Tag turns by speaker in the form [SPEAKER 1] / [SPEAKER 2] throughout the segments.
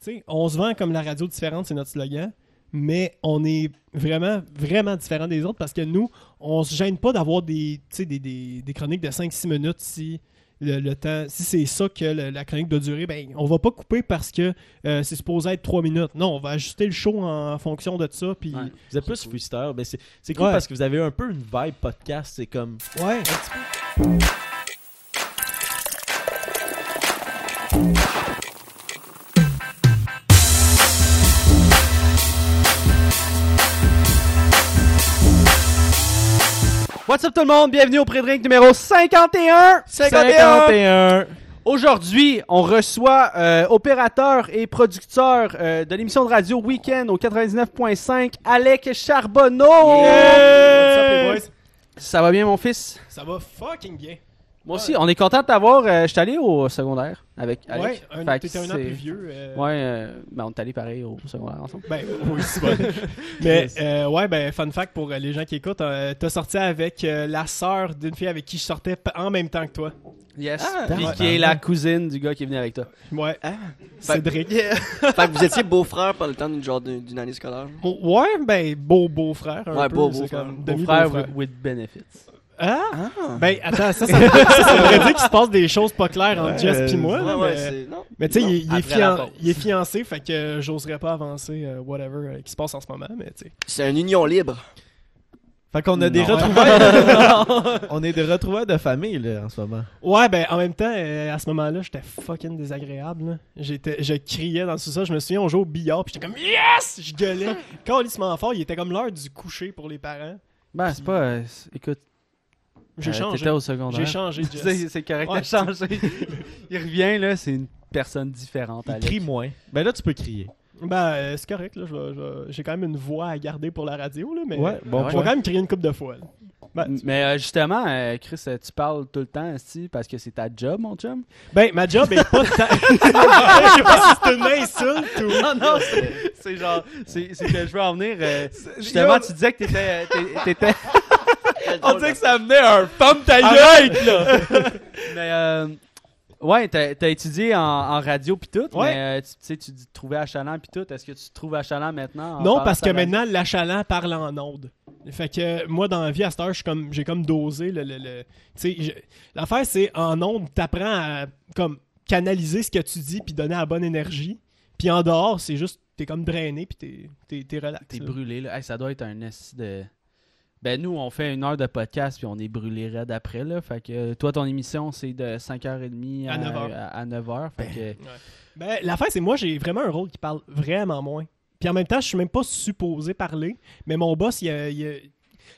[SPEAKER 1] sais, on se vend comme la radio différente, c'est notre slogan, mais on est vraiment, vraiment différent des autres parce que nous, on se gêne pas d'avoir des, tu sais, des, des, des chroniques de 5-6 minutes si le, le temps, si c'est ça que le- la chronique doit durer, ben, on va pas couper parce que euh, c'est supposé être 3 minutes. Non, on va ajuster le show en fonction de ça. Puis,
[SPEAKER 2] Ouais. Vous êtes plus freestyle. mais c'est c'est cool
[SPEAKER 1] Ouais.
[SPEAKER 2] parce que vous avez un peu une vibe podcast. C'est comme.
[SPEAKER 1] ouais.
[SPEAKER 3] What's up tout le monde, bienvenue au Pré-Drink numéro 51!
[SPEAKER 2] 51!
[SPEAKER 3] Aujourd'hui, on reçoit euh, opérateur et producteur euh, de l'émission de radio Weekend au 99.5, Alec Charbonneau!
[SPEAKER 1] What's up, les boys?
[SPEAKER 3] Ça va bien mon fils?
[SPEAKER 1] Ça va fucking bien.
[SPEAKER 3] Moi aussi, on est content de t'avoir. Euh, Je suis allé au secondaire avec
[SPEAKER 1] Ouais,
[SPEAKER 3] Alec.
[SPEAKER 1] un,
[SPEAKER 3] Fait que
[SPEAKER 1] t'étais un an
[SPEAKER 3] c'est-
[SPEAKER 1] plus vieux. euh,
[SPEAKER 3] Ouais, euh, ben, on est allé pareil au secondaire ensemble.
[SPEAKER 1] Ben oui, c'est bon. Mais euh, ouais, ben fun fact pour euh, les gens qui écoutent, euh, t'as sorti avec euh, la sœur d'une fille avec qui je sortais p- en même temps que toi.
[SPEAKER 3] Yes,
[SPEAKER 2] Ah,
[SPEAKER 3] puis
[SPEAKER 1] ouais.
[SPEAKER 3] qui est la cousine du gars qui est venu avec toi.
[SPEAKER 1] Ouais.
[SPEAKER 4] Ah.
[SPEAKER 1] Cédric.
[SPEAKER 4] Fait que vous étiez beau-frère pendant le temps d'une genre d'une d'une année scolaire.
[SPEAKER 1] Oh, ouais, ben beau beau frère. Un
[SPEAKER 4] Ouais,
[SPEAKER 1] peu,
[SPEAKER 4] beau
[SPEAKER 1] c'est
[SPEAKER 4] beau-frère.
[SPEAKER 1] comme
[SPEAKER 3] Mon
[SPEAKER 1] demi-beau-frère.
[SPEAKER 3] frère with, with benefits.
[SPEAKER 1] Ah?
[SPEAKER 4] Ah!
[SPEAKER 1] Ben attends, ça, ça, ça, ça voudrait dire qu'il se passe des choses pas claires entre
[SPEAKER 2] Ouais,
[SPEAKER 1] Jess pis moi.
[SPEAKER 4] Ouais,
[SPEAKER 1] là,
[SPEAKER 4] ouais,
[SPEAKER 1] mais
[SPEAKER 4] c'est. Non.
[SPEAKER 1] mais tu sais, il, est- il est
[SPEAKER 3] après
[SPEAKER 1] fian-
[SPEAKER 3] la pause.
[SPEAKER 1] il est fiancé, fait que euh, j'oserais pas avancer euh, whatever euh, qui se passe en ce moment, mais tu sais.
[SPEAKER 4] C'est une union libre.
[SPEAKER 2] Fait qu'on a des
[SPEAKER 1] Non.
[SPEAKER 2] retrouvailles. on est des retrouvailles de famille, là, en ce moment.
[SPEAKER 1] Ouais, ben en même temps, euh, à ce moment-là, j'étais fucking désagréable. là. J'étais, je criais dans tout ça. Je me souviens, on jouait au billard, puis j'étais comme yes, je gueulais. Quand fort, il était comme l'heure du coucher pour les parents.
[SPEAKER 3] Ben, c'est pas. euh, c'est- écoute,
[SPEAKER 1] J'ai
[SPEAKER 3] euh,
[SPEAKER 1] changé.
[SPEAKER 3] T'étais au secondaire.
[SPEAKER 1] J'ai changé. Jess.
[SPEAKER 3] C'est c'est correct,
[SPEAKER 1] Ouais.
[SPEAKER 3] t'as changé. Il revient, là, c'est une personne différente.
[SPEAKER 2] Il
[SPEAKER 3] Alex.
[SPEAKER 2] crie moins. Ben là, tu peux crier.
[SPEAKER 1] Ben euh, c'est correct. Là, je vais- je vais- j'ai quand même une voix à garder pour la radio, là, mais
[SPEAKER 2] Ouais, bon
[SPEAKER 1] je vais
[SPEAKER 2] point.
[SPEAKER 1] quand même crier une coupe de fois. là. Ben,
[SPEAKER 3] M- Mais euh, justement, euh, Chris, euh, tu parles tout le temps, esti, parce que c'est ta job, mon chum.
[SPEAKER 1] ben, ma job est pas. tant- je sais pas si c'est une insulte ou.
[SPEAKER 3] Non, non, c'est- c'est genre. C'est c'est que je veux en venir. euh, justement, tu disais que t'étais. euh, t'é- t'étais-
[SPEAKER 4] On dirait
[SPEAKER 3] ça amenait un femme ta
[SPEAKER 1] Arrête, là!
[SPEAKER 3] Mais euh, ouais, t'as t'as étudié en, en radio pis tout,
[SPEAKER 1] Ouais.
[SPEAKER 3] mais euh, tu tu sais, tu dis te trouver achalant pis tout. Est-ce que tu te trouves achalant maintenant? en
[SPEAKER 1] Non,
[SPEAKER 3] parlant
[SPEAKER 1] parce
[SPEAKER 3] de ta
[SPEAKER 1] que
[SPEAKER 3] radio?
[SPEAKER 1] maintenant, l'achalant parle en ondes. Fait que euh, moi, dans la vie, à cette heure, je suis comme- j'ai comme, dosé le. le- le- tu sais, je- L'affaire, c'est en ondes, t'apprends à comme, canaliser ce que tu dis puis donner la bonne énergie. Puis en dehors, c'est juste, t'es comme drainé puis t'es- t'es t'es relax.
[SPEAKER 3] T'es
[SPEAKER 1] là.
[SPEAKER 3] brûlé, là. Hey, ça doit être un esti de. Ben, nous, on fait une heure de podcast, puis on est brûlé raide après, là. Fait que euh, toi, ton émission, c'est de 5h30 à,
[SPEAKER 1] À 9h.
[SPEAKER 3] à- à 9h. Fait que.
[SPEAKER 1] Ben, l'affaire, c'est moi, j'ai vraiment un rôle qui parle vraiment moins. Puis en même temps, je suis même pas supposé parler, mais mon boss, il a. il a-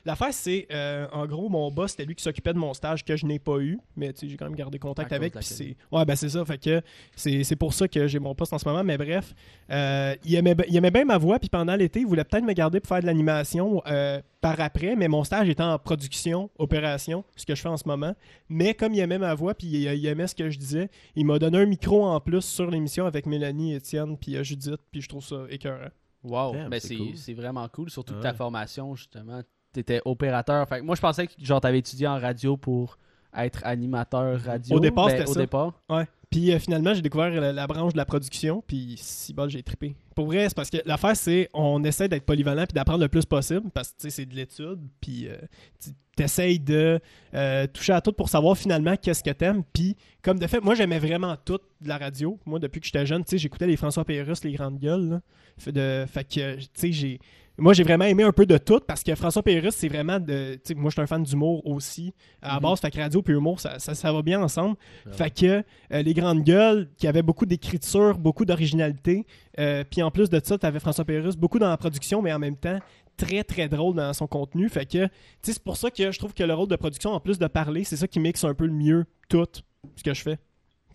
[SPEAKER 1] L'affaire, c'est, euh, en gros, mon boss, c'était lui qui s'occupait de mon stage que je n'ai pas eu, mais tu sais, j'ai quand même gardé contact
[SPEAKER 3] À cause
[SPEAKER 1] avec.
[SPEAKER 3] de la
[SPEAKER 1] puis c'est... Ouais, ben c'est ça, fait que c'est, c'est pour ça que j'ai mon poste en ce moment, mais bref, euh, il, aimait, b- il aimait bien ma voix, puis pendant l'été, il voulait peut-être me garder pour faire de l'animation euh, par après, mais mon stage était en production, opération, ce que je fais en ce moment. Mais comme il aimait ma voix, puis il, il aimait ce que je disais, il m'a donné un micro en plus sur l'émission avec Mélanie, Étienne, puis euh, Judith, puis je trouve ça écœurant.
[SPEAKER 3] Wow,
[SPEAKER 2] Damn,
[SPEAKER 3] ben
[SPEAKER 2] c'est
[SPEAKER 3] c'est
[SPEAKER 2] cool.
[SPEAKER 3] c'est vraiment cool, surtout que
[SPEAKER 2] Ouais.
[SPEAKER 3] ta formation, justement, t'étais opérateur. Fait que moi, je pensais que genre t'avais étudié en radio pour être animateur radio.
[SPEAKER 1] Au départ,
[SPEAKER 3] Ben,
[SPEAKER 1] c'était
[SPEAKER 3] Au
[SPEAKER 1] ça.
[SPEAKER 3] départ,
[SPEAKER 1] Ouais. Puis euh, finalement, j'ai découvert la, la branche de la production, puis si bol, j'ai trippé. Pour vrai, c'est parce que l'affaire, c'est on essaie d'être polyvalent puis d'apprendre le plus possible, parce que tu sais, c'est de l'étude, puis euh, tu t'essayes de euh, toucher à tout pour savoir finalement qu'est-ce que t'aimes. Puis comme de fait, moi, j'aimais vraiment tout de la radio. Moi, depuis que j'étais jeune, tu sais, j'écoutais les François Pérusse, les grandes gueules. là. Fait, de, fait que, euh, tu sais, j'ai... Moi, j'ai vraiment aimé un peu de tout parce que François Pérusse, c'est vraiment de. tu sais, moi, je suis un fan d'humour aussi. À la
[SPEAKER 3] Mhm.
[SPEAKER 1] base, fait que radio puis humour, ça, ça, ça va bien ensemble.
[SPEAKER 3] Vraiment.
[SPEAKER 1] Fait que euh, les grandes gueules, qui avaient beaucoup d'écriture, beaucoup d'originalité. euh, puis en plus de ça, tu avais François Pérusse, beaucoup dans la production, mais en même temps, très, très drôle dans son contenu. Fait que, tu sais, c'est pour ça que je trouve que le rôle de production, en plus de parler, c'est ça qui mixe un peu le mieux tout ce que je fais.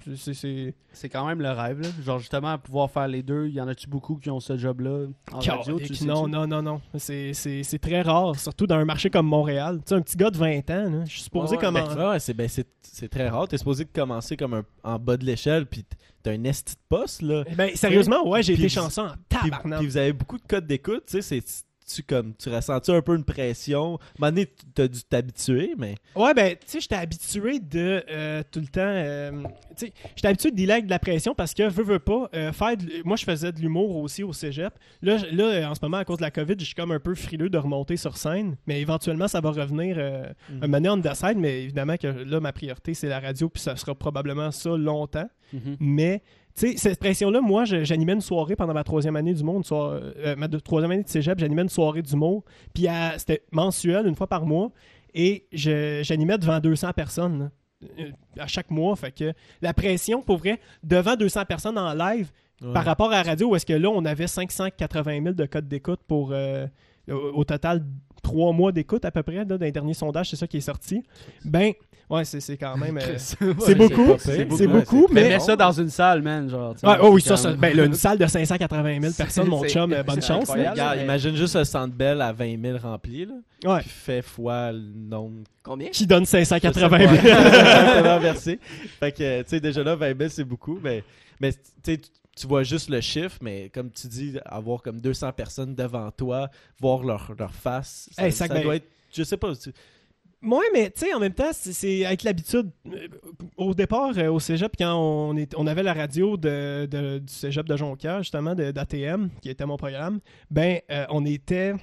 [SPEAKER 1] C'est- c'est- c'est-
[SPEAKER 3] c'est quand même le rêve, là. Genre, justement, pouvoir faire les deux, y en a-tu beaucoup qui ont ce job-là en radio?
[SPEAKER 1] Calique,
[SPEAKER 3] Tu sais
[SPEAKER 1] non, non, non, non. C'est- C'est c'est très rare, surtout dans un marché comme Montréal. Tu sais, un petit gars de 20 ans, là, je suis supposé
[SPEAKER 4] Ouais,
[SPEAKER 1] comme en-
[SPEAKER 2] Fait que, ouais, ouais, c'est, ben, c'est, c'est très rare. T'es supposé de commencer comme un- en bas de l'échelle, puis t'as un esti de poste, là.
[SPEAKER 1] Ben, sérieusement, ouais, j'ai
[SPEAKER 2] Puis
[SPEAKER 1] été
[SPEAKER 2] vous-
[SPEAKER 1] chanceux en
[SPEAKER 2] Puis,
[SPEAKER 1] tabarnak.
[SPEAKER 2] puis vous avez beaucoup de codes d'écoute, tu sais, c'est- tu comme tu ressentis un peu une pression? À un moment donné, tu as dû t'habituer, mais
[SPEAKER 1] Ouais, ben, tu sais, j'étais habitué de euh, tout le temps. euh, tu sais, j'étais habitué de dealer avec de la pression parce que, veux, veux pas, euh, faire de l- moi, je faisais de l'humour aussi au cégep. Là, j- là, euh, en ce moment, à cause de la COVID, je suis comme un peu frileux de remonter sur scène, mais éventuellement, ça va revenir euh,
[SPEAKER 2] Mhm.
[SPEAKER 1] un moment donné on the side, mais évidemment que là, ma priorité, c'est la radio, puis ça sera probablement ça longtemps.
[SPEAKER 3] Mhm.
[SPEAKER 1] Mais, tu sais, cette pression-là, moi, je- j'animais une soirée pendant ma troisième année du monde, euh, ma deux- troisième année de cégep, j'animais une soirée d'humour. Puis à- c'était mensuel, une fois par mois. Et je- j'animais devant 200 personnes là, euh, à chaque mois. Fait que la pression, pour vrai, devant 200 personnes en live, par rapport à la radio, où est-ce que là, on avait 580 000 de codes d'écoute pour euh, au, au total trois mois d'écoute à peu près, là, dans les derniers sondages, c'est ça qui est sorti. Ben, ouais, c'est c'est quand même. euh, c'est beaucoup,
[SPEAKER 2] pas pire.
[SPEAKER 1] c'est
[SPEAKER 2] Ouais,
[SPEAKER 1] beaucoup,
[SPEAKER 2] c'est très
[SPEAKER 1] mais.
[SPEAKER 3] Mais mets ça dans une salle, man. Genre, tu sais,
[SPEAKER 1] Ouais, oh oui,
[SPEAKER 3] c'est
[SPEAKER 1] ça,
[SPEAKER 3] quand
[SPEAKER 1] ça-
[SPEAKER 3] même-
[SPEAKER 1] ben, là, une salle de 580 000 personnes, mon
[SPEAKER 3] C'est-
[SPEAKER 1] chum, euh, bonne
[SPEAKER 3] c'est
[SPEAKER 1] chance. là.
[SPEAKER 3] incroyable.
[SPEAKER 2] Regarde, imagine juste le centre belle à 20 000 remplis, là.
[SPEAKER 1] Ouais.
[SPEAKER 2] Puis fais fois le nombre
[SPEAKER 4] Combien?
[SPEAKER 1] Qui donne 580 000.
[SPEAKER 2] versé. Fait que, tu sais, déjà là, 20 000, c'est beaucoup. Mais, mais tu sais, tu- tu vois juste le chiffre, mais comme tu dis, avoir comme 200 personnes devant toi, voir leur, leur face, ça,
[SPEAKER 1] Hey, sac,
[SPEAKER 2] ça
[SPEAKER 1] ben-
[SPEAKER 2] doit être, je sais pas, tu-
[SPEAKER 1] Ouais, mais tu sais, en même temps, c'est- c'est avec l'habitude. Euh, Au départ, euh, au cégep, quand on, est, on avait la radio de, de- du cégep de Jonquière, justement, de- d'ATM, qui était mon programme, ben, euh, on était.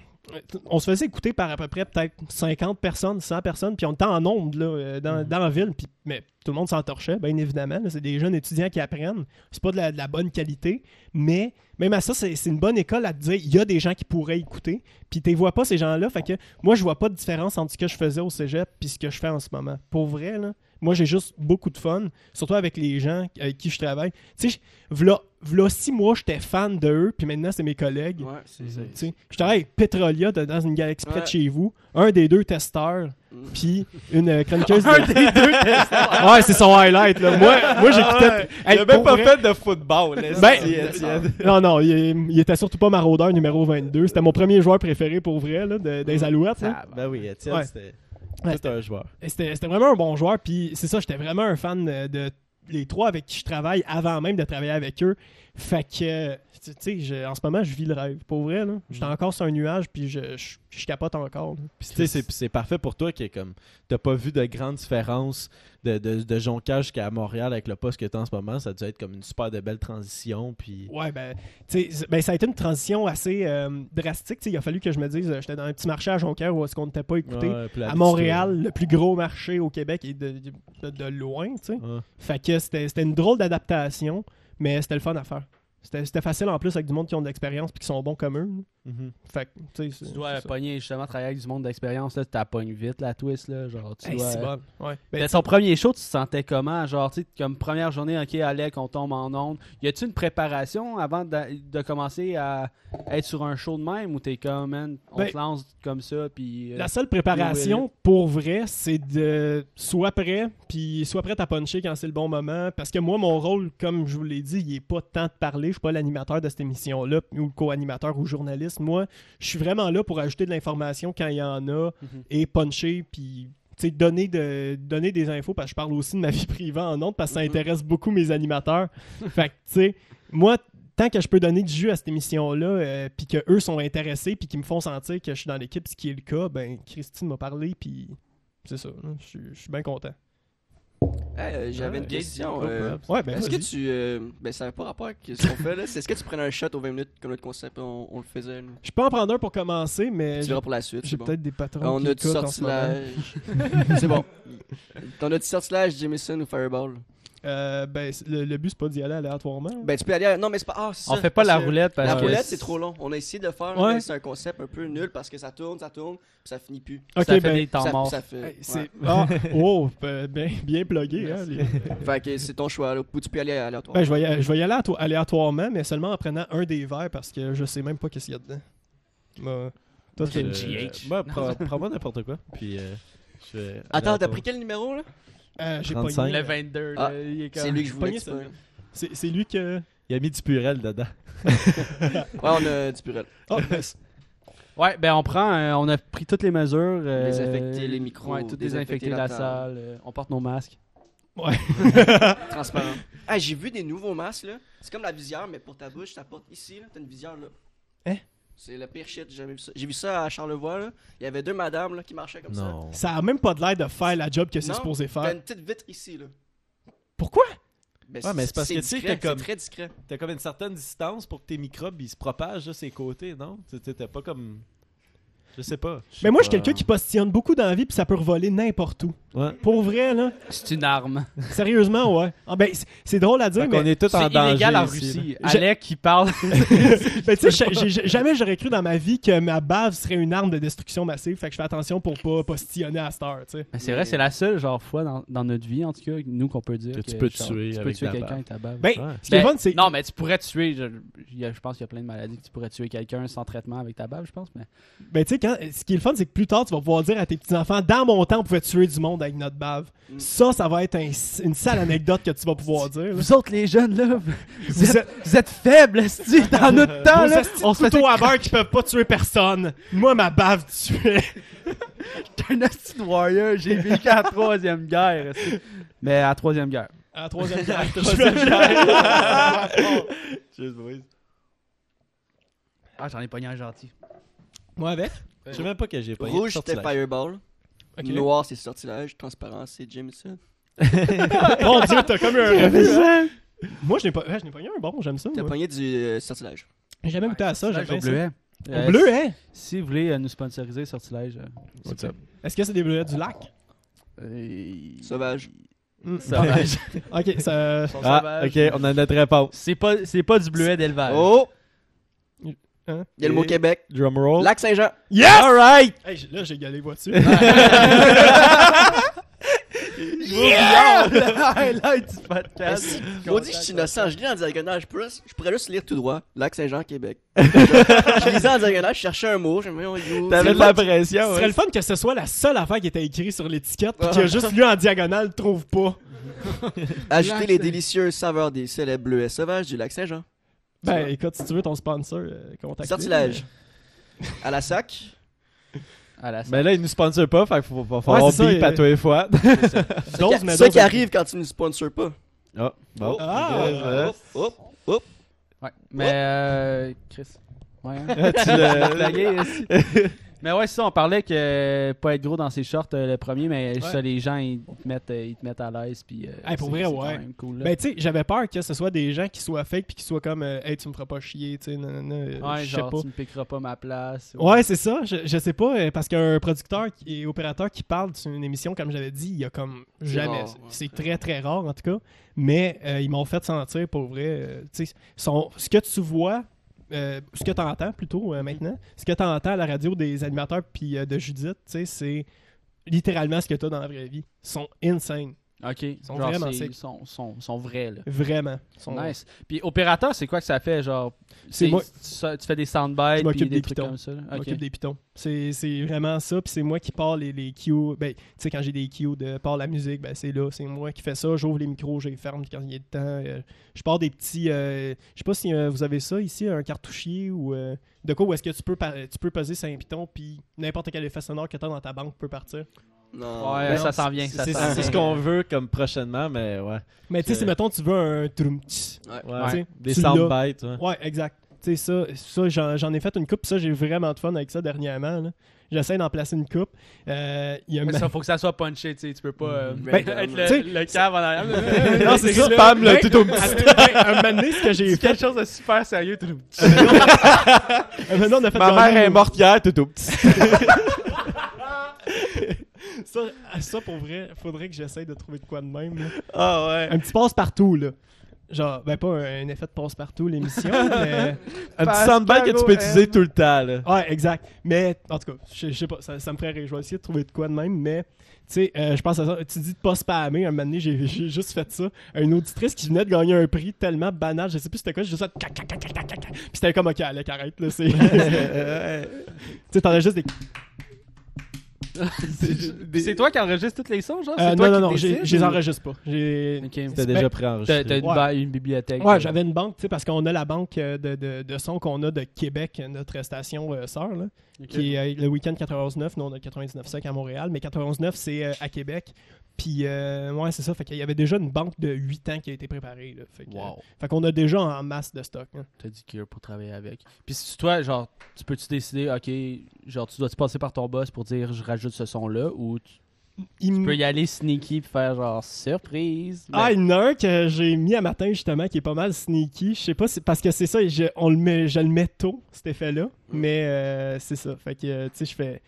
[SPEAKER 1] On se faisait écouter par à peu près peut-être 50 personnes, 100 personnes, puis on était en nombre là, euh, dans, dans la ville, puis mais tout le monde s'entorchait, bien évidemment. là, C'est des jeunes étudiants qui apprennent. C'est pas de la, de la bonne qualité, mais même à ça, c'est c'est une bonne école à te dire il y a des gens qui pourraient écouter, puis tu vois pas ces gens-là. Fait que moi, je vois pas de différence entre ce que je faisais au cégep puis ce que je fais en ce moment. Pour vrai, là, moi, j'ai juste beaucoup de fun, surtout avec les gens avec qui je travaille. Tu sais, je- v'là, v'là six mois, j'étais fan de eux, puis maintenant, c'est mes collègues.
[SPEAKER 4] Ouais, c'est ça.
[SPEAKER 1] Tu sais, je travaille avec Petrolia de- dans une galaxie près de
[SPEAKER 4] Ouais.
[SPEAKER 1] chez vous, un des deux testeurs,
[SPEAKER 4] Mm.
[SPEAKER 1] puis une euh, chroniqueuse. un des deux testeurs! Ouais, c'est son highlight, là. Moi, moi j'écoutais. Hey,
[SPEAKER 2] Il a
[SPEAKER 1] pour
[SPEAKER 2] même pas
[SPEAKER 1] vrai-
[SPEAKER 2] fait de football. là,
[SPEAKER 1] Ben-
[SPEAKER 2] si, euh, Étienne.
[SPEAKER 1] non, non, il, il était surtout pas maraudeur numéro 22. C'était mon premier joueur préféré pour vrai, là, de- des Alouettes. là.
[SPEAKER 2] Ah, ben oui, Étienne,
[SPEAKER 1] Ouais.
[SPEAKER 2] c'était
[SPEAKER 1] Ouais,
[SPEAKER 2] tout un joueur.
[SPEAKER 1] Et C'était c'était vraiment un bon joueur. Puis c'est ça, j'étais vraiment un fan euh, de les trois avec qui je travaille avant même de travailler avec eux. Fait que, tu tu sais, je- en ce moment, je vis le rêve. Pour vrai, là.
[SPEAKER 2] Mm.
[SPEAKER 1] J'étais encore sur un nuage, puis je, je, je capote encore. là.
[SPEAKER 2] Puis tu sais, c'est- c'est parfait pour toi qui est comme, t'as pas vu de grande différence de, de, de Jonquière jusqu'à Montréal avec le poste que t'as en ce moment. Ça doit être comme une super de belle transition. Puis...
[SPEAKER 1] Ouais, ben, tu sais, c'est- ben, ça a été une transition assez euh, drastique. Tu sais, il a fallu que je me dise, euh, j'étais dans un petit marché à Jonquière où est-ce qu'on ne t'était pas écouté.
[SPEAKER 2] Ouais, puis
[SPEAKER 1] à
[SPEAKER 2] l'habitude.
[SPEAKER 1] Montréal, le plus gros marché au Québec et de, de- de loin, tu sais.
[SPEAKER 2] Ouais.
[SPEAKER 1] Fait que c'était c'était une drôle d'adaptation, mais c'était le fun à faire. C'était c'était facile en plus avec du monde qui ont de l'expérience puis qui sont bons comme eux.
[SPEAKER 2] Mhm.
[SPEAKER 1] Fait que, tu sais, c'est-
[SPEAKER 3] Tu dois
[SPEAKER 1] c'est ça.
[SPEAKER 3] pogner, justement, travailler avec du monde d'expérience. là, Tu la pognes vite, la twist. Là, genre, tu
[SPEAKER 1] Hey,
[SPEAKER 3] dois-
[SPEAKER 1] c'est bon. Ouais. Ben,
[SPEAKER 3] Mais son premier show, tu te sentais comment? Genre, tu sais, comme première journée, OK, Alec, on tombe en onde. Y a-tu une préparation avant de, de commencer à être sur un show de même ou t'es comme, man, on
[SPEAKER 1] Ben,
[SPEAKER 3] se lance comme ça, puis... euh,
[SPEAKER 1] La seule préparation pour vrai, c'est de soit prêt, puis soit prêt à puncher quand c'est le bon moment. Parce que moi, mon rôle, comme je vous l'ai dit, il est pas tant de parler. Je suis pas l'animateur de cette émission-là, ou le co-animateur ou journaliste. Moi, je suis vraiment là pour ajouter de l'information quand il y en a et puncher, puis tu sais, donner, de, donner des infos parce que je parle aussi de ma vie privée en ondes parce que ça
[SPEAKER 4] Mhm.
[SPEAKER 1] intéresse beaucoup mes animateurs. fait que, tu sais, moi, tant que je peux donner du jus à cette émission-là, euh, puis que eux sont intéressés, puis qu'ils me font sentir que je suis dans l'équipe, ce qui est le cas, ben Christine m'a parlé, puis c'est ça, hein, je suis- je suis bien content.
[SPEAKER 4] Hey, euh, J'avais une
[SPEAKER 2] Ah,
[SPEAKER 4] question.
[SPEAKER 2] ok,
[SPEAKER 4] euh,
[SPEAKER 2] cool,
[SPEAKER 1] Ouais, ben,
[SPEAKER 4] Est-ce que
[SPEAKER 1] vas-y.
[SPEAKER 4] tu. euh, ben, ça n'a pas rapport avec ce qu'on fait là. C'est- Est-ce que tu prenais un shot aux 20 minutes comme notre concept, on, on le faisait nous?
[SPEAKER 1] Je peux en prendre un pour commencer, mais
[SPEAKER 4] Tu
[SPEAKER 1] j'ai
[SPEAKER 4] verras pour la suite.
[SPEAKER 1] Euh, j'ai
[SPEAKER 4] c'est bon.
[SPEAKER 1] peut-être des patrons
[SPEAKER 4] On
[SPEAKER 1] qui
[SPEAKER 4] a du
[SPEAKER 1] écoutent en ce moment.
[SPEAKER 4] sortilage. c'est bon. On a du sortilage, Jameson ou Fireball?
[SPEAKER 1] Euh, ben, c'est- le, le but, c'est pas d'y aller aléatoirement.
[SPEAKER 4] Ben, tu peux aller. à- Non, mais c'est pas. Ah, c'est
[SPEAKER 3] On
[SPEAKER 4] ça,
[SPEAKER 3] fait pas
[SPEAKER 4] parce
[SPEAKER 3] la
[SPEAKER 4] que
[SPEAKER 3] roulette parce
[SPEAKER 4] La
[SPEAKER 3] que...
[SPEAKER 4] roulette, c'est trop long. On a essayé de faire,
[SPEAKER 1] Ouais.
[SPEAKER 4] mais c'est un concept un peu nul parce que ça tourne, ça tourne, puis ça finit plus.
[SPEAKER 1] ok,
[SPEAKER 3] ça fait
[SPEAKER 1] ben,
[SPEAKER 3] des temps
[SPEAKER 4] ça,
[SPEAKER 3] morts.
[SPEAKER 4] ça fait.
[SPEAKER 1] hey,
[SPEAKER 4] Euh, ouais.
[SPEAKER 1] c'est. Ah, oh, ben, bien, bien plugué, hein, les-
[SPEAKER 4] Fait que c'est ton choix. Là. Ou tu peux aller à aléatoire.
[SPEAKER 1] Ben, je, vais y, je vais y aller ato- aléatoirement, mais seulement en prenant un des verres parce que je sais même pas qu'est-ce qu'il y a dedans. Bah, toi, tu-
[SPEAKER 2] Euh,
[SPEAKER 3] GH.
[SPEAKER 2] Moi, prends- prends-moi n'importe quoi. Puis, euh, je vais
[SPEAKER 4] Attends,
[SPEAKER 2] aller
[SPEAKER 4] t'as
[SPEAKER 2] à
[SPEAKER 4] pris quel numéro là
[SPEAKER 1] Euh, j'ai
[SPEAKER 2] 35.
[SPEAKER 1] pogné-
[SPEAKER 3] Le 22,
[SPEAKER 4] Ah,
[SPEAKER 3] là, il est comme...
[SPEAKER 4] C'est lui que je voulais.
[SPEAKER 1] Pogné
[SPEAKER 4] que tu prennes.
[SPEAKER 1] celui-là. C'est c'est lui que.
[SPEAKER 2] ton- Il a mis du purel dedans.
[SPEAKER 4] Ouais, on a du purel.
[SPEAKER 1] Oh, nice.
[SPEAKER 3] Ouais, ben on prend, euh, on a pris toutes les mesures. euh,
[SPEAKER 4] Désinfecter les micros,
[SPEAKER 3] Ouais, tout
[SPEAKER 4] désinfecter
[SPEAKER 3] désinfecter la,
[SPEAKER 4] la
[SPEAKER 3] salle.
[SPEAKER 4] table.
[SPEAKER 3] euh, on porte nos masques.
[SPEAKER 4] Transparent. Ah, j'ai vu des nouveaux masques là. C'est comme la visière, mais pour ta bouche, ça porte ici là. T'as une visière là.
[SPEAKER 1] Hein?
[SPEAKER 4] C'est le pire shit, j'ai jamais vu ça. J'ai vu ça à Charlevoix, là. Il y avait deux madames là, qui marchaient comme ça.
[SPEAKER 2] Non.
[SPEAKER 1] Ça a même pas de l'air de faire la job que c'est
[SPEAKER 4] Non, ben,
[SPEAKER 1] supposé
[SPEAKER 4] T'as
[SPEAKER 1] faire.
[SPEAKER 4] une petite vitre ici, là.
[SPEAKER 1] Pourquoi?
[SPEAKER 4] Ben,
[SPEAKER 2] Ouais, mais c'est parce que, tu sais,
[SPEAKER 4] discret,
[SPEAKER 2] t'as comme-
[SPEAKER 4] C'est très discret.
[SPEAKER 2] T'as comme une certaine distance pour que tes microbes ils se propagent de ses côtés, non? Tu- tu- T'as pas comme. Je sais pas.
[SPEAKER 1] Mais moi, je suis quelqu'un qui postillonne beaucoup dans la vie, puis ça peut revoler n'importe où.
[SPEAKER 2] Ouais.
[SPEAKER 1] Pour vrai, là.
[SPEAKER 3] C'est une arme.
[SPEAKER 1] Sérieusement, ouais. Ah, ben, c'est- c'est drôle à dire,
[SPEAKER 2] Fait
[SPEAKER 1] mais.
[SPEAKER 2] qu'on est tous en
[SPEAKER 3] C'est
[SPEAKER 2] danger.
[SPEAKER 3] illégal en
[SPEAKER 2] ici, là.
[SPEAKER 3] Russie.
[SPEAKER 1] Je-
[SPEAKER 3] Alec qui parle.
[SPEAKER 1] Mais ben, tu sais, j'ai- j'ai- jamais j'aurais cru dans ma vie que ma bave serait une arme de destruction massive. Fait que je fais attention pour pas postillonner à cette heure, tu sais.
[SPEAKER 3] Mais Ben, c'est vrai, c'est la seule genre fois dans, dans notre vie, en tout cas, nous qu'on peut dire.
[SPEAKER 2] Que tu peux
[SPEAKER 3] genre,
[SPEAKER 2] tuer
[SPEAKER 3] tu peux
[SPEAKER 2] avec
[SPEAKER 3] tuer
[SPEAKER 2] la
[SPEAKER 3] quelqu'un
[SPEAKER 2] bave.
[SPEAKER 3] avec ta bave.
[SPEAKER 1] Ben,
[SPEAKER 2] Ouais.
[SPEAKER 1] ce qui est
[SPEAKER 3] Ben,
[SPEAKER 1] fun, c'est.
[SPEAKER 3] Non, mais tu pourrais tuer. Je, il y a- je pense qu'il y a plein de maladies que tu pourrais tuer quelqu'un sans traitement avec ta bave, je pense. Mais
[SPEAKER 1] Ben, tu sais, quand- ce qui est le fun, c'est que plus tard, tu vas pouvoir dire à tes petits-enfants, dans mon temps, on pouvait tuer du monde avec notre bave.
[SPEAKER 4] Mm.
[SPEAKER 1] Ça, ça va être un- une sale anecdote que tu vas pouvoir dire. là.
[SPEAKER 3] vous autres, les jeunes, là, vous,
[SPEAKER 1] Vous êtes-
[SPEAKER 3] faibles, dans notre temps,
[SPEAKER 1] Vos
[SPEAKER 3] là.
[SPEAKER 1] hosties de
[SPEAKER 3] On se fait
[SPEAKER 1] couteaux à beurre qui peuvent pas tuer personne. Moi, ma bave tuait.
[SPEAKER 3] un hostie de warrior. J'ai vécu à la troisième guerre. esti. Mais à la troisième guerre.
[SPEAKER 1] À la troisième guerre.
[SPEAKER 2] Cheers, boys.
[SPEAKER 3] Ah, j'en ai pogné un gentil.
[SPEAKER 1] Moi avec.
[SPEAKER 2] Je sais même pas que j'ai pas
[SPEAKER 4] Rouge, c'était Fireball.
[SPEAKER 1] Ok.
[SPEAKER 4] Noir, c'est Sortilège. Transparent, c'est Jameson.
[SPEAKER 1] Mon dieu, t'as comme eu un revue. Moi, je n'ai pas, ouais, je n'ai pas eu un bon, j'aime ça.
[SPEAKER 4] T'as
[SPEAKER 1] moi.
[SPEAKER 4] pogné du euh, Sortilège.
[SPEAKER 1] J'ai jamais goûté à ça, j'aime
[SPEAKER 3] Sortilège
[SPEAKER 1] bien
[SPEAKER 3] au
[SPEAKER 1] ça. Au
[SPEAKER 3] bleuet. Euh,
[SPEAKER 1] bleu, hein?
[SPEAKER 3] Si si vous voulez euh, nous sponsoriser, sortilège. euh,
[SPEAKER 2] What's up?
[SPEAKER 1] Est-ce que c'est des bleuets du lac?
[SPEAKER 3] euh,
[SPEAKER 4] Sauvage.
[SPEAKER 3] Sauvage.
[SPEAKER 1] ok, ça.
[SPEAKER 3] Ils sont
[SPEAKER 2] Ah,
[SPEAKER 3] sauvages.
[SPEAKER 2] ok, on a notre réponse.
[SPEAKER 3] C'est pas, c'est pas du bleuet d'élevage.
[SPEAKER 4] Oh!
[SPEAKER 1] Hein?
[SPEAKER 4] Il y a le mot
[SPEAKER 2] Et-
[SPEAKER 4] Québec.
[SPEAKER 2] Drumroll.
[SPEAKER 4] Lac Saint-Jean.
[SPEAKER 1] Yes!
[SPEAKER 2] All right!
[SPEAKER 1] Hey, j- là, j'ai galé voiture.
[SPEAKER 3] Oh, Yeah! Le highlight du
[SPEAKER 2] Ah,
[SPEAKER 3] podcast.
[SPEAKER 4] Merci. Maudit, je suis innocent. Je lis en diagonale. Je pourrais, je pourrais juste lire tout droit. Lac Saint-Jean, Québec. je, je lisais en diagonale. Je oh, cherchais un mot. J'aimais, on you.
[SPEAKER 2] T'avais de la pression,
[SPEAKER 1] Ce serait
[SPEAKER 2] ouais.
[SPEAKER 1] le fun que ce soit la seule affaire qui était écrite sur l'étiquette pis que juste lui en diagonale trouve pas.
[SPEAKER 4] Ajouter les délicieuses saveurs des célèbres bleus et sauvages du lac Saint-Jean.
[SPEAKER 1] Ben écoute, si tu veux ton sponsor, euh, contacte.
[SPEAKER 4] Sortilège.
[SPEAKER 2] hein?
[SPEAKER 4] À la sac.
[SPEAKER 3] À la salle.
[SPEAKER 2] Mais là, ils nous sponsorent pas, fait qu'il faut va falloir
[SPEAKER 1] c'est ça,
[SPEAKER 2] bip à
[SPEAKER 1] il-
[SPEAKER 2] tous les fois.
[SPEAKER 1] Dose, mais
[SPEAKER 4] Ce
[SPEAKER 1] dose,
[SPEAKER 4] qui
[SPEAKER 1] ok.
[SPEAKER 4] arrive quand tu ne sponsors pas.
[SPEAKER 2] Ah, bon.
[SPEAKER 1] Ah!
[SPEAKER 2] Yes, yes.
[SPEAKER 4] Hop.
[SPEAKER 3] Ouais. Mais euh, Chris. Ouais. hein.
[SPEAKER 2] Tu l'as-
[SPEAKER 3] Blaguer, ici. mais ouais, c'est ça, on parlait que euh, pas être gros dans ses shorts euh, le premier, mais ça, les gens, ils te mettent, euh, ils te mettent à l'aise. Puis, euh,
[SPEAKER 1] Hey, pour vrai,
[SPEAKER 3] c'est- c'est
[SPEAKER 1] ouais.
[SPEAKER 3] quand même cool, là.
[SPEAKER 1] Ben, tu sais, j'avais peur que ce soit des gens qui soient fake puis qui soient comme, euh, hey, tu me feras pas chier, tu sais, nanana, euh,
[SPEAKER 3] ouais,
[SPEAKER 1] je sais
[SPEAKER 3] genre,
[SPEAKER 1] pas.
[SPEAKER 3] tu me piqueras pas ma place. ou-
[SPEAKER 1] Ouais, c'est ça, je, je sais pas, euh, parce qu'un producteur qui- et opérateur qui parle sur une émission, comme j'avais dit, il y a comme
[SPEAKER 4] C'est
[SPEAKER 1] jamais.
[SPEAKER 4] rare, ouais.
[SPEAKER 1] C'est très, très rare, en tout cas. Mais euh, ils m'ont fait sentir, pour vrai, euh, tu sais, son- ce que tu vois. euh, ce que tu entends plutôt euh, maintenant, ce que tu entends à la radio des animateurs puis euh, de Judith, tu sais, c'est littéralement ce que tu as dans la vraie vie. Ils sont insane,
[SPEAKER 3] Ok. Ils
[SPEAKER 1] sont vraiment sick.
[SPEAKER 3] Ils sont, sont, sont vrais, là.
[SPEAKER 1] vraiment. Ils sont-
[SPEAKER 3] Nice. Puis opérateur, c'est quoi que ça fait genre
[SPEAKER 1] C'est
[SPEAKER 3] c'est-
[SPEAKER 1] moi-
[SPEAKER 3] tu, ça- tu fais des
[SPEAKER 1] Je
[SPEAKER 3] soundbites
[SPEAKER 1] m'occupe
[SPEAKER 3] puis des,
[SPEAKER 1] des
[SPEAKER 3] trucs
[SPEAKER 1] pitons.
[SPEAKER 3] comme ça. là?
[SPEAKER 1] Je
[SPEAKER 3] Ok.
[SPEAKER 1] m'occupe des pitons. C'est c'est vraiment ça. Puis c'est moi qui parle les, les cues. Ben, tu sais, quand j'ai des cues de par la musique, ben, c'est là. C'est moi qui fais ça. J'ouvre les micros, je les ferme quand il y a le temps. Euh, je pars des petits. euh, je sais pas si euh, vous avez ça ici, un cartouchier ou euh, de quoi où est-ce que tu peux, par- tu peux poser sur un piton, puis n'importe quel effet sonore que tu as dans ta banque peut partir.
[SPEAKER 4] Non.
[SPEAKER 3] Ouais,
[SPEAKER 2] Ben
[SPEAKER 3] ça
[SPEAKER 2] non,
[SPEAKER 3] s'en vient, ça
[SPEAKER 2] c'est-
[SPEAKER 3] s'en
[SPEAKER 2] C'est ce
[SPEAKER 3] vient.
[SPEAKER 2] qu'on veut comme prochainement, mais ouais.
[SPEAKER 1] Mais tu sais,
[SPEAKER 2] C'est-
[SPEAKER 1] si mettons, tu veux un trum tch.
[SPEAKER 2] Ouais.
[SPEAKER 1] Tu sais,
[SPEAKER 2] Des
[SPEAKER 1] tu l'as.
[SPEAKER 2] soundbites, ouais.
[SPEAKER 1] Ouais, exact. Tu sais, ça, ça j'en, j'en ai fait une coupe, ça, j'ai vraiment de fun avec ça dernièrement. là. J'essaie d'en placer une coupe. Euh, Il y a
[SPEAKER 3] Mais
[SPEAKER 1] ma-
[SPEAKER 3] ça faut que ça soit punché, tu sais, tu peux pas euh,
[SPEAKER 4] Ben,
[SPEAKER 3] être
[SPEAKER 4] tu
[SPEAKER 1] sais,
[SPEAKER 3] le, le cave en arrière.
[SPEAKER 1] Non, c'est ça.
[SPEAKER 2] Spam, là,
[SPEAKER 1] Ben,
[SPEAKER 2] tout au
[SPEAKER 1] Attends, ben, un moment donné, ce que j'ai
[SPEAKER 3] C'est
[SPEAKER 1] fait.
[SPEAKER 3] quelque chose de super sérieux. tout le monde.
[SPEAKER 1] Ah, ben, un moment donné, Ah, ben on a fait
[SPEAKER 2] Ma
[SPEAKER 1] gagner
[SPEAKER 2] mère est
[SPEAKER 1] au-
[SPEAKER 2] morte hier, tout au petit.
[SPEAKER 1] Ça, ça, pour vrai, faudrait que j'essaye de trouver de quoi de même. là.
[SPEAKER 2] Ah ouais.
[SPEAKER 1] Un petit passe-partout, là. Genre, ben pas un, un effet de passe-partout, l'émission, mais.
[SPEAKER 2] Un petit
[SPEAKER 3] Pascal
[SPEAKER 2] soundbite que tu peux
[SPEAKER 3] Gohan.
[SPEAKER 2] utiliser tout le temps, là.
[SPEAKER 1] Ouais, exact. Mais, en tout cas, je je sais pas, ça, ça me ferait réjouir aussi de trouver de quoi de même, mais. Tu sais, euh, je pense à ça. Tu dis de pas spammer. Un moment donné, j'ai j'ai juste fait ça. Une auditrice qui venait de gagner un prix tellement banal, je sais plus c'était quoi, j'ai juste fait. cac, cac, cac, cac, cac, cac. Puis c'était comme, ok, Alec, arrête, là. c'est- tu sais, t'en as juste des.
[SPEAKER 3] C'est toi qui enregistres tous les sons, genre?
[SPEAKER 1] Euh,
[SPEAKER 3] C'est
[SPEAKER 1] non,
[SPEAKER 3] toi
[SPEAKER 1] non,
[SPEAKER 3] qui
[SPEAKER 1] non, j'ai-
[SPEAKER 3] décides
[SPEAKER 1] je les
[SPEAKER 3] ou-
[SPEAKER 1] enregistre pas. J'ai.
[SPEAKER 3] Ok.
[SPEAKER 2] T'as
[SPEAKER 1] Ben,
[SPEAKER 2] déjà pris
[SPEAKER 3] T'as t'as
[SPEAKER 2] enregistré.
[SPEAKER 3] une,
[SPEAKER 1] Ouais.
[SPEAKER 3] ba- une bibliothèque.
[SPEAKER 1] Ouais,
[SPEAKER 3] euh,
[SPEAKER 1] j'avais une banque, tu sais, parce qu'on a la banque euh, de, de, de son qu'on a de Québec, notre station euh, sœur, là,
[SPEAKER 3] ok.
[SPEAKER 1] qui est euh, le week-end 99. Nous, on a le 99.5 à Montréal, mais 91.9, c'est euh, à Québec. Puis, euh, ouais, c'est ça. Fait qu'il y avait déjà une banque de 8 ans qui a été préparée. là. Fait que,
[SPEAKER 3] Wow.
[SPEAKER 1] fait qu'on a déjà en masse de stock. hein.
[SPEAKER 3] T'as dit cure pour travailler avec. Puis si toi, genre, tu peux-tu décider, ok, genre, tu dois-tu passer par ton boss pour dire je rajoute ce son-là ou tu
[SPEAKER 1] Il m-
[SPEAKER 3] peux y aller sneaky puis faire genre surprise.
[SPEAKER 1] Ah,
[SPEAKER 3] Ben,
[SPEAKER 1] il y en a un que j'ai mis à matin justement qui est pas mal sneaky. Je sais pas si- parce que c'est ça, je, on le met, je le mets tôt, cet effet-là. Mais euh, c'est ça. Fait que euh, tu sais, je fais.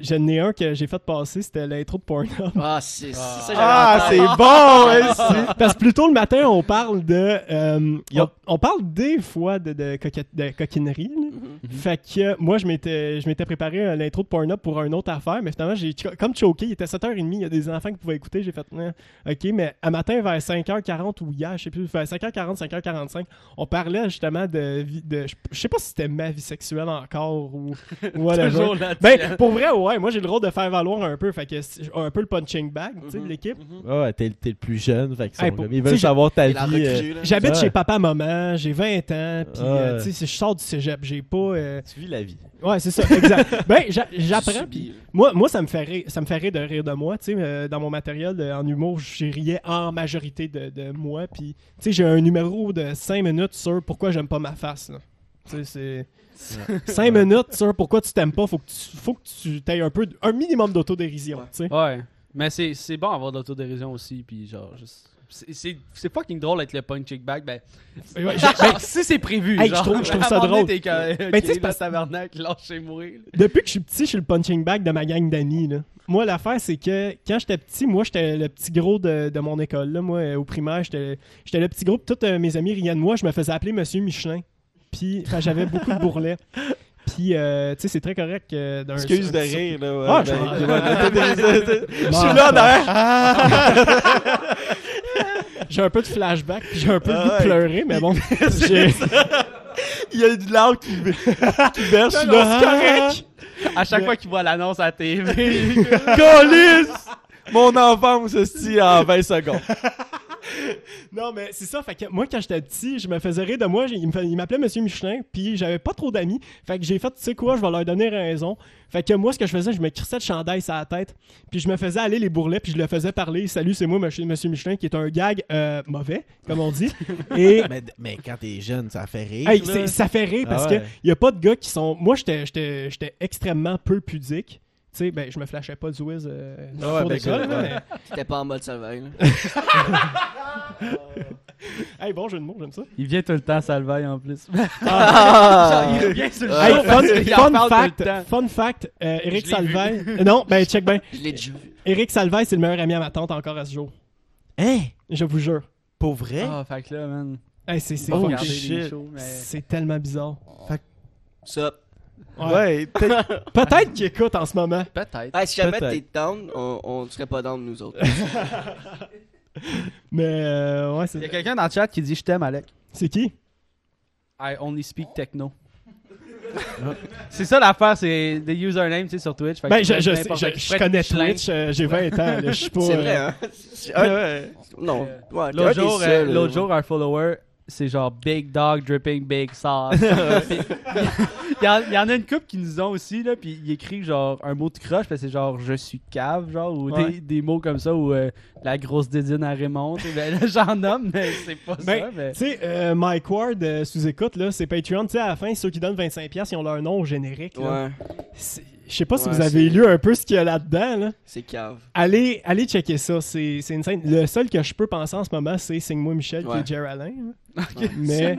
[SPEAKER 1] J'en ai un que j'ai fait passer, c'était l'intro de Pornhub.
[SPEAKER 4] Ah, c'est c'est ça, j'avais
[SPEAKER 2] Ah, c'est
[SPEAKER 4] entendu.
[SPEAKER 2] bon, hein, c'est-
[SPEAKER 1] Parce que plus tôt le matin, on parle de. euh,
[SPEAKER 2] Yup.
[SPEAKER 1] on, on parle des fois de, de, coquette- de coquinerie. là.
[SPEAKER 4] Mhm.
[SPEAKER 1] Fait que euh, moi, je m'étais, je m'étais préparé euh, l'intro de Pornhub pour une autre affaire, mais finalement, j'ai cho- comme choqué. Il était 7h30, il y a des enfants qui pouvaient écouter. J'ai fait, Nah, OK, mais à matin, vers 5h40 ou hier, je sais plus, vers 5h40, 5h45, on parlait justement de. vie- de je je sais pas si c'était ma vie sexuelle encore ou. whatever.
[SPEAKER 3] Toujours là.
[SPEAKER 1] Ben, pour vrai, ouais, moi j'ai le rôle de faire valoir un peu, fait que c'est- un peu le punching bag, tu sais, de l'équipe.
[SPEAKER 2] Ouais, t'es t'es le plus jeune, fait que
[SPEAKER 1] Hey,
[SPEAKER 2] son-
[SPEAKER 1] pour-
[SPEAKER 2] ils
[SPEAKER 1] tu
[SPEAKER 2] veulent
[SPEAKER 1] sais,
[SPEAKER 2] savoir ta
[SPEAKER 4] Il a
[SPEAKER 2] vie. euh,
[SPEAKER 4] recruté, là.
[SPEAKER 1] J'habite
[SPEAKER 2] Ouais.
[SPEAKER 1] chez papa-maman, j'ai 20 ans, puis euh,
[SPEAKER 2] Ouais.
[SPEAKER 1] tu sais, je sors du cégep, j'ai pas. euh,
[SPEAKER 2] Tu vis la vie.
[SPEAKER 1] Ouais, c'est ça, exact. ben, j'a-
[SPEAKER 4] Tu
[SPEAKER 1] j'apprends,
[SPEAKER 4] subis, là.
[SPEAKER 1] Moi, moi ça, me fait rire, ça me fait rire de rire de moi. Tu sais, euh, dans mon matériel euh, en humour, je riais en majorité de, de moi. Puis, tu sais, j'ai un numéro de 5 minutes sur pourquoi j'aime pas ma face. là. Tu sais, c'est. 5 minutes sur pourquoi tu t'aimes pas. Faut que tu, faut que tu aies un, peu, un minimum d'autodérision. tu sais.
[SPEAKER 3] Ouais. Mais c'est c'est bon avoir de l'autodérision aussi. Puis genre, juste. c'est- C'est c'est fucking drôle être le punching back. Ben,
[SPEAKER 1] Ouais, je-
[SPEAKER 3] genre, si c'est prévu.
[SPEAKER 1] Hey, je
[SPEAKER 3] genre,
[SPEAKER 1] trouve- je trouve ça
[SPEAKER 3] à un moment
[SPEAKER 1] drôle.
[SPEAKER 3] donné, t'es comme,
[SPEAKER 1] Ben,
[SPEAKER 3] ok,
[SPEAKER 1] tu sais, c'est
[SPEAKER 3] là,
[SPEAKER 1] parce-
[SPEAKER 3] tabarnak, lâchez mourir. là.
[SPEAKER 1] Depuis que je suis petit, je suis le punching bag de ma gang d'amis. là. Moi, l'affaire, c'est que quand j'étais petit, moi, j'étais le petit gros de, de mon école. Là. Moi, euh, au primaire, j'étais j'étais le petit gros. puis Tous euh, mes amis riaient de moi. Je me faisais appeler Monsieur Michelin. Puis, enfin, j'avais beaucoup de bourrelets. Puis, euh, tu sais, c'est très correct. euh, d'un-
[SPEAKER 2] Excuse de
[SPEAKER 1] un-
[SPEAKER 2] rire, là. ouais,
[SPEAKER 1] Ah,
[SPEAKER 2] ben,
[SPEAKER 1] je-
[SPEAKER 2] ouais, Je suis
[SPEAKER 1] Bon,
[SPEAKER 2] là derrière.
[SPEAKER 1] J'ai un peu de flashback. puis J'ai un peu de goût de
[SPEAKER 2] Ah ouais.
[SPEAKER 1] pleurer, mais bon. j'ai-
[SPEAKER 2] Il y a de l'art qui, qui berge.
[SPEAKER 1] Non,
[SPEAKER 2] Je suis
[SPEAKER 1] non,
[SPEAKER 2] là.
[SPEAKER 1] c'est
[SPEAKER 2] ah,
[SPEAKER 1] correct.
[SPEAKER 3] À chaque fois qu'il voit l'annonce à la TV.
[SPEAKER 2] Calisse! Mon enfance, ceci, en 20 secondes.
[SPEAKER 1] Non, mais c'est ça. Fait que moi, quand j'étais petit, je me faisais rire de moi. j'ai- Il me fa- il m'appelait Monsieur Michelin, puis j'avais pas trop d'amis. Fait que j'ai fait, tu sais quoi, je vais leur donner raison. Fait que moi, ce que je faisais, je me crissais de chandail sur la tête, puis je me faisais aller les bourrelets, puis je le faisais parler. Salut, c'est moi, Monsieur Monsieur Michelin, qui est un gag euh, mauvais, comme on dit. Et
[SPEAKER 2] Mais, mais quand t'es jeune, ça fait rire.
[SPEAKER 1] Hey,
[SPEAKER 2] Ben, là.
[SPEAKER 1] c'est- ça fait rire parce
[SPEAKER 2] Ah
[SPEAKER 1] que
[SPEAKER 2] ouais.
[SPEAKER 1] y a pas de gars qui sont. Moi, j'étais- j'étais j'étais extrêmement peu pudique. Tu sais, ben, je me flashais pas du whiz euh, dans le
[SPEAKER 2] Ah ouais,
[SPEAKER 1] cours
[SPEAKER 2] ben,
[SPEAKER 1] d'école,
[SPEAKER 2] c'est-
[SPEAKER 1] là,
[SPEAKER 2] ouais.
[SPEAKER 1] mais-
[SPEAKER 4] T'étais pas en mode sauvage. là.
[SPEAKER 1] Hey, bon jeu de mots, j'aime ça.
[SPEAKER 3] Il vient tout le temps, Salvaille, en plus.
[SPEAKER 4] Ah!
[SPEAKER 3] il revient sur le
[SPEAKER 1] Hey,
[SPEAKER 3] show
[SPEAKER 1] fun,
[SPEAKER 3] parce qu'il Euh, en
[SPEAKER 1] fun
[SPEAKER 3] parle tout
[SPEAKER 1] fact,
[SPEAKER 3] le temps.
[SPEAKER 1] fun fact, euh, Eric
[SPEAKER 3] Je l'ai vu.
[SPEAKER 1] Salvay. non, ben check bien.
[SPEAKER 4] Je l'ai déjà vu.
[SPEAKER 1] Eric Salvay, c'est le meilleur ami à ma tante encore à ce jour.
[SPEAKER 2] Hein?
[SPEAKER 1] Je vous jure.
[SPEAKER 2] Pour vrai?
[SPEAKER 3] Ah, fait que là, man.
[SPEAKER 1] Hey, c'est c'est
[SPEAKER 3] Faut
[SPEAKER 1] fucking-
[SPEAKER 3] regarder
[SPEAKER 2] shit.
[SPEAKER 3] des shows, mais-
[SPEAKER 1] c'est tellement bizarre.
[SPEAKER 4] Ça.
[SPEAKER 1] Ouais.
[SPEAKER 2] ouais. peut-être-
[SPEAKER 1] Peut-être qu'il écoute en ce moment.
[SPEAKER 3] Peut-être.
[SPEAKER 4] Hey, si jamais
[SPEAKER 2] Peut-être.
[SPEAKER 4] t'es down, on, on serait pas down nous autres.
[SPEAKER 1] Mais euh, ouais,
[SPEAKER 3] Il y a
[SPEAKER 1] c'est.
[SPEAKER 3] quelqu'un dans le chat qui dit Je t'aime, Alec.
[SPEAKER 1] C'est qui
[SPEAKER 3] I only speak techno. c'est ça l'affaire, c'est des usernames tu sais, sur Twitch. fait que
[SPEAKER 1] Ben,
[SPEAKER 3] tu
[SPEAKER 1] je,
[SPEAKER 3] mets
[SPEAKER 1] je,
[SPEAKER 3] n'importe
[SPEAKER 1] je-
[SPEAKER 3] qui.
[SPEAKER 1] je
[SPEAKER 3] Fred
[SPEAKER 1] connais
[SPEAKER 3] Michelin.
[SPEAKER 1] Twitch, euh, j'ai 20 ans, là, je suis pas.
[SPEAKER 4] C'est
[SPEAKER 1] euh,
[SPEAKER 4] vrai, hein? C'est-
[SPEAKER 2] Ouais,
[SPEAKER 4] un-
[SPEAKER 2] ouais.
[SPEAKER 4] Non, ouais, t'es un
[SPEAKER 3] L'autre
[SPEAKER 4] des
[SPEAKER 3] jour, euh,
[SPEAKER 4] seuls,
[SPEAKER 3] l'autre
[SPEAKER 4] là.
[SPEAKER 3] jour, un follower, c'est genre Big Dog Dripping Big Sauce. Puis, Il y, en- il y en a une couple qui nous ont aussi, là, puis il écrit genre un mot de croche, puis c'est genre je suis cave, genre, ou des-
[SPEAKER 1] Ouais.
[SPEAKER 3] des, mots comme ça, ou euh, la grosse dédine à Raymond. tu sais, ben, là, j'en nomme, mais c'est pas ça.
[SPEAKER 1] Ben,
[SPEAKER 3] Mais...
[SPEAKER 1] Tu sais, euh, Mike Ward, euh, sous écoute, là, c'est Patreon. Tu sais, à la fin, ceux qui donnent 25$, ils ont leur nom au générique. là.
[SPEAKER 4] Ouais,
[SPEAKER 1] C'est- Je sais pas si
[SPEAKER 4] Ouais,
[SPEAKER 1] vous avez
[SPEAKER 4] c'est-
[SPEAKER 1] lu un peu ce qu'il y a là-dedans. Là.
[SPEAKER 4] c'est cave.
[SPEAKER 1] Allez, allez checker ça, c'est c'est une scène. Le seul que je peux penser en ce moment, c'est Signe-moi Michel qui
[SPEAKER 4] Ouais.
[SPEAKER 1] est Jer Alain. là. Mais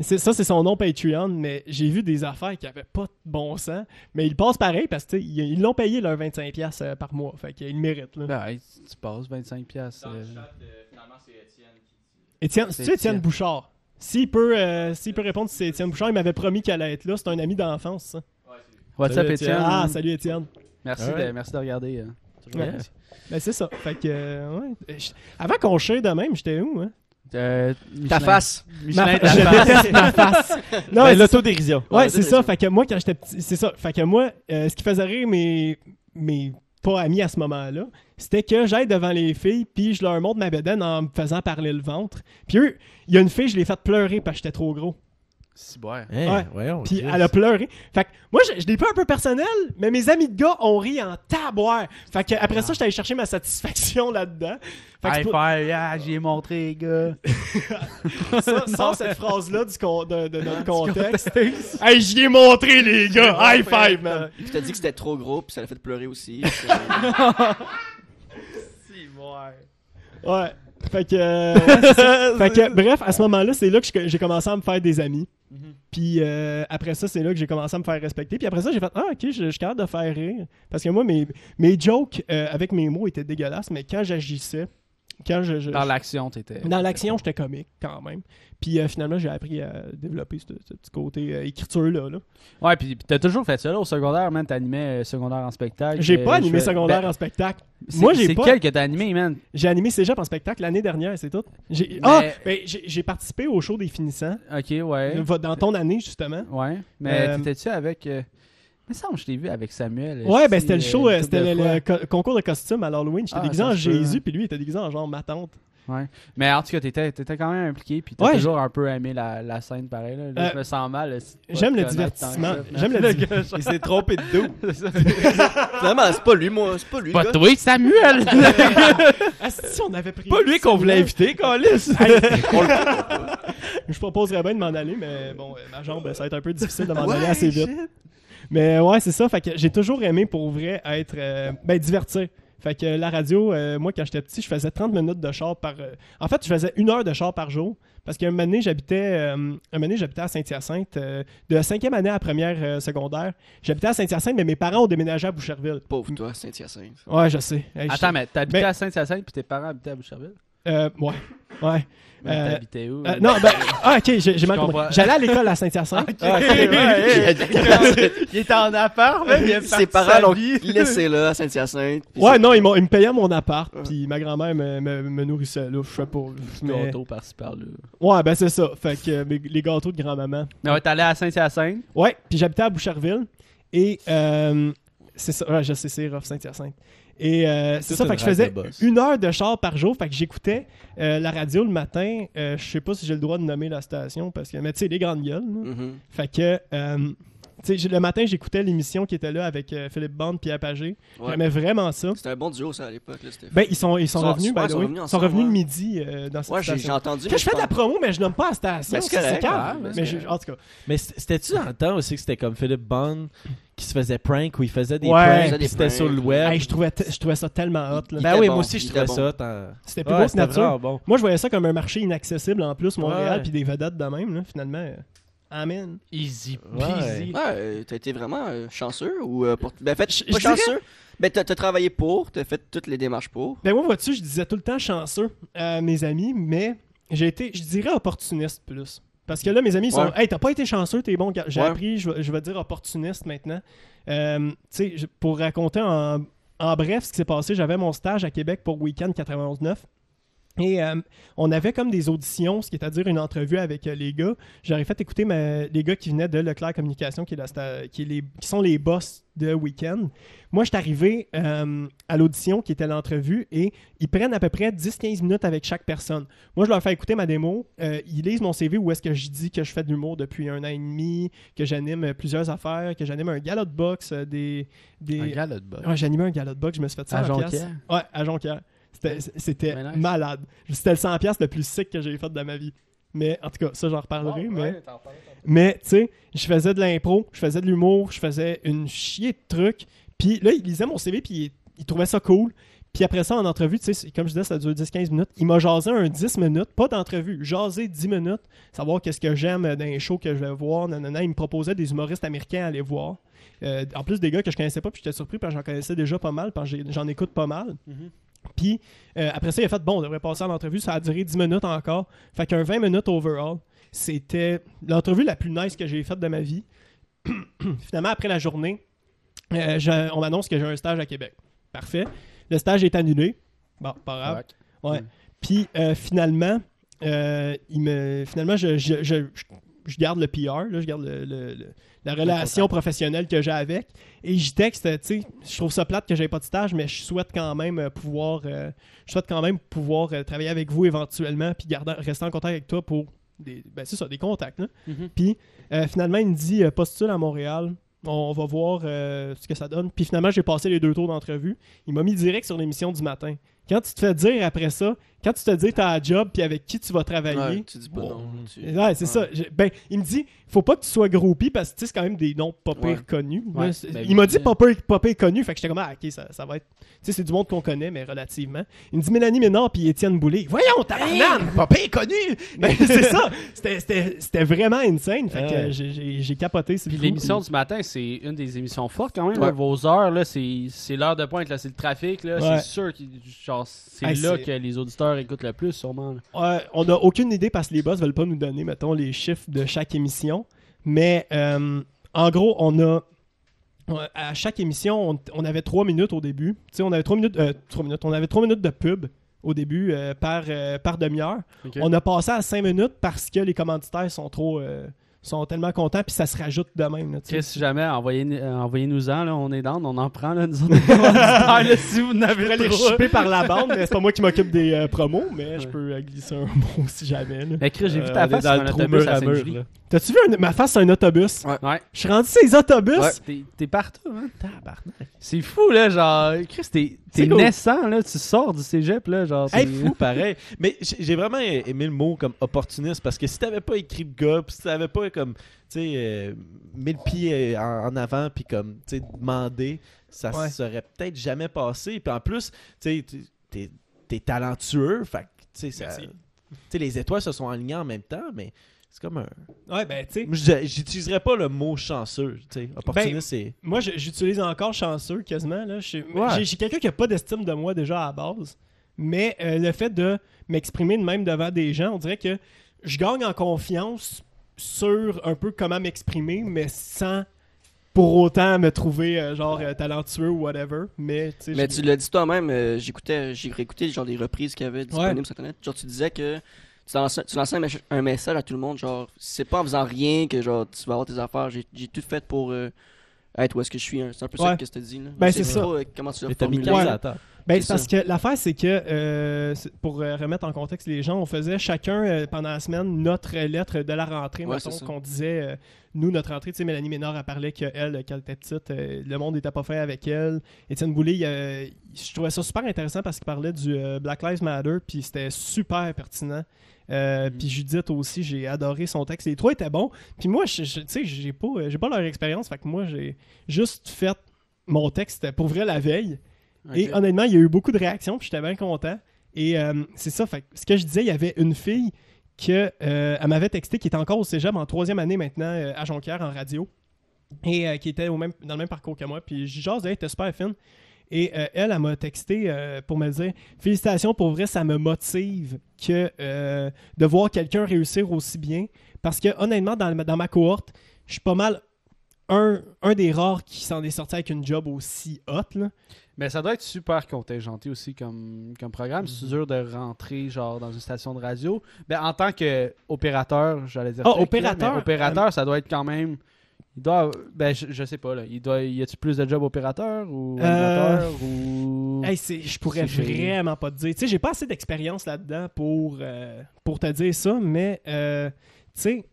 [SPEAKER 1] c'est- ça, c'est son nom Patreon, mais j'ai vu des affaires qui avaient pas de bon sens. Mais ils passent pareil parce qu'ils l'ont payé leur 25$ euh, par mois. Fait qu'ils le méritent. là.
[SPEAKER 3] Ben, hey, tu passes 25$. piastres, euh,
[SPEAKER 1] Étienne, c'est
[SPEAKER 3] C'est
[SPEAKER 1] Étienne
[SPEAKER 3] Étienne.
[SPEAKER 1] Bouchard. S'il peut, euh, s'il peut répondre si c'est Étienne Bouchard, il m'avait promis qu'elle allait être là. C'est un ami d'enfance, ça.
[SPEAKER 3] What's
[SPEAKER 2] Salut,
[SPEAKER 3] up,
[SPEAKER 2] Étienne.
[SPEAKER 3] Étienne?
[SPEAKER 1] Ah, salut Étienne.
[SPEAKER 3] Merci,
[SPEAKER 2] Ouais.
[SPEAKER 3] de, merci de regarder. euh.
[SPEAKER 1] Ouais. Ben, c'est ça. Fait que, euh, ouais. Euh, je- Avant qu'on chie de même, j'étais où, hein?
[SPEAKER 3] Euh,
[SPEAKER 4] Ta
[SPEAKER 3] Michelin-
[SPEAKER 4] face!
[SPEAKER 3] Michelin,
[SPEAKER 1] Ma-
[SPEAKER 3] ta
[SPEAKER 1] je
[SPEAKER 3] face.
[SPEAKER 1] déteste ma face. Non,
[SPEAKER 2] Ben,
[SPEAKER 1] mais
[SPEAKER 2] L'autodérision.
[SPEAKER 1] Ouais,
[SPEAKER 4] Ouais,
[SPEAKER 1] c'est
[SPEAKER 4] c'est
[SPEAKER 1] ça.
[SPEAKER 4] ça.
[SPEAKER 1] Fait que moi, quand j'étais petit, c'est ça. Fait que moi, euh, ce qui faisait rire mes, mes pas amis à ce moment-là, c'était que j'aille devant les filles, puis je leur montre ma bédaine en me faisant parler le ventre. Puis eux, il y a une fille, je l'ai faite pleurer parce que j'étais trop gros.
[SPEAKER 3] Si, ouais.
[SPEAKER 2] Hey,
[SPEAKER 1] Ouais.
[SPEAKER 2] Hein? voyons,
[SPEAKER 1] Puis
[SPEAKER 2] Chris.
[SPEAKER 1] elle a pleuré. Fait que moi, je, je l'ai pas un peu personnel, mais mes amis de gars ont ri en taboire. Fait que après ça, j'étais allé chercher ma satisfaction là-dedans. Fait que c'est
[SPEAKER 3] Hey,
[SPEAKER 1] pour-
[SPEAKER 3] frère, yeah, j'y ai montré, les gars.
[SPEAKER 1] ça, sors cette phrase-là du con- de, de notre contexte. hey, j'y ai montré, les gars! High five, man!
[SPEAKER 4] Puis t'as dit que c'était trop gros, puis ça l'a fait pleurer aussi.
[SPEAKER 1] Ouais. Fait que, euh, ouais, c'est ça. fait que, bref, à ce moment-là, c'est là que je- j'ai commencé à me faire des amis.
[SPEAKER 3] Mhm.
[SPEAKER 1] Puis euh, après ça, c'est là que j'ai commencé à me faire respecter. Puis après ça, j'ai fait Ah, ok, je, je suis capable de faire rire. Parce que moi, mes, mes jokes euh, avec mes mots étaient dégueulasses, mais quand j'agissais, quand je. je-
[SPEAKER 3] Dans l'action, t'étais.
[SPEAKER 1] dans l'action, j'étais comique quand même. Puis euh, finalement, j'ai appris à développer ce, ce petit côté euh, écriture-là. là.
[SPEAKER 3] Ouais, puis puis t'as toujours fait ça, là. Au secondaire, man, t'animais euh, secondaire en spectacle.
[SPEAKER 1] J'ai
[SPEAKER 3] Euh,
[SPEAKER 1] pas
[SPEAKER 3] je
[SPEAKER 1] animé
[SPEAKER 3] fais-
[SPEAKER 1] secondaire
[SPEAKER 3] Ben,
[SPEAKER 1] en spectacle.
[SPEAKER 3] c'est-
[SPEAKER 1] Moi, j'ai
[SPEAKER 3] C'est
[SPEAKER 1] pas.
[SPEAKER 3] quel que t'as animé, man?
[SPEAKER 1] J'ai animé Cégep en spectacle l'année dernière, c'est tout. J'ai... Ah!
[SPEAKER 3] Mais-
[SPEAKER 1] Ben, j'ai, j'ai participé au show des finissants.
[SPEAKER 3] Ok, ouais.
[SPEAKER 1] Va- Dans ton année, justement.
[SPEAKER 3] Ouais. Mais
[SPEAKER 1] Euh,
[SPEAKER 3] t'étais-tu avec. euh, Il me semble que je l'ai vu avec Samuel.
[SPEAKER 1] Ouais,
[SPEAKER 3] euh,
[SPEAKER 1] ben c'était le
[SPEAKER 3] si,
[SPEAKER 1] show,
[SPEAKER 3] euh,
[SPEAKER 1] euh,
[SPEAKER 3] une
[SPEAKER 1] c'était le,
[SPEAKER 3] couple de
[SPEAKER 1] le co- concours de costume à l'Halloween. J'étais
[SPEAKER 3] Ah,
[SPEAKER 1] déguisé
[SPEAKER 3] ça
[SPEAKER 1] en
[SPEAKER 3] se peut.
[SPEAKER 1] Jésus, puis lui, il était déguisé en genre ma tante.
[SPEAKER 3] fois. Ouais. Mais en tout cas, t'étais t'étais quand même impliqué, puis t'as
[SPEAKER 1] Ouais,
[SPEAKER 3] toujours un peu aimé la, la scène pareil. Là. Là,
[SPEAKER 1] Euh,
[SPEAKER 3] je me sens mal. là, si tu peux
[SPEAKER 1] J'aime
[SPEAKER 3] te
[SPEAKER 1] le
[SPEAKER 3] connaître tant que
[SPEAKER 1] divertissement.
[SPEAKER 3] ça.
[SPEAKER 1] J'aime le divertissement.
[SPEAKER 2] Il s'est trompé de dos.
[SPEAKER 4] Finalement, c'est pas lui, moi. C'est pas lui. le
[SPEAKER 3] Pas
[SPEAKER 4] gars.
[SPEAKER 3] toi, Samuel!
[SPEAKER 1] Ah, si on avait pris.
[SPEAKER 2] Pas lui qu'on voulait inviter, Calis.
[SPEAKER 1] Je proposerais bien de m'en aller, mais bon, euh, ma jambe, ça va être un peu difficile de m'en
[SPEAKER 2] Ouais,
[SPEAKER 1] aller assez vite. Mais euh, ouais, c'est ça. Fait que j'ai toujours aimé pour vrai être euh, ben, diverti. Fait que la radio, euh, moi, quand j'étais petit, je faisais 30 minutes de char par. euh, En fait, je faisais une heure de char par jour. Parce qu'un moment donné, j'habitais euh, un moment donné, j'habitais à Saint-Hyacinthe. euh, de cinquième année à la première euh, secondaire, j'habitais à Saint-Hyacinthe, mais mes parents ont déménagé à Boucherville.
[SPEAKER 4] Pauvre toi, Saint-Hyacinthe.
[SPEAKER 1] Ouais, je sais. Hey, je-
[SPEAKER 3] Attends, mais t'habitais
[SPEAKER 1] Ben-
[SPEAKER 3] à Saint-Hyacinthe, puis tes parents habitaient à Boucherville?
[SPEAKER 1] Euh, ouais. Ouais.
[SPEAKER 3] Ben,
[SPEAKER 1] Euh,
[SPEAKER 3] T'habitais où?
[SPEAKER 1] euh, non, ben, ah, ok, j'ai j'ai mal compris.
[SPEAKER 3] comprends. Ah,
[SPEAKER 1] J'allais à l'école à Saint-Hyacinthe.
[SPEAKER 2] Il est en appart, même. Il est parti
[SPEAKER 4] Ses
[SPEAKER 2] sa
[SPEAKER 4] parents l'ont
[SPEAKER 2] vie.
[SPEAKER 4] laissé là, à Saint-Hyacinthe. Puis
[SPEAKER 1] Ouais,
[SPEAKER 4] c'est-
[SPEAKER 1] non, ils, m'ont- ils me payaient mon appart,
[SPEAKER 4] Ouais.
[SPEAKER 1] puis ma grand-mère me, me, me nourrissait, là, je sais pas. mais-
[SPEAKER 3] Toronto, par-ci, par-là.
[SPEAKER 1] Ouais, ben c'est ça, fait que euh, mes- les gâteaux de grand-maman.
[SPEAKER 3] Mais ouais, t'allais à Saint-Hyacinthe.
[SPEAKER 1] Ouais, puis j'habitais à Boucherville, et euh, c'est ça, ouais, je sais, c'est rough, Saint-Hyacinthe. Et euh, c'est
[SPEAKER 2] Toute
[SPEAKER 1] ça,
[SPEAKER 2] une
[SPEAKER 1] fait que je
[SPEAKER 2] ride
[SPEAKER 1] faisais
[SPEAKER 2] de boss.
[SPEAKER 1] une heure de char par jour, fait que j'écoutais euh, la radio le matin, euh, je sais pas si j'ai le droit de nommer la station, parce que, mais tu sais, les grandes gueules, là.
[SPEAKER 4] Mhm.
[SPEAKER 1] Fait que, euh, tu sais, j'ai- le matin, j'écoutais l'émission qui était là avec euh, Philippe Bande, Pierre Pagé,
[SPEAKER 4] Ouais.
[SPEAKER 1] j'aimais vraiment ça.
[SPEAKER 4] C'était un bon duo, ça, à l'époque. là, c'était-
[SPEAKER 1] Ben, ils sont, ils sont,
[SPEAKER 4] Ils sont-
[SPEAKER 1] revenus,
[SPEAKER 4] ouais,
[SPEAKER 1] by
[SPEAKER 4] ils
[SPEAKER 1] the
[SPEAKER 4] sont
[SPEAKER 1] way.
[SPEAKER 4] revenus
[SPEAKER 1] Ils sont
[SPEAKER 4] ensemble,
[SPEAKER 1] revenus le
[SPEAKER 4] ouais.
[SPEAKER 1] midi euh, dans cette
[SPEAKER 4] Ouais, j'ai j'ai
[SPEAKER 1] station.
[SPEAKER 4] entendu.
[SPEAKER 1] Quand
[SPEAKER 4] mais
[SPEAKER 1] je fais de la promo, mais je nomme pas la station.
[SPEAKER 4] Ben, c'est correct,
[SPEAKER 1] calme.
[SPEAKER 3] ouais,
[SPEAKER 1] mais
[SPEAKER 3] ben, c'est
[SPEAKER 1] je-
[SPEAKER 3] correct.
[SPEAKER 1] en tout cas,
[SPEAKER 2] Mais c- c'était-tu dans le temps aussi que c'était comme Philippe Bond qui se faisait prank, où il faisait des
[SPEAKER 1] Ouais. Il
[SPEAKER 2] pranks,
[SPEAKER 1] faisait
[SPEAKER 4] des
[SPEAKER 2] puis c'était
[SPEAKER 4] pranks.
[SPEAKER 2] sur le web.
[SPEAKER 1] hey, je, trouvais te- je trouvais ça tellement hot. là.
[SPEAKER 4] Il-
[SPEAKER 2] ben
[SPEAKER 4] était
[SPEAKER 2] oui,
[SPEAKER 4] bon,
[SPEAKER 2] moi aussi, je
[SPEAKER 4] il
[SPEAKER 2] trouvais
[SPEAKER 4] était
[SPEAKER 2] ça. tant-
[SPEAKER 1] C'était plus
[SPEAKER 2] Ouais,
[SPEAKER 1] beau que
[SPEAKER 2] c'était
[SPEAKER 1] nature.
[SPEAKER 2] vraiment bon.
[SPEAKER 1] Moi, je voyais ça comme un marché inaccessible en plus, Montréal,
[SPEAKER 2] Ouais.
[SPEAKER 1] puis des vedettes de même. là, finalement, euh, amen.
[SPEAKER 3] Easy
[SPEAKER 2] peasy.
[SPEAKER 4] Ouais, euh, t'as été vraiment euh, chanceux ou euh, pour... Ben, en fait,
[SPEAKER 1] Je-
[SPEAKER 4] pas
[SPEAKER 1] je dirais-
[SPEAKER 4] chanceux. Ben, t'as t'as travaillé pour, t'as fait toutes les démarches pour.
[SPEAKER 1] Ben moi, vois-tu, je disais tout le temps chanceux à mes amis, mais j'ai été, je dirais opportuniste plus. Parce que là, mes amis, ils sont
[SPEAKER 4] Ouais.
[SPEAKER 1] Hey, t'as pas été chanceux, t'es bon. gars. J'ai
[SPEAKER 4] Ouais.
[SPEAKER 1] appris, je, vais- je vais dire opportuniste maintenant. Euh, tu sais, je- pour raconter en, en bref ce qui s'est passé, j'avais mon stage à Québec pour Weekend 91-9. Et euh, on avait comme des auditions, ce qui est à dire une entrevue avec euh, les gars. J'aurais fait écouter ma- les gars qui venaient de Leclerc Communication, qui, est la sta- qui, est les- qui sont les boss de Weekend. Moi, je suis arrivé euh, à l'audition, qui était l'entrevue, et ils prennent à peu près 10-15 minutes avec chaque personne. Moi, je leur fais écouter ma démo. euh, ils lisent mon CV où est-ce que je dis que je fais de l'humour depuis un an et demi, que j'anime euh, plusieurs affaires, que j'anime un gala de boxe, euh, des... des...
[SPEAKER 3] Un gars là de bas.
[SPEAKER 1] Ouais, j'animais un gala de boxe, je me suis fait ça
[SPEAKER 3] À Jonquière?
[SPEAKER 1] Ouais, à Jonquière. C'était, c'était
[SPEAKER 3] Ben nice.
[SPEAKER 1] malade. C'était le 100 pièces le plus sick que j'ai fait de ma vie. Mais en tout cas, ça j'en reparlerai, mais mais tu sais, je faisais de l'impro, je faisais de l'humour, je faisais une chier de trucs. Puis là, il lisait mon CV, puis il, il trouvait ça cool. Puis après ça, en entrevue, tu sais, c'est- comme je disais, ça dure 10-15 minutes. Il m'a jasé un 10 minutes, pas d'entrevue, jasé 10 minutes, savoir qu'est-ce que j'aime euh, dans les shows que je vais voir. Nanana. Il me proposait des humoristes américains à aller voir. Euh, en plus, des gars que je connaissais pas, puis j'étais surpris parce que j'en connaissais déjà pas mal, parce que j'ai- j'en écoute pas mal. Puis euh, après ça, il a fait bon, on devrait passer à l'entrevue. Ça a duré 10 minutes encore. Fait qu'un 20 minutes overall, c'était l'entrevue la plus nice que j'ai faite de ma vie. Finalement, après la journée, euh, je- on m'annonce que j'ai un stage à Québec. Parfait. Le stage est annulé. Bon, pas grave. Ouais.
[SPEAKER 3] Mm.
[SPEAKER 1] Puis euh, finalement, euh, il me, finalement je, je- je- je- je garde le PR, là, je garde le- le- le- la relation professionnelle que j'ai avec. Et j'y texte, euh, tu sais, je trouve ça plate que j'ai pas de stage, mais je souhaite quand même euh, pouvoir, euh, je souhaite quand même pouvoir euh, travailler avec vous éventuellement, puis garder, rester en contact avec toi pour des, ben, c'est ça, des contacts. là. Euh, finalement, il me dit euh, postule à Montréal. On, on va voir euh, ce que ça donne. Puis finalement, j'ai passé les deux tours d'entrevue. Il m'a mis direct sur l'émission du matin. Quand tu te fais dire après ça, quand tu te dis t'as un job puis avec qui tu vas travailler.
[SPEAKER 4] Ouais, tu dis pas
[SPEAKER 1] Bon.
[SPEAKER 4] non. tu- Ah.
[SPEAKER 1] Ouais, c'est ça. J'ai- Ben, il me dit, faut pas que tu sois groupie parce que tu sais, c'est quand même des noms pas pire
[SPEAKER 4] Ouais.
[SPEAKER 1] connus.
[SPEAKER 3] Ouais,
[SPEAKER 1] Là, c'est-
[SPEAKER 3] ben,
[SPEAKER 1] il m'a dit
[SPEAKER 3] bien.
[SPEAKER 1] pas pire, pas pire connu, fait que j'étais comme, ah, ok, ça, ça va être. Tu sais, c'est du monde qu'on connaît, mais relativement. Il me dit Mélanie Ménard puis Étienne Boulay. Voyons, t'as pas pire connu! Ben, c'est ça. C'était- C'était c'était vraiment insane. Fait que
[SPEAKER 2] Ouais.
[SPEAKER 1] euh, j'ai- j'ai j'ai capoté. c'est
[SPEAKER 3] Puis
[SPEAKER 1] fou.
[SPEAKER 3] l'émission du matin, c'est une des émissions fortes quand même. là.
[SPEAKER 4] Ouais.
[SPEAKER 3] Vos heures, là, c'est c'est l'heure de pointe, là, c'est le trafic. là.
[SPEAKER 1] Ouais.
[SPEAKER 3] C'est sûr que genre, c'est
[SPEAKER 1] Hey,
[SPEAKER 3] là
[SPEAKER 1] c'est-
[SPEAKER 3] que les auditeurs écoutent le plus, sûrement. là.
[SPEAKER 1] Ouais, on n'a aucune idée parce que les boss veulent pas nous donner, mettons, les chiffres de chaque émission. Mais euh, en gros, on a. on- À chaque émission, on, on avait trois minutes au début. Tu sais, on avait trois minutes, euh, trois minutes. On avait trois minutes de pub au début euh, par, euh, par demi-heure.
[SPEAKER 3] Ok.
[SPEAKER 1] On a passé à cinq minutes parce que les commanditaires sont trop. euh, sont tellement contents, puis ça se rajoute de même. là, tu sais.
[SPEAKER 3] Chris, si jamais, envoyez- euh, envoyez-nous-en, là, on est dans, on en prend, là, nous autres, des auditeurs, là, si vous n'avez
[SPEAKER 1] Je pourrais les
[SPEAKER 3] pas.
[SPEAKER 1] shipper par la bande, mais c'est pas moi qui m'occupe des euh, promos, mais je peux euh, glisser un mot si jamais. là.
[SPEAKER 3] Mais Chris, j'ai vu
[SPEAKER 2] Euh,
[SPEAKER 3] ta
[SPEAKER 2] on est
[SPEAKER 3] face
[SPEAKER 2] dans
[SPEAKER 3] sur
[SPEAKER 2] le
[SPEAKER 3] un
[SPEAKER 2] trou
[SPEAKER 3] autobus
[SPEAKER 2] mur
[SPEAKER 3] à
[SPEAKER 2] à mur,
[SPEAKER 3] Sainte-Julie.
[SPEAKER 2] là.
[SPEAKER 1] T'as-tu vu un- ma face sur un autobus?
[SPEAKER 4] Ouais.
[SPEAKER 3] Ouais.
[SPEAKER 1] Je suis rendu ces autobus!
[SPEAKER 4] Ouais.
[SPEAKER 3] T'es- T'es partout, hein? C'est fou, là, genre, Chris, t'es
[SPEAKER 1] C'est
[SPEAKER 3] t'es
[SPEAKER 1] cool.
[SPEAKER 3] naissant, là, tu sors du cégep, là, genre,
[SPEAKER 2] Hey,
[SPEAKER 3] c'est-
[SPEAKER 2] fou, pareil. Mais j'ai j'ai vraiment aimé le mot comme opportuniste parce que si t'avais pas écrit le gars, pis si t'avais pas comme, tu sais, euh, mis le pied euh, en, en avant, puis comme, tu sais, demandé, ça
[SPEAKER 1] Ouais.
[SPEAKER 2] serait peut-être jamais passé. Puis en plus, tu sais, t'es- t'es- t'es talentueux, fait que, tu sais, ça-
[SPEAKER 1] Merci.
[SPEAKER 2] tu sais, les étoiles se sont alignées en même temps, mais c'est comme un.
[SPEAKER 1] Ouais, ben, tu sais,
[SPEAKER 2] Moi, je- J'utiliserais pas le mot chanceux, tu sais. Opportuniste, c'est.
[SPEAKER 1] moi, je- j'utilise encore chanceux quasiment. là. Je suis-
[SPEAKER 2] Ouais.
[SPEAKER 1] J'ai j'ai quelqu'un qui a pas d'estime de moi déjà à la base, mais euh, le fait de m'exprimer de même devant des gens, on dirait que je gagne en confiance sur un peu comment m'exprimer, mais sans pour autant me trouver euh, genre euh, talentueux ou whatever. Mais, tu sais,
[SPEAKER 4] Mais
[SPEAKER 1] je-
[SPEAKER 4] tu l'as dit toi-même, euh, j'écoutais, j'ai réécouté genre des reprises qu'il y avait disponibles sur internet. Genre tu disais que tu lançais, tu lançais un, mech- un message à tout le monde, genre c'est pas en faisant rien que genre tu vas avoir tes affaires. J'ai, j'ai tout fait pour euh, être où est-ce que je suis. hein. C'est un peu
[SPEAKER 1] Ouais.
[SPEAKER 4] ça que je te dis là.
[SPEAKER 1] Ben,
[SPEAKER 4] Je
[SPEAKER 1] c'est
[SPEAKER 4] sais
[SPEAKER 1] ça.
[SPEAKER 4] pas, euh, comment tu l'as
[SPEAKER 2] Mais t'as mis
[SPEAKER 4] formulé.
[SPEAKER 2] 15
[SPEAKER 1] Ouais.
[SPEAKER 2] à terre.
[SPEAKER 1] Ben,
[SPEAKER 4] C'est
[SPEAKER 1] parce que l'affaire, c'est que, euh, c'est- pour euh, remettre en contexte les gens, on faisait chacun euh, pendant la semaine notre euh, lettre de la rentrée.
[SPEAKER 4] Ouais,
[SPEAKER 1] mettons
[SPEAKER 4] c'est ça.
[SPEAKER 1] qu'on disait, euh, nous, notre rentrée, tu sais, Mélanie Ménard, a parlé qu'elle, euh, quand elle était petite, euh, le monde n'était pas fait avec elle. Étienne Boulay, il, euh, je trouvais ça super intéressant parce qu'il parlait du euh, Black Lives Matter, puis c'était super pertinent. Euh,
[SPEAKER 4] Mm.
[SPEAKER 1] Puis Judith aussi, j'ai adoré son texte. Les trois étaient bons. Puis moi, je, je- tu sais, j'ai pas, euh, j'ai pas leur expérience. Fait que moi, j'ai juste fait mon texte pour vrai la veille. Et
[SPEAKER 4] Ok.
[SPEAKER 1] honnêtement, il y a eu beaucoup de réactions, puis j'étais bien content. Et euh, c'est ça, fait, que ce que je disais, il y avait une fille que euh, elle m'avait texté qui était encore au cégep en troisième année maintenant euh, à Jonquière en radio et euh, qui était au même, dans le même parcours que moi. Puis je jasais, elle était super fine. Et euh, elle, elle m'a texté euh, pour me dire Félicitations, pour vrai, ça me motive que euh, de voir quelqu'un réussir aussi bien. Parce que honnêtement, dans, le- dans ma cohorte, je suis pas mal un, un des rares qui s'en est sorti avec une job aussi haute. Là.
[SPEAKER 3] Mais ça doit être super contingenté aussi comme, comme programme. C'est
[SPEAKER 1] Mhm.
[SPEAKER 3] dur de rentrer genre dans une station de radio. Ben, en tant qu'opérateur, j'allais dire.
[SPEAKER 1] Ah,
[SPEAKER 3] tech, là,
[SPEAKER 1] opérateur. Ah
[SPEAKER 3] mais opérateur, ça doit être quand même. Il doit. Ben, je, je sais pas, là. Il doit, y a-tu plus de jobs opérateur ou
[SPEAKER 1] Euh,
[SPEAKER 3] animateur ou.
[SPEAKER 1] Hey, c'est- je pourrais
[SPEAKER 3] C'est géré.
[SPEAKER 1] vraiment pas te dire. Tu sais, j'ai pas assez d'expérience là-dedans pour, euh, pour te dire ça, mais euh, tu sais,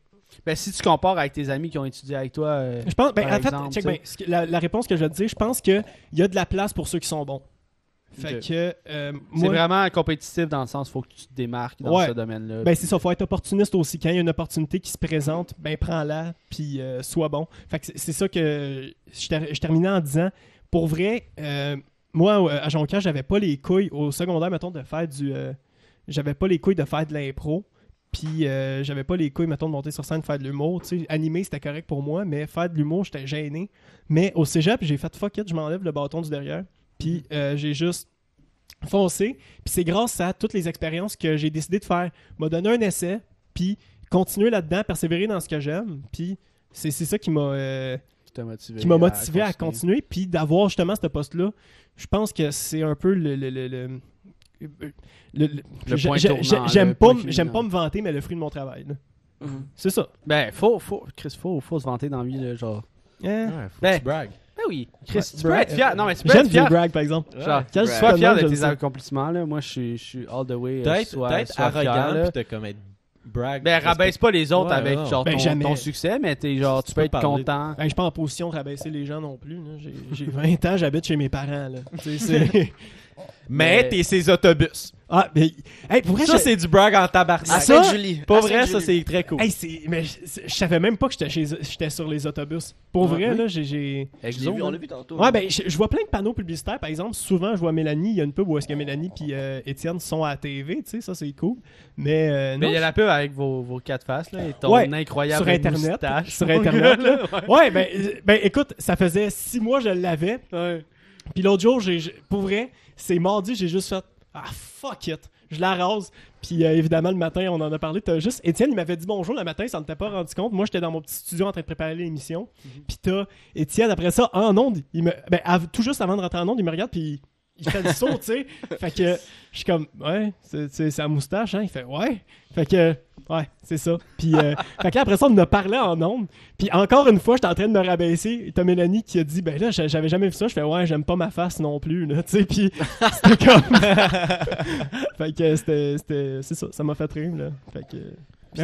[SPEAKER 3] Ben, si tu compares avec tes amis qui ont étudié avec toi. euh,
[SPEAKER 1] je pense. Ben,
[SPEAKER 3] Par
[SPEAKER 1] en
[SPEAKER 3] exemple,
[SPEAKER 1] fait, check
[SPEAKER 3] tu sais.
[SPEAKER 1] bien, ce que- la, la réponse que je vais te dire, je pense qu'il y a de la place pour ceux qui sont bons. Fait
[SPEAKER 3] Ok.
[SPEAKER 1] que euh,
[SPEAKER 3] c'est
[SPEAKER 1] moi,
[SPEAKER 3] vraiment compétitif dans le sens, faut que tu te démarques dans
[SPEAKER 1] Ouais.
[SPEAKER 3] ce domaine-là.
[SPEAKER 1] ben c'est ça, faut être opportuniste aussi. Quand il y a une opportunité qui se présente, ben prends-la, puis euh, sois bon. Fait que c'est- c'est ça que je, ter- je terminais en disant. Pour vrai, euh, moi, euh, à Jonquière, j'avais pas les couilles au secondaire, mettons, de faire du... euh, j'avais pas les couilles de faire de l'impro, puis euh, j'avais pas les couilles, mettons, de monter sur scène, faire de l'humour. Tu sais, animer, c'était correct pour moi, mais faire de l'humour, j'étais gêné. Mais au cégep, j'ai fait « fuck it », je m'enlève le bâton du derrière, puis euh, j'ai juste foncé. Puis c'est grâce à toutes les expériences que j'ai décidé de faire. M'a donné un essai, puis continuer là-dedans, persévérer dans ce que j'aime, puis... C'est c'est ça qui m'a euh,
[SPEAKER 3] qui t'a motivé.
[SPEAKER 1] qui m'a motivé à continuer, puis d'avoir justement ce poste-là, je pense que c'est un peu le... le, le, le- le- le-
[SPEAKER 3] Le
[SPEAKER 1] j'ai-
[SPEAKER 3] point
[SPEAKER 1] j'ai-
[SPEAKER 3] tournant,
[SPEAKER 1] j'ai-
[SPEAKER 3] le
[SPEAKER 1] J'aime pas,
[SPEAKER 3] point
[SPEAKER 1] m-
[SPEAKER 3] culminant.
[SPEAKER 1] j'aime pas me vanter, mais le fruit de mon travail. là.
[SPEAKER 4] Mhm.
[SPEAKER 1] C'est ça.
[SPEAKER 3] Ben, faut, faut, Chris, faut, faut se vanter dans la vie, là, genre.
[SPEAKER 1] Hein?
[SPEAKER 2] Ouais, faut
[SPEAKER 3] Ben,
[SPEAKER 2] que tu bragues.
[SPEAKER 3] Ben oui, Chris, tu peux
[SPEAKER 1] brag-
[SPEAKER 3] être fier. Non, mais tu peux
[SPEAKER 1] J'aime
[SPEAKER 3] être
[SPEAKER 1] du
[SPEAKER 3] fier.
[SPEAKER 1] brag, par exemple.
[SPEAKER 3] Genre,
[SPEAKER 1] Quand je
[SPEAKER 4] Brag.
[SPEAKER 1] suis
[SPEAKER 3] sois
[SPEAKER 1] connu,
[SPEAKER 3] fier de
[SPEAKER 1] j'aime
[SPEAKER 3] tes
[SPEAKER 1] ça.
[SPEAKER 3] accomplissements, là. Moi, je suis, je suis all the way. euh,
[SPEAKER 2] Peut-être
[SPEAKER 3] sois-
[SPEAKER 2] peut-être
[SPEAKER 3] sois fier,
[SPEAKER 2] arrogant,
[SPEAKER 3] là.
[SPEAKER 2] puis de comme être brag.
[SPEAKER 3] Ben, rabaisse pas les autres
[SPEAKER 2] Ouais,
[SPEAKER 3] avec
[SPEAKER 2] non.
[SPEAKER 3] genre
[SPEAKER 1] Ben,
[SPEAKER 3] ton,
[SPEAKER 1] jamais.
[SPEAKER 3] ton succès, mais t'es genre, tu,
[SPEAKER 2] Tu
[SPEAKER 3] peux
[SPEAKER 2] peux
[SPEAKER 3] être
[SPEAKER 2] parler.
[SPEAKER 3] content.
[SPEAKER 1] Ben, je suis pas en position de rabaisser les gens non plus. là. J'ai- J'ai 20 ans, j'habite chez mes parents. Là. Tu sais, c'est-
[SPEAKER 2] Mais
[SPEAKER 3] Mais-
[SPEAKER 2] t'es ses autobus.
[SPEAKER 1] ah, mais. Hey, pour vrai,
[SPEAKER 2] Ça,
[SPEAKER 1] je-
[SPEAKER 2] c'est du brag en tabarnak.
[SPEAKER 1] Ah,
[SPEAKER 4] Assez de
[SPEAKER 1] ça,
[SPEAKER 4] Julie.
[SPEAKER 2] Pas
[SPEAKER 4] Assez de
[SPEAKER 2] vrai, ça,
[SPEAKER 4] Julie.
[SPEAKER 2] c'est très cool.
[SPEAKER 1] Hey, c'est- mais je je savais même pas que j'étais chez- j'étais sur les autobus. Pour
[SPEAKER 2] Ah,
[SPEAKER 1] vrai,
[SPEAKER 2] oui.
[SPEAKER 1] là, j'ai- j'ai.
[SPEAKER 4] Je l'ai vu, on l'a vu tantôt.
[SPEAKER 1] Ouais, ben, je je vois plein de panneaux publicitaires. Par exemple, souvent, je vois Mélanie. Il y a une pub où est-ce que Mélanie puis euh, Étienne sont à la TV. Tu sais, ça, c'est cool. Mais. euh,
[SPEAKER 3] Mais
[SPEAKER 1] non,
[SPEAKER 3] il y a la pub avec vos, vos quatre faces, là, et ton
[SPEAKER 1] Ouais.
[SPEAKER 3] incroyable
[SPEAKER 1] Sur Internet.
[SPEAKER 3] moustache.
[SPEAKER 1] Sur Internet, là. Ouais, ben, euh, ben, écoute, ça faisait six mois que je l'avais. Puis l'autre jour, j'ai, j'ai- pour vrai, c'est mardi, j'ai juste fait Ah fuck it, je la rase. Puis euh, évidemment, le matin, on en a parlé. T'as juste. Étienne, il m'avait dit bonjour le matin, ça ne t'était pas rendu compte. Moi, j'étais dans mon petit studio en train de préparer l'émission. Puis t'as Étienne, après ça, en onde, il me. Ben, av- tout juste avant de rentrer en onde, il me regarde, puis il fait le saut, tu sais. Fait que je suis comme Ouais, c'est, c'est sa moustache, hein. Il fait Ouais. Fait que. Ouais, c'est ça. Puis, euh, fait que là, après ça, on en a parlé en ondes. Puis encore une fois, j'étais en train de me rabaisser. T'as Mélanie qui a dit, ben là, j'a- j'avais jamais vu ça. Je fais, ouais, j'aime pas ma face non plus, là, tu sais. Puis c'était comme. fait que c'était. c'était- C'est ça, ça m'a fait rire, là. Fait que.
[SPEAKER 3] Puis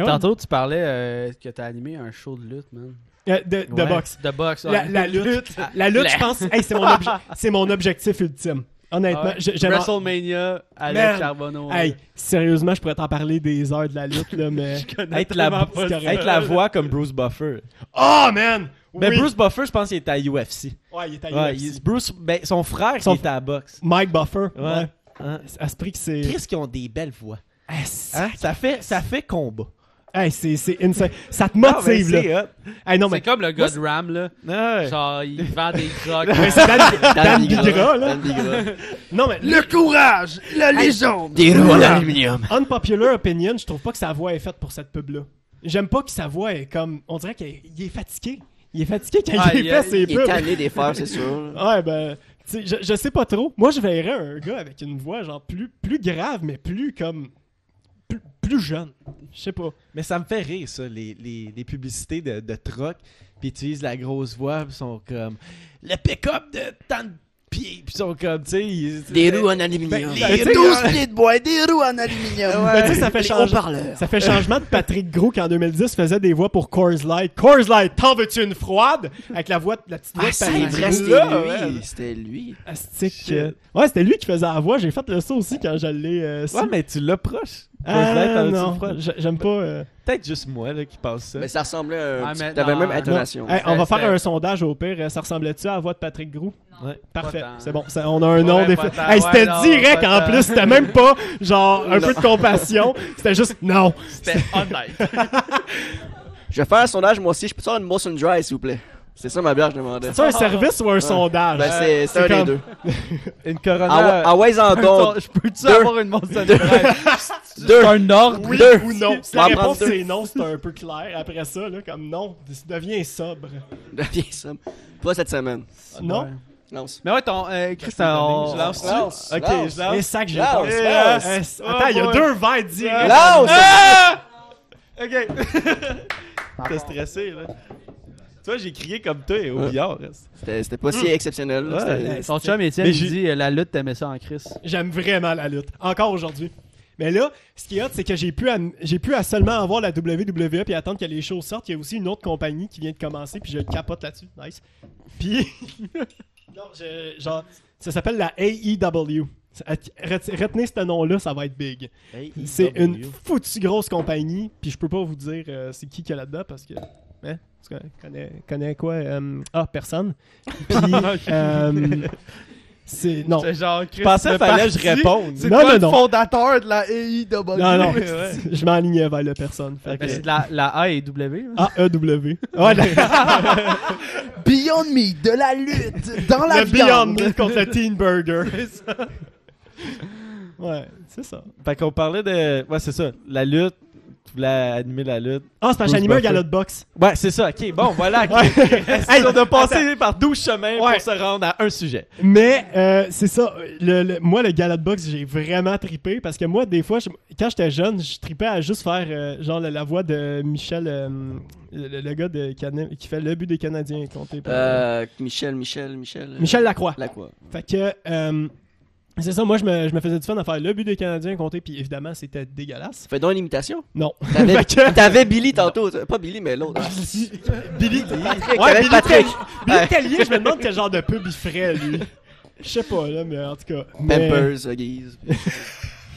[SPEAKER 1] Mais ouais.
[SPEAKER 3] tantôt, tu parlais euh, que t'as animé un show de lutte, man.
[SPEAKER 1] Euh, de, de
[SPEAKER 3] Ouais.
[SPEAKER 1] boxe.
[SPEAKER 3] De boxe,
[SPEAKER 1] La,
[SPEAKER 3] ouais.
[SPEAKER 1] la lutte. Ah. La lutte, je pense, hey, c'est mon, obje- c'est mon objectif ultime. Honnêtement,
[SPEAKER 3] Ouais.
[SPEAKER 1] j'ai- j'aime.
[SPEAKER 3] WrestleMania, Alex
[SPEAKER 1] Man.
[SPEAKER 3] Charbonneau.
[SPEAKER 1] Hey, sérieusement, je pourrais t'en parler des heures de la lutte, là, mais.
[SPEAKER 2] Être la,
[SPEAKER 1] pas ça.
[SPEAKER 2] être la voix comme Bruce Buffer.
[SPEAKER 1] Oh, man!
[SPEAKER 2] Mais
[SPEAKER 1] Oui.
[SPEAKER 2] Bruce Buffer, je pense qu'il est à UFC.
[SPEAKER 1] Ouais, il est à
[SPEAKER 2] Ouais,
[SPEAKER 1] UFC.
[SPEAKER 2] il- Bruce, ben, son frère
[SPEAKER 1] Son-
[SPEAKER 2] qui est à la boxe.
[SPEAKER 1] Mike Buffer. Ouais.
[SPEAKER 2] Ouais. Hein?
[SPEAKER 1] À ce prix que c'est.
[SPEAKER 2] Qu'est-ce qu'ils ont des belles voix.
[SPEAKER 1] Ah, c'est-
[SPEAKER 2] Hein? Ça, fait, ça fait combat.
[SPEAKER 1] Hey, c'est c'est insane. Ça te motive,
[SPEAKER 2] Ah, ben,
[SPEAKER 1] là. Hey, non,
[SPEAKER 3] c'est
[SPEAKER 1] mais.
[SPEAKER 3] comme le gars de Ram, là.
[SPEAKER 2] c'est hot. Ah Ouais.
[SPEAKER 3] Genre, il vend des crocs.
[SPEAKER 1] mais c'est Dan, Dan
[SPEAKER 4] Bigra.
[SPEAKER 1] Bigra, là.
[SPEAKER 4] Dan Bigra.
[SPEAKER 1] Non, mais.
[SPEAKER 5] courage, la légende.
[SPEAKER 4] Des roues en aluminium.
[SPEAKER 1] Unpopular opinion, je trouve pas que sa voix est faite pour cette pub-là. J'aime pas que sa voix est comme. On dirait qu'il est- il est fatigué. Il est fatigué quand
[SPEAKER 3] Ah,
[SPEAKER 1] il
[SPEAKER 3] il-
[SPEAKER 1] fait ses
[SPEAKER 4] Il est
[SPEAKER 1] pubs.
[SPEAKER 4] tanné des fers, c'est sûr.
[SPEAKER 1] Ouais, ben. tu sais, Je, je sais pas trop. Moi, je verrais un gars avec une voix, genre, plus, plus grave, mais plus comme. Plus, plus jeune. Je sais pas.
[SPEAKER 2] Mais ça me fait rire, ça, les, les, les publicités de, de troc, puis ils utilisent la grosse voix, puis ils sont comme le pick-up de tant de pieds, puis ils sont comme, tu sais, ils-
[SPEAKER 4] Des roues en aluminium.
[SPEAKER 2] Ben,
[SPEAKER 5] Les
[SPEAKER 2] tu sais,
[SPEAKER 5] 12 pieds de bois et des roues en aluminium.
[SPEAKER 1] Mais tu sais, ça fait
[SPEAKER 4] Les
[SPEAKER 1] changer.
[SPEAKER 4] haut-parleurs.
[SPEAKER 1] Ça fait changement de Patrick Gros qui en 2010 faisait des voix pour Coors Light. Coors Light, t'en veux-tu une froide? Avec la voix, de- la petite voix
[SPEAKER 4] Ah,
[SPEAKER 1] de
[SPEAKER 4] c'est
[SPEAKER 1] Patrick
[SPEAKER 4] vrai,
[SPEAKER 1] Gros.
[SPEAKER 4] c'était lui. C'était lui.
[SPEAKER 1] Astique,
[SPEAKER 2] Shit.
[SPEAKER 1] euh, Ouais, c'était lui qui faisait la voix. J'ai fait le saut aussi quand je l'ai. euh, su.
[SPEAKER 2] Ouais, mais tu l'as proche.
[SPEAKER 1] Ah,
[SPEAKER 2] Peut-être t'en as-tu
[SPEAKER 1] non,
[SPEAKER 2] proche?
[SPEAKER 1] j'a- j'aime pas. euh.
[SPEAKER 2] Peut-être juste moi là, qui pense ça.
[SPEAKER 4] Mais ça ressemblait à
[SPEAKER 3] Ah, mais
[SPEAKER 4] un petit- T'avais
[SPEAKER 3] non,
[SPEAKER 4] même
[SPEAKER 3] non.
[SPEAKER 4] intonation.
[SPEAKER 1] Hey, on va
[SPEAKER 3] C'était-
[SPEAKER 1] faire un sondage au pire. Euh, Ça ressemblait-tu à la voix de Patrick Gros?
[SPEAKER 2] Ouais.
[SPEAKER 1] Parfait,
[SPEAKER 3] tant.
[SPEAKER 1] c'est bon. ça- on a un nom
[SPEAKER 3] Ouais,
[SPEAKER 1] des
[SPEAKER 3] pas tant,
[SPEAKER 1] Hey, c'était
[SPEAKER 3] ouais, non,
[SPEAKER 1] direct
[SPEAKER 3] pas
[SPEAKER 1] en
[SPEAKER 3] tant.
[SPEAKER 1] plus. C'était même pas genre un peu de compassion. C'était juste non.
[SPEAKER 3] C'était honnête.
[SPEAKER 4] Je vais faire un sondage moi aussi. Je peux te faire une Molson Dry, s'il vous plaît. C'est ça ma bière, je demandais.
[SPEAKER 1] C'est un service ou un sondage?
[SPEAKER 4] Ben, c'est c'est un
[SPEAKER 1] c'est
[SPEAKER 4] des
[SPEAKER 1] comme-
[SPEAKER 4] deux. Ah,
[SPEAKER 2] Une corona.
[SPEAKER 4] À Waisanton,
[SPEAKER 3] Je peux-tu
[SPEAKER 4] Deux.
[SPEAKER 3] avoir une monster de
[SPEAKER 4] deux.
[SPEAKER 3] Un ordre?
[SPEAKER 1] Oui
[SPEAKER 4] Deux.
[SPEAKER 1] ou non. Si
[SPEAKER 4] On
[SPEAKER 1] la
[SPEAKER 4] va en prendre
[SPEAKER 1] réponse
[SPEAKER 4] deux.
[SPEAKER 1] c'est non, c'est un peu clair. Après ça, là, comme non, deviens sobre.
[SPEAKER 4] Deviens somme. Pas cette semaine.
[SPEAKER 1] Non?
[SPEAKER 4] Lance.
[SPEAKER 3] Mais ouais, ton. euh, Chris,
[SPEAKER 1] Je
[SPEAKER 3] on.
[SPEAKER 2] lance-tu?
[SPEAKER 4] Lance,
[SPEAKER 2] Ok,
[SPEAKER 4] lance.
[SPEAKER 2] je lance.
[SPEAKER 1] Et ça que j'ai
[SPEAKER 4] Lance,
[SPEAKER 1] pas.
[SPEAKER 4] lance.
[SPEAKER 1] Eh, euh, eh, Attends, il y a
[SPEAKER 4] Ah,
[SPEAKER 2] boy.
[SPEAKER 1] deux verres directs.
[SPEAKER 4] Lance!
[SPEAKER 2] Ah! Ok. T'es stressé, là. Tu vois, j'ai crié comme toi au
[SPEAKER 4] Ouais.
[SPEAKER 2] billard.
[SPEAKER 4] C'était c'était pas si exceptionnel. là.
[SPEAKER 2] Ouais.
[SPEAKER 4] C'était-
[SPEAKER 1] Ouais,
[SPEAKER 3] Son euh, chum Étienne,
[SPEAKER 2] Mais
[SPEAKER 3] il
[SPEAKER 2] j'ai-
[SPEAKER 3] dit euh, la lutte, t'aimais ça en Chris.
[SPEAKER 1] J'aime vraiment la lutte. Encore aujourd'hui. Mais là, ce qui est hot, c'est que j'ai pu, à, j'ai pu à seulement avoir la WWE puis attendre que les choses sortent. Il y a aussi une autre compagnie qui vient de commencer puis je capote là-dessus. Nice. Puis, non, je- genre, ça s'appelle la E AEW. Ça- ret- Retenez ce nom-là, ça va être big. C'est
[SPEAKER 2] E
[SPEAKER 1] une foutue grosse compagnie, puis je peux pas vous dire euh, c'est qui qui est là-dedans parce que. Hein? Tu con- connais, connais quoi euh, Ah, personne. Puis. euh, c'est. Non.
[SPEAKER 3] C'est genre Chris.
[SPEAKER 2] Je pensais qu'il fallait que je réponde.
[SPEAKER 1] Non, non, non.
[SPEAKER 5] fondateur de la E AEW.
[SPEAKER 1] Non, non.
[SPEAKER 2] Ouais.
[SPEAKER 1] Je m'enlignais vers le personne. Fait que-
[SPEAKER 3] Ah, ben, C'est de la, la A et W. là.
[SPEAKER 1] AEW. Ouais, le,
[SPEAKER 5] Beyond Me, de la lutte, dans la
[SPEAKER 1] le Beyond
[SPEAKER 5] viande.
[SPEAKER 1] Meat contre le Teen Burger. ouais, c'est ça.
[SPEAKER 2] Fait qu'on parlait de. Ouais, c'est ça. La lutte. Tu voulais animer la lutte.
[SPEAKER 1] Ah, c'est parce que
[SPEAKER 2] Bruce
[SPEAKER 1] j'animais un
[SPEAKER 2] Buffer.
[SPEAKER 1] gala de boxe.
[SPEAKER 2] Ouais, c'est ça. Ok, bon, voilà. ok.
[SPEAKER 1] Hey,
[SPEAKER 2] on a passé par 12 chemins
[SPEAKER 1] Ouais.
[SPEAKER 2] pour se rendre à un sujet.
[SPEAKER 1] Mais euh, c'est ça, le- le- moi le gala de boxe, j'ai vraiment tripé parce que moi des fois je- quand j'étais jeune, je tripais à juste faire euh, genre la, la voix de Michel euh, le, le gars de, qui, anime- qui fait le but des Canadiens compté. par-
[SPEAKER 4] Euh, Michel, Michel, Michel. euh,
[SPEAKER 1] Michel Lacroix.
[SPEAKER 4] Lacroix.
[SPEAKER 1] Fait que euh, C'est ça, moi je me, je me faisais du fun à faire le but des Canadiens compté, puis évidemment c'était dégueulasse.
[SPEAKER 4] Fais donc une imitation.
[SPEAKER 1] Non.
[SPEAKER 4] T'avais,
[SPEAKER 1] Fait que-
[SPEAKER 4] t'avais Billy tantôt. t'avais- Pas Billy, mais l'autre.
[SPEAKER 1] Billy,
[SPEAKER 4] Patrick,
[SPEAKER 1] Ouais,
[SPEAKER 4] t'avais
[SPEAKER 1] Billy
[SPEAKER 4] Patrick.
[SPEAKER 1] Tal- Billy Tellier, je me demande quel genre de pub il ferait lui. Je sais pas là, mais en tout cas. mais-
[SPEAKER 4] Pampers, euh, Guise.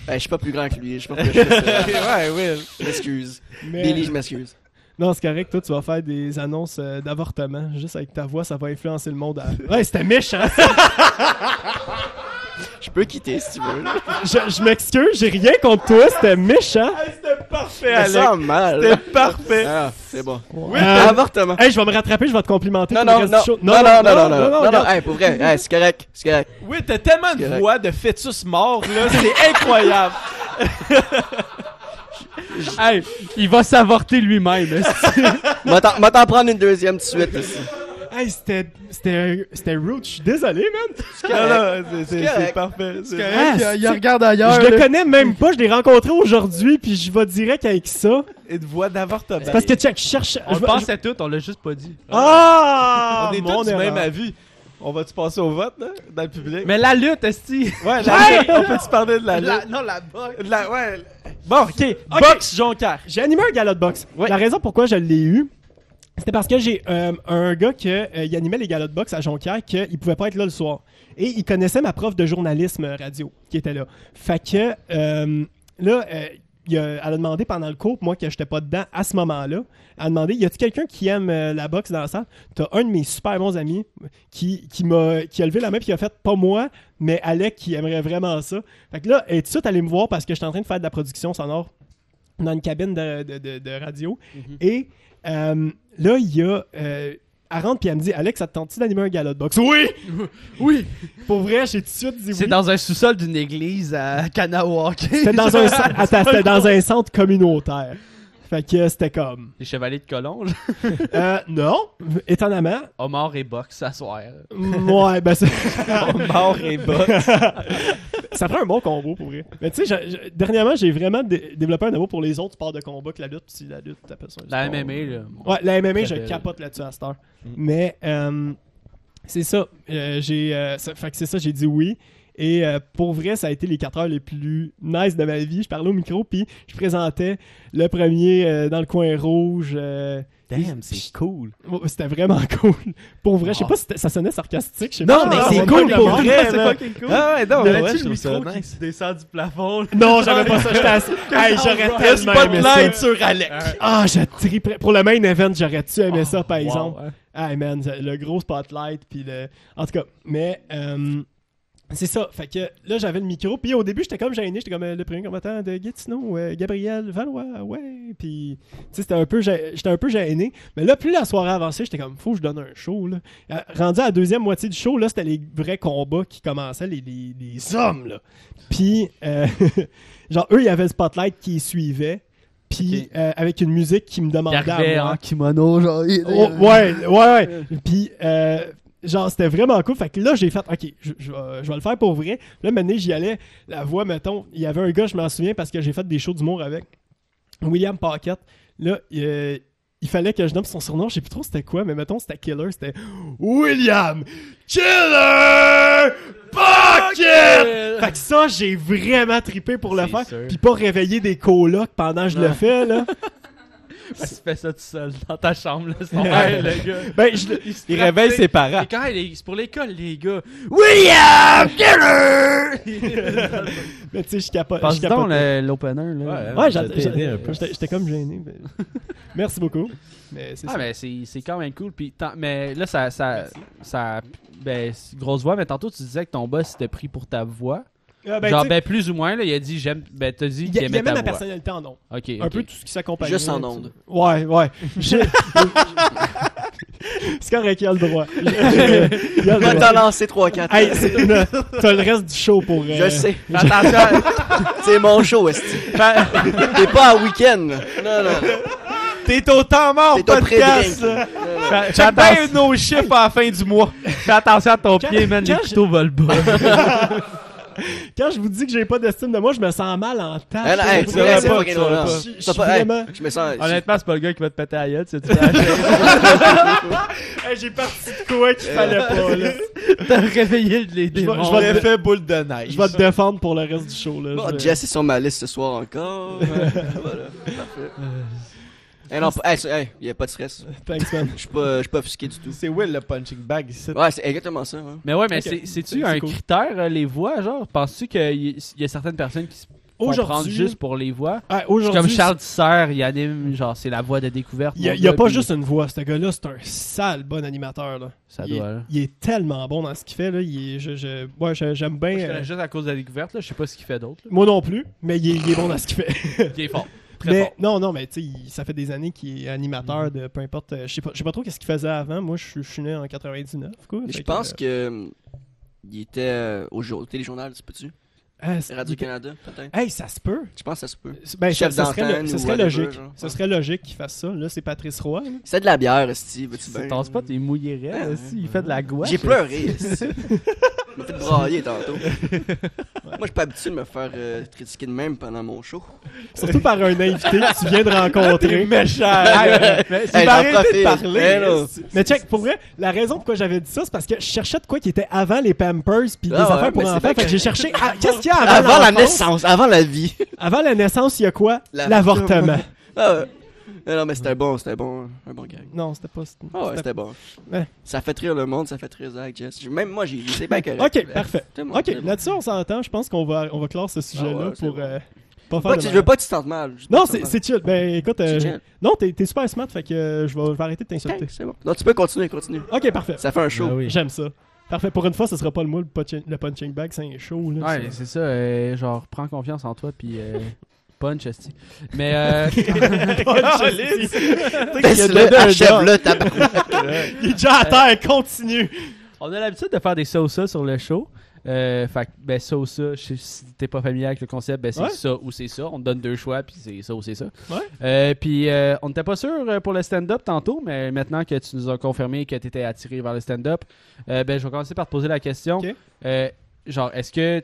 [SPEAKER 4] Ben, je suis pas plus grand que lui. Je sais pas pourquoi je fais ça.
[SPEAKER 2] ouais, Will.
[SPEAKER 4] Je m'excuse.
[SPEAKER 1] mais-
[SPEAKER 4] Billy, je m'excuse.
[SPEAKER 1] Non, c'est correct, toi tu vas faire des annonces euh, d'avortement. Juste avec ta voix, ça va influencer le monde. à- Ouais, c'était méchant.
[SPEAKER 4] Je peux quitter si tu veux. là.
[SPEAKER 1] je je m'excuse, j'ai rien contre toi, c'était méchant.
[SPEAKER 2] C'était parfait,
[SPEAKER 4] Ça
[SPEAKER 2] Alex.
[SPEAKER 4] sent mal.
[SPEAKER 2] C'était parfait.
[SPEAKER 4] Ah, c'est bon.
[SPEAKER 1] Euh,
[SPEAKER 4] Avortement.
[SPEAKER 1] Hey, je vais me rattraper, je vais te complimenter.
[SPEAKER 4] Non,
[SPEAKER 1] pour le
[SPEAKER 4] non,
[SPEAKER 1] reste
[SPEAKER 4] non.
[SPEAKER 1] du show.
[SPEAKER 4] Non, non, non, non, non, non, non,
[SPEAKER 1] regarde.
[SPEAKER 4] hey, pour vrai, hey, c'est correct, c'est correct.
[SPEAKER 2] Oui, t'as tellement de
[SPEAKER 4] correct.
[SPEAKER 2] voix de fœtus mort, là, c'est incroyable.
[SPEAKER 3] Hey, il va s'avorter lui-même. est-ce que-
[SPEAKER 4] M'a t'en m'a t'en prendre une deuxième tout de suite. ici.
[SPEAKER 1] Hey, c'était, c'était, c'était rude. Je suis désolé, man.
[SPEAKER 4] C'est correct.
[SPEAKER 2] Non, non, c'est- c'est
[SPEAKER 4] correct.
[SPEAKER 2] c'est parfait. c'est-
[SPEAKER 1] Ah,
[SPEAKER 5] il,
[SPEAKER 1] c'est-
[SPEAKER 5] regarde ailleurs.
[SPEAKER 1] je le
[SPEAKER 5] là.
[SPEAKER 1] connais même pas. Je l'ai rencontré aujourd'hui, puis je vais direct avec ça.
[SPEAKER 2] Une voix d'avortement.
[SPEAKER 1] C'est parce que check, je cherche.
[SPEAKER 3] On
[SPEAKER 1] je
[SPEAKER 3] le
[SPEAKER 1] vais-
[SPEAKER 3] pense à tout, on l'a juste pas dit.
[SPEAKER 1] Ah,
[SPEAKER 2] On est
[SPEAKER 1] mon
[SPEAKER 2] tous du
[SPEAKER 1] erreur.
[SPEAKER 2] même avis. On va-tu passer au vote, là, dans le public?
[SPEAKER 3] Mais la lutte, Esti!
[SPEAKER 2] Ouais, la lutte, on peut-tu parler de la lutte?
[SPEAKER 3] non, la boxe!
[SPEAKER 2] De la- ouais. Bon, OK.
[SPEAKER 1] Ok.
[SPEAKER 2] Box Jonker.
[SPEAKER 1] J'ai animé un galop de boxe.
[SPEAKER 2] Ouais.
[SPEAKER 1] La raison pourquoi je l'ai eu, c'était parce que j'ai euh, un gars qui animait les galops de boxe à Jonquière, qu'il pouvait pas être là le soir. Et il connaissait ma prof de journalisme radio qui était là. Fait que euh, là, euh, il a- elle a demandé pendant le cours, moi que j'étais pas dedans à ce moment-là, elle a demandé y a-t-il quelqu'un qui aime euh, la boxe dans la salle T'as un de mes super bons amis qui, qui, m'a, qui a levé la main puis qui a fait pas moi, mais Alec qui aimerait vraiment ça. Fait que là, elle est tout de suite allée me voir parce que j'étais en train de faire de la production sonore dans une cabine de, de- de- de radio. Et euh, là, il y a. euh, elle rentre puis elle me dit Alex, ça te tente-tu d'animer un galop de boxe Oui Oui Pour vrai, j'ai tout de suite dit oui.
[SPEAKER 3] C'est dans un sous-sol d'une église à Kanawake.
[SPEAKER 1] C'était dans, un, cen- attends, c'était dans un centre communautaire. Fait que euh, c'était comme.
[SPEAKER 3] Les chevaliers de Colonge.
[SPEAKER 1] Euh, non, étonnamment.
[SPEAKER 3] Omar et boxe à soir.
[SPEAKER 1] Ouais, ben c'est.
[SPEAKER 2] Mort et box.
[SPEAKER 1] Ça prend un bon combo pour vrai. Mais tu sais, je- je- dernièrement, j'ai vraiment dé- développé un amour pour les autres sports de combat que la lutte, si la lutte, t'appelles ça. un
[SPEAKER 3] La
[SPEAKER 1] sport.
[SPEAKER 3] MMA, là.
[SPEAKER 1] Ouais, la MMA, je
[SPEAKER 3] belle.
[SPEAKER 1] capote là-dessus à cette heure. Mais euh, c'est ça. Euh, j'ai, euh, ça- fait que c'est ça, j'ai dit oui. Et euh, pour vrai, ça a été les 4 heures les plus nice de ma vie. Je parlais au micro, puis je présentais le premier euh, dans le coin rouge. euh,
[SPEAKER 2] Damn, c'est cool.
[SPEAKER 1] oh, c'était vraiment cool. Pour vrai, je sais
[SPEAKER 3] Ah.
[SPEAKER 1] pas si c'était- ça sonnait sarcastique. je sais
[SPEAKER 2] Non,
[SPEAKER 1] pas.
[SPEAKER 2] mais
[SPEAKER 1] Ah,
[SPEAKER 2] c'est
[SPEAKER 1] on va
[SPEAKER 2] cool
[SPEAKER 1] pas
[SPEAKER 2] pour
[SPEAKER 1] le
[SPEAKER 2] vrai,
[SPEAKER 1] voir.
[SPEAKER 2] là.
[SPEAKER 1] fucking cool.
[SPEAKER 2] Ah ouais, non,
[SPEAKER 1] Y avait-tu
[SPEAKER 2] ouais,
[SPEAKER 1] le
[SPEAKER 2] je trouve ça nice.
[SPEAKER 3] descend du plafond.
[SPEAKER 1] Non, j'avais pas ça. J'étais assis. Hey, j'aurais tellement aimé ça.
[SPEAKER 2] sur Alex.
[SPEAKER 1] Ah, je triperais. Pour le main event, j'aurais tu aimé
[SPEAKER 2] Ah,
[SPEAKER 1] ça, par exemple. Hey man, le gros spotlight, puis le... En tout cas, mais... euh, c'est ça, fait que là j'avais le micro, puis au début j'étais comme gêné, j'étais comme euh, le premier combattant de Gatineau, euh, Gabriel Valois, ouais, puis tu sais c'était un peu gê- j'étais un peu gêné, mais là plus la soirée avançait, j'étais comme faut que je donne un show là. Euh, Rendu à la deuxième moitié du show là, c'était les vrais combats qui commençaient, les, les, les hommes là. Puis euh, genre eux il y avait le spotlight qui les suivait, puis
[SPEAKER 3] Ok.
[SPEAKER 1] euh, avec une musique qui me demandait à
[SPEAKER 2] hein,
[SPEAKER 1] moi.
[SPEAKER 3] en
[SPEAKER 5] Kimono, genre. il-
[SPEAKER 1] Oh, ouais, ouais, ouais. Puis, euh, genre, c'était vraiment cool. Fait que là, j'ai fait, OK, je, je vais- je vais le faire pour vrai. Là, maintenant, j'y allais. La voix, mettons, il y avait un gars, je m'en souviens, parce que j'ai fait des shows d'humour avec William Paquette. Là, euh, il fallait que je nomme son surnom. Je sais plus trop c'était quoi, mais mettons, c'était Killer. C'était William Killer Pocket! Fait que ça, j'ai vraiment tripé pour le
[SPEAKER 3] C'est
[SPEAKER 1] faire.
[SPEAKER 3] sûr.
[SPEAKER 1] Puis pas réveiller des colocs pendant que je le
[SPEAKER 4] Ouais.
[SPEAKER 1] fais, là.
[SPEAKER 3] Tu fais ça tout seul dans ta chambre, là. C'est
[SPEAKER 1] Ouais, Ah.
[SPEAKER 3] le gars.
[SPEAKER 1] Ben, je le-
[SPEAKER 2] Il réveille ses parents.
[SPEAKER 3] Et quand il est- c'est pour l'école, les gars.
[SPEAKER 5] William Keller!
[SPEAKER 1] Mais tu sais, je capote. je
[SPEAKER 3] Passe
[SPEAKER 1] capote.
[SPEAKER 3] donc le- l'opener, là.
[SPEAKER 1] Ouais,
[SPEAKER 2] Ça
[SPEAKER 1] j'a-
[SPEAKER 2] t'a
[SPEAKER 1] j'a-
[SPEAKER 2] aidé un peu.
[SPEAKER 1] j'étais j'étais comme gêné. mais- Merci beaucoup. Mais c'est
[SPEAKER 3] Ah,
[SPEAKER 1] ça.
[SPEAKER 3] mais c'est c'est quand même cool. Puis tant- mais là, ça. ça, ça ben, c'est grosse voix, mais tantôt, tu disais que ton boss il t'a pris pour ta voix.
[SPEAKER 1] Ah, ben, tu
[SPEAKER 3] Genre,
[SPEAKER 1] sais,
[SPEAKER 3] ben, plus ou moins, là, il a dit, j'aime. Ben, t'as dit
[SPEAKER 1] il y
[SPEAKER 3] qu'il
[SPEAKER 1] a- il y
[SPEAKER 3] aimait
[SPEAKER 1] avait
[SPEAKER 3] ta
[SPEAKER 1] ma
[SPEAKER 3] voix.
[SPEAKER 1] personnalité en nom.
[SPEAKER 3] Ok.
[SPEAKER 1] Un
[SPEAKER 3] ok.
[SPEAKER 1] peu tout ce qui s'accompagne.
[SPEAKER 4] Juste en
[SPEAKER 1] là, tu
[SPEAKER 4] onde.
[SPEAKER 1] sais. Ouais, ouais. J'ai- c'est correct, il a le droit. Il a
[SPEAKER 4] Je vais
[SPEAKER 1] le
[SPEAKER 4] t'en
[SPEAKER 1] droit.
[SPEAKER 4] lancer 3-4.
[SPEAKER 1] Hey, c'est- t'as le reste du show pour. euh,
[SPEAKER 4] je sais.
[SPEAKER 3] Fais attention.
[SPEAKER 4] C'est mon show, Esti. T'es pas à week-end. Non, non.
[SPEAKER 2] T'es au temps mort,
[SPEAKER 4] T'es pas prêt
[SPEAKER 2] podcast.
[SPEAKER 4] de
[SPEAKER 2] là.
[SPEAKER 3] Fais- fais
[SPEAKER 2] Check bien
[SPEAKER 3] attention-
[SPEAKER 2] nos chiffres à la fin du mois.
[SPEAKER 3] fais attention à ton
[SPEAKER 1] Quand-
[SPEAKER 3] pied, man. Les
[SPEAKER 1] quand je-
[SPEAKER 3] couteaux volent bas.
[SPEAKER 1] Quand je vous dis que j'ai pas d'estime de moi, je me sens mal en temps.
[SPEAKER 4] Non, non, hey,
[SPEAKER 2] Tu
[SPEAKER 4] tu
[SPEAKER 2] l'aurais
[SPEAKER 4] sais, c'est
[SPEAKER 2] pas,
[SPEAKER 4] fucking
[SPEAKER 2] tu l'aurais
[SPEAKER 4] drôle,
[SPEAKER 2] pas.
[SPEAKER 4] hein.
[SPEAKER 1] Je- je
[SPEAKER 4] T'as
[SPEAKER 1] suis
[SPEAKER 4] pas- hey,
[SPEAKER 1] vraiment-
[SPEAKER 4] Je me sens.
[SPEAKER 3] Honnêtement, c'est pas le gars qui va te péter à gueule, c'est du
[SPEAKER 1] Hey, Ouais, j'ai parti de quoi
[SPEAKER 4] Euh,
[SPEAKER 1] qu'il fallait pas, là.
[SPEAKER 3] T'as réveillé
[SPEAKER 1] Je
[SPEAKER 3] les
[SPEAKER 1] vais-
[SPEAKER 3] démons.
[SPEAKER 1] je vais-
[SPEAKER 2] l'effet boule de neige.
[SPEAKER 1] Je vais te défendre pour le reste du show, là.
[SPEAKER 4] Bon,
[SPEAKER 1] Je vais-
[SPEAKER 4] Jess est sur ma liste ce soir encore. Euh, voilà, parfait. Eh non, pas- hey, ça- hey, y a pas de stress.
[SPEAKER 1] Thanks, man.
[SPEAKER 4] Je suis pas, je suis pas offusqué du tout.
[SPEAKER 2] C'est Will le punching bag ici.
[SPEAKER 4] Ouais, c'est exactement ça. hein. ouais.
[SPEAKER 3] Mais ouais, mais
[SPEAKER 1] Ok.
[SPEAKER 3] c'est-
[SPEAKER 1] C'est-
[SPEAKER 3] c'est-tu
[SPEAKER 1] c'est
[SPEAKER 3] un
[SPEAKER 1] cool.
[SPEAKER 3] critère, euh, les voix, genre? Penses-tu qu'il y, il y a certaines personnes qui se font prendre
[SPEAKER 1] Aujourd'hui,
[SPEAKER 3] juste pour les voix?
[SPEAKER 1] ouais,
[SPEAKER 3] C'est
[SPEAKER 1] aujourd'hui,
[SPEAKER 3] Comme Charles Tisser, il anime, genre, c'est la voix de découverte.
[SPEAKER 1] Il y a,
[SPEAKER 3] mon
[SPEAKER 1] il y a
[SPEAKER 3] gars,
[SPEAKER 1] pas
[SPEAKER 3] puis
[SPEAKER 1] juste une voix. Ce gars-là, c'est un sale bon animateur, là.
[SPEAKER 3] Ça
[SPEAKER 1] il, est,
[SPEAKER 3] doit, là.
[SPEAKER 1] il est tellement bon dans ce qu'il fait, là. Il est- je, je- ouais, je- j'aime bien.
[SPEAKER 3] Moi, je
[SPEAKER 1] euh,
[SPEAKER 3] connais juste à cause de la découverte, là. Je sais pas ce qu'il fait d'autre. là.
[SPEAKER 1] moi non plus, mais il est, il est bon dans ce qu'il fait.
[SPEAKER 3] Il est fort. Très
[SPEAKER 1] mais
[SPEAKER 3] fort.
[SPEAKER 1] non, non, mais tu sais, il- ça fait des années qu'il est animateur de peu importe. euh, Je sais pas, je sais pas trop qu'est-ce qu'il faisait avant. Moi, je suis- je suis né en 99, quoi.
[SPEAKER 4] Mais
[SPEAKER 1] Fait
[SPEAKER 4] Je pense
[SPEAKER 1] euh,
[SPEAKER 4] que euh, il était euh, au, jour- au téléjournal, tu peux-tu
[SPEAKER 1] ah, c'est-
[SPEAKER 4] Radio-Canada, peut-être.
[SPEAKER 1] Hey, ça se peut.
[SPEAKER 4] Je pense que ça se peut.
[SPEAKER 1] Ben,
[SPEAKER 4] Chef
[SPEAKER 1] ça, ça serait,
[SPEAKER 4] d'antenne
[SPEAKER 1] lo- ça
[SPEAKER 4] ou
[SPEAKER 1] serait
[SPEAKER 4] whatever,
[SPEAKER 1] logique.
[SPEAKER 4] genre.
[SPEAKER 1] Ça serait logique qu'il fasse ça. Là, c'est Patrice Roy. là.
[SPEAKER 4] C'est de la bière, Steve. Veux-tu bien?
[SPEAKER 3] Ton spot est mouillé raide, aussi. Il fait de la gouache.
[SPEAKER 4] J'ai pleuré. esti. Je me fait brailler tantôt. Moi, je suis pas habitué de me faire euh, critiquer de même pendant mon show.
[SPEAKER 1] Surtout par un invité que tu viens de rencontrer.
[SPEAKER 2] méchant.
[SPEAKER 3] Mais
[SPEAKER 2] Il
[SPEAKER 4] Hey, j'en
[SPEAKER 2] va arrêter
[SPEAKER 4] profite.
[SPEAKER 2] de parler.
[SPEAKER 4] Eh, là.
[SPEAKER 2] esti.
[SPEAKER 1] Mais check, pour vrai, la raison pourquoi j'avais dit ça, c'est parce que je cherchais de quoi qui était avant les Pampers puis des
[SPEAKER 4] Ah ouais,
[SPEAKER 1] affaires pour
[SPEAKER 4] mais c'est
[SPEAKER 1] enfants.
[SPEAKER 4] bien
[SPEAKER 1] Fait que j'ai cherché. ah, Qu'est-ce qu'il y a avant,
[SPEAKER 4] Avant la
[SPEAKER 1] l'enfance?
[SPEAKER 4] naissance, avant la vie.
[SPEAKER 1] Avant la naissance, il y a quoi
[SPEAKER 4] La-
[SPEAKER 1] L'avortement.
[SPEAKER 4] Ah ouais. Non, non, mais c'était bon, c'était bon. Un bon gag.
[SPEAKER 1] Non, c'était pas. c'était-
[SPEAKER 4] Ah ouais, c'était bon.
[SPEAKER 1] Ouais.
[SPEAKER 4] Ça fait rire le monde, ça fait rire Zach, Jess. J'ai- Même moi, j'ai ri. C'est bien correct.
[SPEAKER 1] Ok, parfait.
[SPEAKER 4] C'est bon,
[SPEAKER 1] Ok,
[SPEAKER 4] c'est bon.
[SPEAKER 1] là-dessus, on s'entend. Je pense qu'on va, on va clore ce sujet-là
[SPEAKER 4] Ah ouais, c'est
[SPEAKER 1] pour
[SPEAKER 4] bon.
[SPEAKER 1] euh, pas
[SPEAKER 4] Pas
[SPEAKER 1] faire.
[SPEAKER 4] que
[SPEAKER 1] de
[SPEAKER 4] tu- Je
[SPEAKER 1] mal.
[SPEAKER 4] veux pas que tu te sentes mal. Je veux
[SPEAKER 1] Non,
[SPEAKER 4] pas que tu
[SPEAKER 1] c'est
[SPEAKER 4] te sentes
[SPEAKER 1] c'est chill. Ben écoute, euh,
[SPEAKER 4] mal. C'est chill.
[SPEAKER 1] non, t'es t'es super smart, fait que euh, je vais je vais arrêter de t'insulter.
[SPEAKER 4] Thanks, C'est bon. Non, tu peux continuer, continue.
[SPEAKER 1] Ok, parfait.
[SPEAKER 4] Ça fait un
[SPEAKER 2] Ah
[SPEAKER 4] show.
[SPEAKER 1] J'aime ça. Parfait. Pour une fois, ce sera pas le moi le punching, le punching bag, c'est un show. Là,
[SPEAKER 3] Ouais,
[SPEAKER 1] ça.
[SPEAKER 3] c'est ça. euh, genre, prends confiance en toi, puis euh, punch, esti. Mais euh,
[SPEAKER 4] Laisse-le, achève-le, tabarnak.
[SPEAKER 1] Il est déjà à terre, continue.
[SPEAKER 3] on a l'habitude de faire des sauces sur le show. Euh, fait que, ben, ça ou ça, je sais- si t'es pas familier avec le concept, ben, c'est
[SPEAKER 1] Ouais.
[SPEAKER 3] ça ou c'est ça. On te donne deux choix, puis c'est ça ou c'est ça.
[SPEAKER 1] Ouais.
[SPEAKER 3] Euh, puis, euh, on n'était pas sûr euh, pour le stand-up tantôt, mais maintenant que tu nous as confirmé que t'étais attiré vers le stand-up, euh, ben, je vais commencer par te poser la question.
[SPEAKER 1] Ok.
[SPEAKER 3] Euh, genre, est-ce que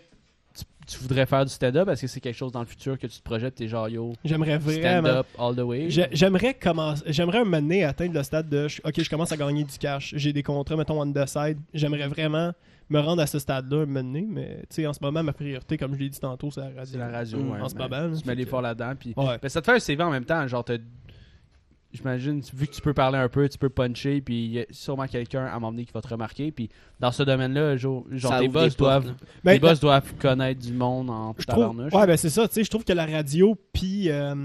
[SPEAKER 3] tu, tu voudrais faire du stand-up? Est-ce que c'est quelque chose dans le futur que tu te projettes? T'es genre, yo,
[SPEAKER 1] J'aimerais vraiment.
[SPEAKER 3] stand-up all the way.
[SPEAKER 1] J'ai- J'aimerais commencer, j'aimerais un moment donné atteindre le stade de, je- ok, je commence à gagner du cash, j'ai des contrats, mettons on the side. J'aimerais vraiment me rendre à ce stade-là, un moment donné, mais tu sais, en ce moment ma priorité, comme je l'ai dit tantôt, c'est la radio.
[SPEAKER 3] C'est la radio,
[SPEAKER 4] Mm,
[SPEAKER 3] ouais,
[SPEAKER 1] en ce
[SPEAKER 3] mais
[SPEAKER 1] moment, là.
[SPEAKER 3] Tu mets l'effort là-dedans, puis...
[SPEAKER 1] Ouais.
[SPEAKER 3] Ben, ça te fait un CV en même temps, genre, t'as- J'imagine, vu que tu peux parler un peu, tu peux puncher, puis il y a sûrement quelqu'un à m'emmener qui va te remarquer. Puis dans ce domaine-là, jo- genre,
[SPEAKER 4] Ça
[SPEAKER 3] tes
[SPEAKER 4] ouvre
[SPEAKER 3] boss,
[SPEAKER 4] des portes,
[SPEAKER 3] doivent,
[SPEAKER 4] là.
[SPEAKER 1] Ben,
[SPEAKER 3] tes boss doivent connaître du monde en
[SPEAKER 1] je trouve,
[SPEAKER 3] tabarnouche.
[SPEAKER 1] ouais, ben c'est ça, tu sais, je trouve que la radio puis euh,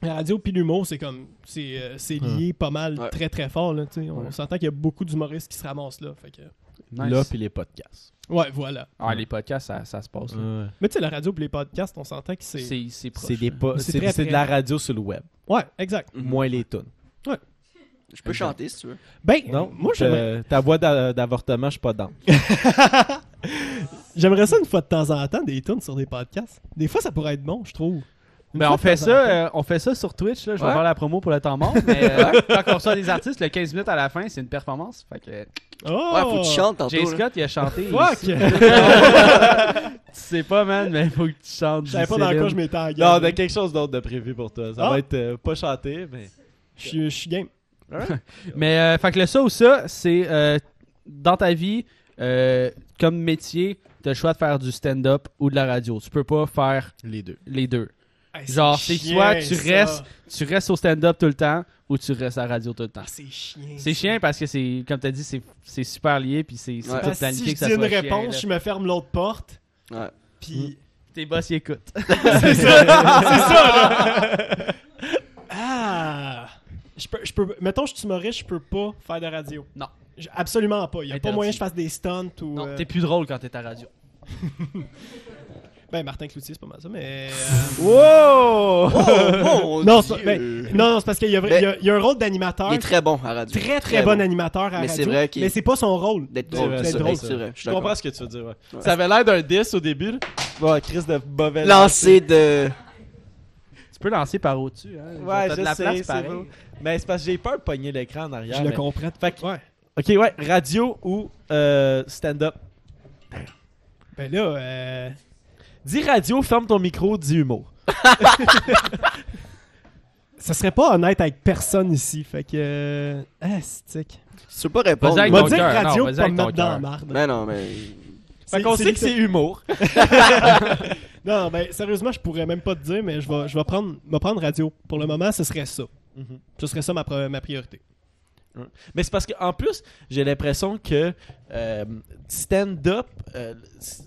[SPEAKER 1] la radio puis l'humour, c'est comme, c'est euh, c'est lié pas mal,
[SPEAKER 4] Ouais.
[SPEAKER 1] très très fort là, tu sais. On
[SPEAKER 3] Ouais.
[SPEAKER 1] s'entend qu'il y a beaucoup d'humoristes qui se ramassent ben, là, fait que,
[SPEAKER 3] Nice.
[SPEAKER 2] Là, puis les podcasts.
[SPEAKER 1] ouais, voilà.
[SPEAKER 3] Ah, les podcasts, ça, ça se passe. là.
[SPEAKER 1] Mais tu sais, la radio puis les podcasts, on s'entend que c'est,
[SPEAKER 3] C'est c'est proche.
[SPEAKER 2] C'est des
[SPEAKER 3] là.
[SPEAKER 2] po-
[SPEAKER 1] Mais c'est
[SPEAKER 2] hein. c'est
[SPEAKER 1] très,
[SPEAKER 2] c'est de
[SPEAKER 1] très-
[SPEAKER 2] la radio sur le web.
[SPEAKER 1] ouais, exact.
[SPEAKER 2] Moins les tunes.
[SPEAKER 4] Je peux chanter si tu veux.
[SPEAKER 1] Ben,
[SPEAKER 2] Non,
[SPEAKER 1] moi j'aimerais.
[SPEAKER 3] euh,
[SPEAKER 2] je, euh, ta voix d'a- d'avortement, je suis pas dans.
[SPEAKER 1] J'aimerais ça une fois de temps en temps, des tunes sur des podcasts. Des fois, ça pourrait être bon, je trouve. Une
[SPEAKER 3] Ben,
[SPEAKER 1] fois
[SPEAKER 3] on
[SPEAKER 1] de
[SPEAKER 3] fait
[SPEAKER 1] temps en
[SPEAKER 3] ça,
[SPEAKER 1] temps.
[SPEAKER 3] euh, on fait ça sur Twitch, là. Je vais
[SPEAKER 4] Ouais.
[SPEAKER 3] faire la promo pour le temps mort. Mais euh, quand on reçoit des artistes, le 15 minutes à la fin, c'est une performance. Fait que
[SPEAKER 1] Oh!
[SPEAKER 4] Ouais, faut que tu chantes
[SPEAKER 3] Jay
[SPEAKER 4] tantôt. là.
[SPEAKER 3] Scott, il a chanté. ici.
[SPEAKER 1] Fuck!
[SPEAKER 3] Tu sais pas, man, mais faut que tu chantes.
[SPEAKER 1] Je savais
[SPEAKER 3] du
[SPEAKER 1] pas dans quoi
[SPEAKER 3] Céline.
[SPEAKER 1] je m'étais engagé.
[SPEAKER 2] Non, on a quelque chose d'autre de prévu pour toi. Ça
[SPEAKER 1] Ah.
[SPEAKER 2] va être euh, pas chanté, mais.
[SPEAKER 1] Je suis- je suis game.
[SPEAKER 3] Mais euh, fait que le ça ou ça, c'est euh, dans ta vie, euh, comme métier, t'as le choix de faire du stand-up ou de la radio. Tu peux pas faire
[SPEAKER 2] Les deux.
[SPEAKER 3] les deux.
[SPEAKER 1] Hey,
[SPEAKER 3] Genre, c'est
[SPEAKER 1] chiant,
[SPEAKER 3] soit tu
[SPEAKER 1] ça.
[SPEAKER 3] restes, tu restes au stand-up tout le temps ou tu restes à la radio tout le temps.
[SPEAKER 1] Ah, c'est chiant.
[SPEAKER 3] C'est chiant parce que c'est, comme t'as dit, c'est, c'est super lié puis c'est, c'est
[SPEAKER 4] Ouais.
[SPEAKER 3] tout
[SPEAKER 1] Parce que
[SPEAKER 3] planifié
[SPEAKER 1] Ah, si je
[SPEAKER 3] que ça
[SPEAKER 1] dis une
[SPEAKER 3] soit Mm.
[SPEAKER 1] réponse, je
[SPEAKER 3] chiant,
[SPEAKER 1] me ferme l'autre porte.
[SPEAKER 4] Ouais.
[SPEAKER 1] Puis.
[SPEAKER 3] là. Tes boss ils écoutent.
[SPEAKER 1] c'est ça! C'est ça, là! ah! Je peux, je peux, mettons, je suis humoriste, je peux pas faire de radio.
[SPEAKER 3] Non.
[SPEAKER 1] J- Absolument pas. Il y a pas
[SPEAKER 3] Interdit.
[SPEAKER 1] moyen que je fasse des stunts ou.
[SPEAKER 3] Non,
[SPEAKER 1] euh,
[SPEAKER 3] t'es plus drôle quand t'es à la radio.
[SPEAKER 1] Ben, Martin Cloutier, c'est pas mal ça, mais.
[SPEAKER 2] Wow!
[SPEAKER 4] Oh, mon
[SPEAKER 1] Non, c'est
[SPEAKER 4] Dieu.
[SPEAKER 1] pas- ben, non, non, c'est parce qu'il y, a vrai-
[SPEAKER 4] Ben,
[SPEAKER 1] il y a- il y a un rôle d'animateur.
[SPEAKER 4] Il est très bon à la radio.
[SPEAKER 1] très, très, bon,
[SPEAKER 4] bon.
[SPEAKER 1] animateur à la
[SPEAKER 4] Mais c'est
[SPEAKER 1] radio,
[SPEAKER 4] vrai qu'il-
[SPEAKER 1] Mais c'est pas son rôle.
[SPEAKER 4] D'être
[SPEAKER 2] C'est
[SPEAKER 4] drôle,
[SPEAKER 2] vrai,
[SPEAKER 4] c'est
[SPEAKER 1] c'est
[SPEAKER 4] vrai.
[SPEAKER 1] drôle,
[SPEAKER 4] C'est vrai. Je suis
[SPEAKER 2] Je
[SPEAKER 4] d'accord.
[SPEAKER 2] comprends ce que tu veux dire, ouais.
[SPEAKER 4] Ouais.
[SPEAKER 2] Ça avait l'air d'un 10 au début, là. Bon, crise de mauvais
[SPEAKER 4] Lancer de.
[SPEAKER 3] Tu peux lancer par au-dessus. Hein. Genre,
[SPEAKER 2] Ouais,
[SPEAKER 3] t'as
[SPEAKER 2] je
[SPEAKER 3] de la
[SPEAKER 2] sais,
[SPEAKER 3] place
[SPEAKER 2] c'est
[SPEAKER 3] pareil.
[SPEAKER 2] beau. Mais c'est parce que j'ai peur de pogner l'écran en arrière.
[SPEAKER 1] Je le
[SPEAKER 2] mais-
[SPEAKER 1] comprends.
[SPEAKER 2] Fait que-
[SPEAKER 1] Ouais.
[SPEAKER 2] Ok, ouais, radio ou euh, stand-up.
[SPEAKER 1] Ben là, euh,
[SPEAKER 2] Dis radio, ferme ton micro, dis humour.
[SPEAKER 1] ça serait pas honnête avec personne ici. Fait que. Euh, astique.
[SPEAKER 4] Si tu veux pas répondre.
[SPEAKER 1] On
[SPEAKER 6] Vas-y
[SPEAKER 1] va
[SPEAKER 6] ton
[SPEAKER 1] dire
[SPEAKER 6] cœur, non,
[SPEAKER 1] radio
[SPEAKER 6] vas-y
[SPEAKER 1] pour pas
[SPEAKER 6] avec
[SPEAKER 1] me
[SPEAKER 6] ton
[SPEAKER 1] mettre dans la
[SPEAKER 6] cœur.
[SPEAKER 1] marde.
[SPEAKER 4] Mais non, mais.
[SPEAKER 2] Fait qu'on sait que c'est humour.
[SPEAKER 1] Non, ben sérieusement, je pourrais même pas te dire, mais je vais, je vais prendre, me prendre radio. Pour le moment, ce serait ça.
[SPEAKER 2] Mhm.
[SPEAKER 1] Ce serait ça ma, pro- ma priorité.
[SPEAKER 2] Mais c'est parce qu'en plus, j'ai l'impression que euh, stand-up, euh, c'est-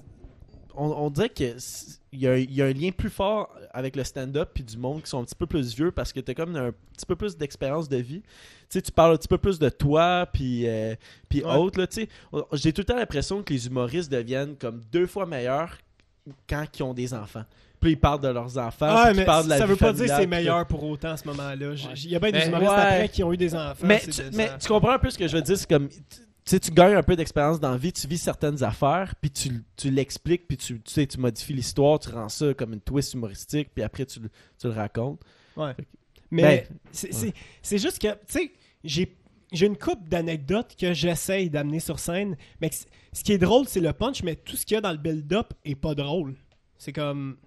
[SPEAKER 2] on, on dirait que c'est- il y, a un- il y a un lien plus fort avec le stand-up puis du monde qui sont un petit peu plus vieux parce que t'as comme un petit peu plus d'expérience de vie. Tu sais, tu parles un petit peu plus de toi puis euh, puis
[SPEAKER 1] Ouais.
[SPEAKER 2] autres là. Tu sais, On- j'ai tout le temps l'impression que les humoristes deviennent comme deux fois meilleurs quand ils ont des enfants. Puis ils parlent de leurs enfants, Ah, puis ils parlent de la
[SPEAKER 1] ça
[SPEAKER 2] vie
[SPEAKER 1] veut pas dire que c'est
[SPEAKER 2] familiale, puis tout.
[SPEAKER 1] meilleur pour autant à ce moment-là. J-
[SPEAKER 3] Ouais.
[SPEAKER 1] Il y a bien des
[SPEAKER 6] Mais-
[SPEAKER 1] humoristes
[SPEAKER 2] Ouais.
[SPEAKER 1] après qui ont eu des enfants.
[SPEAKER 2] mais,
[SPEAKER 1] Ah, c'est
[SPEAKER 2] tu,
[SPEAKER 1] de-
[SPEAKER 2] mais
[SPEAKER 1] ça-
[SPEAKER 2] tu comprends un peu ce que je veux dire, c'est comme tu tu sais, tu gagnes un peu d'expérience dans la vie, tu vis certaines affaires, puis tu, l- tu l'expliques, puis tu, tu sais, tu modifies l'histoire, tu rends ça comme une twist humoristique, puis après tu, le- tu le racontes.
[SPEAKER 1] Mais
[SPEAKER 2] Ben,
[SPEAKER 1] c'est c'est- c'est juste que, tu sais, j'ai j'ai une coupe d'anecdotes que j'essaye d'amener sur scène, mais que c- ce qui est drôle, c'est le punch, mais tout ce qu'il y a dans le build-up est pas drôle. C'est comme...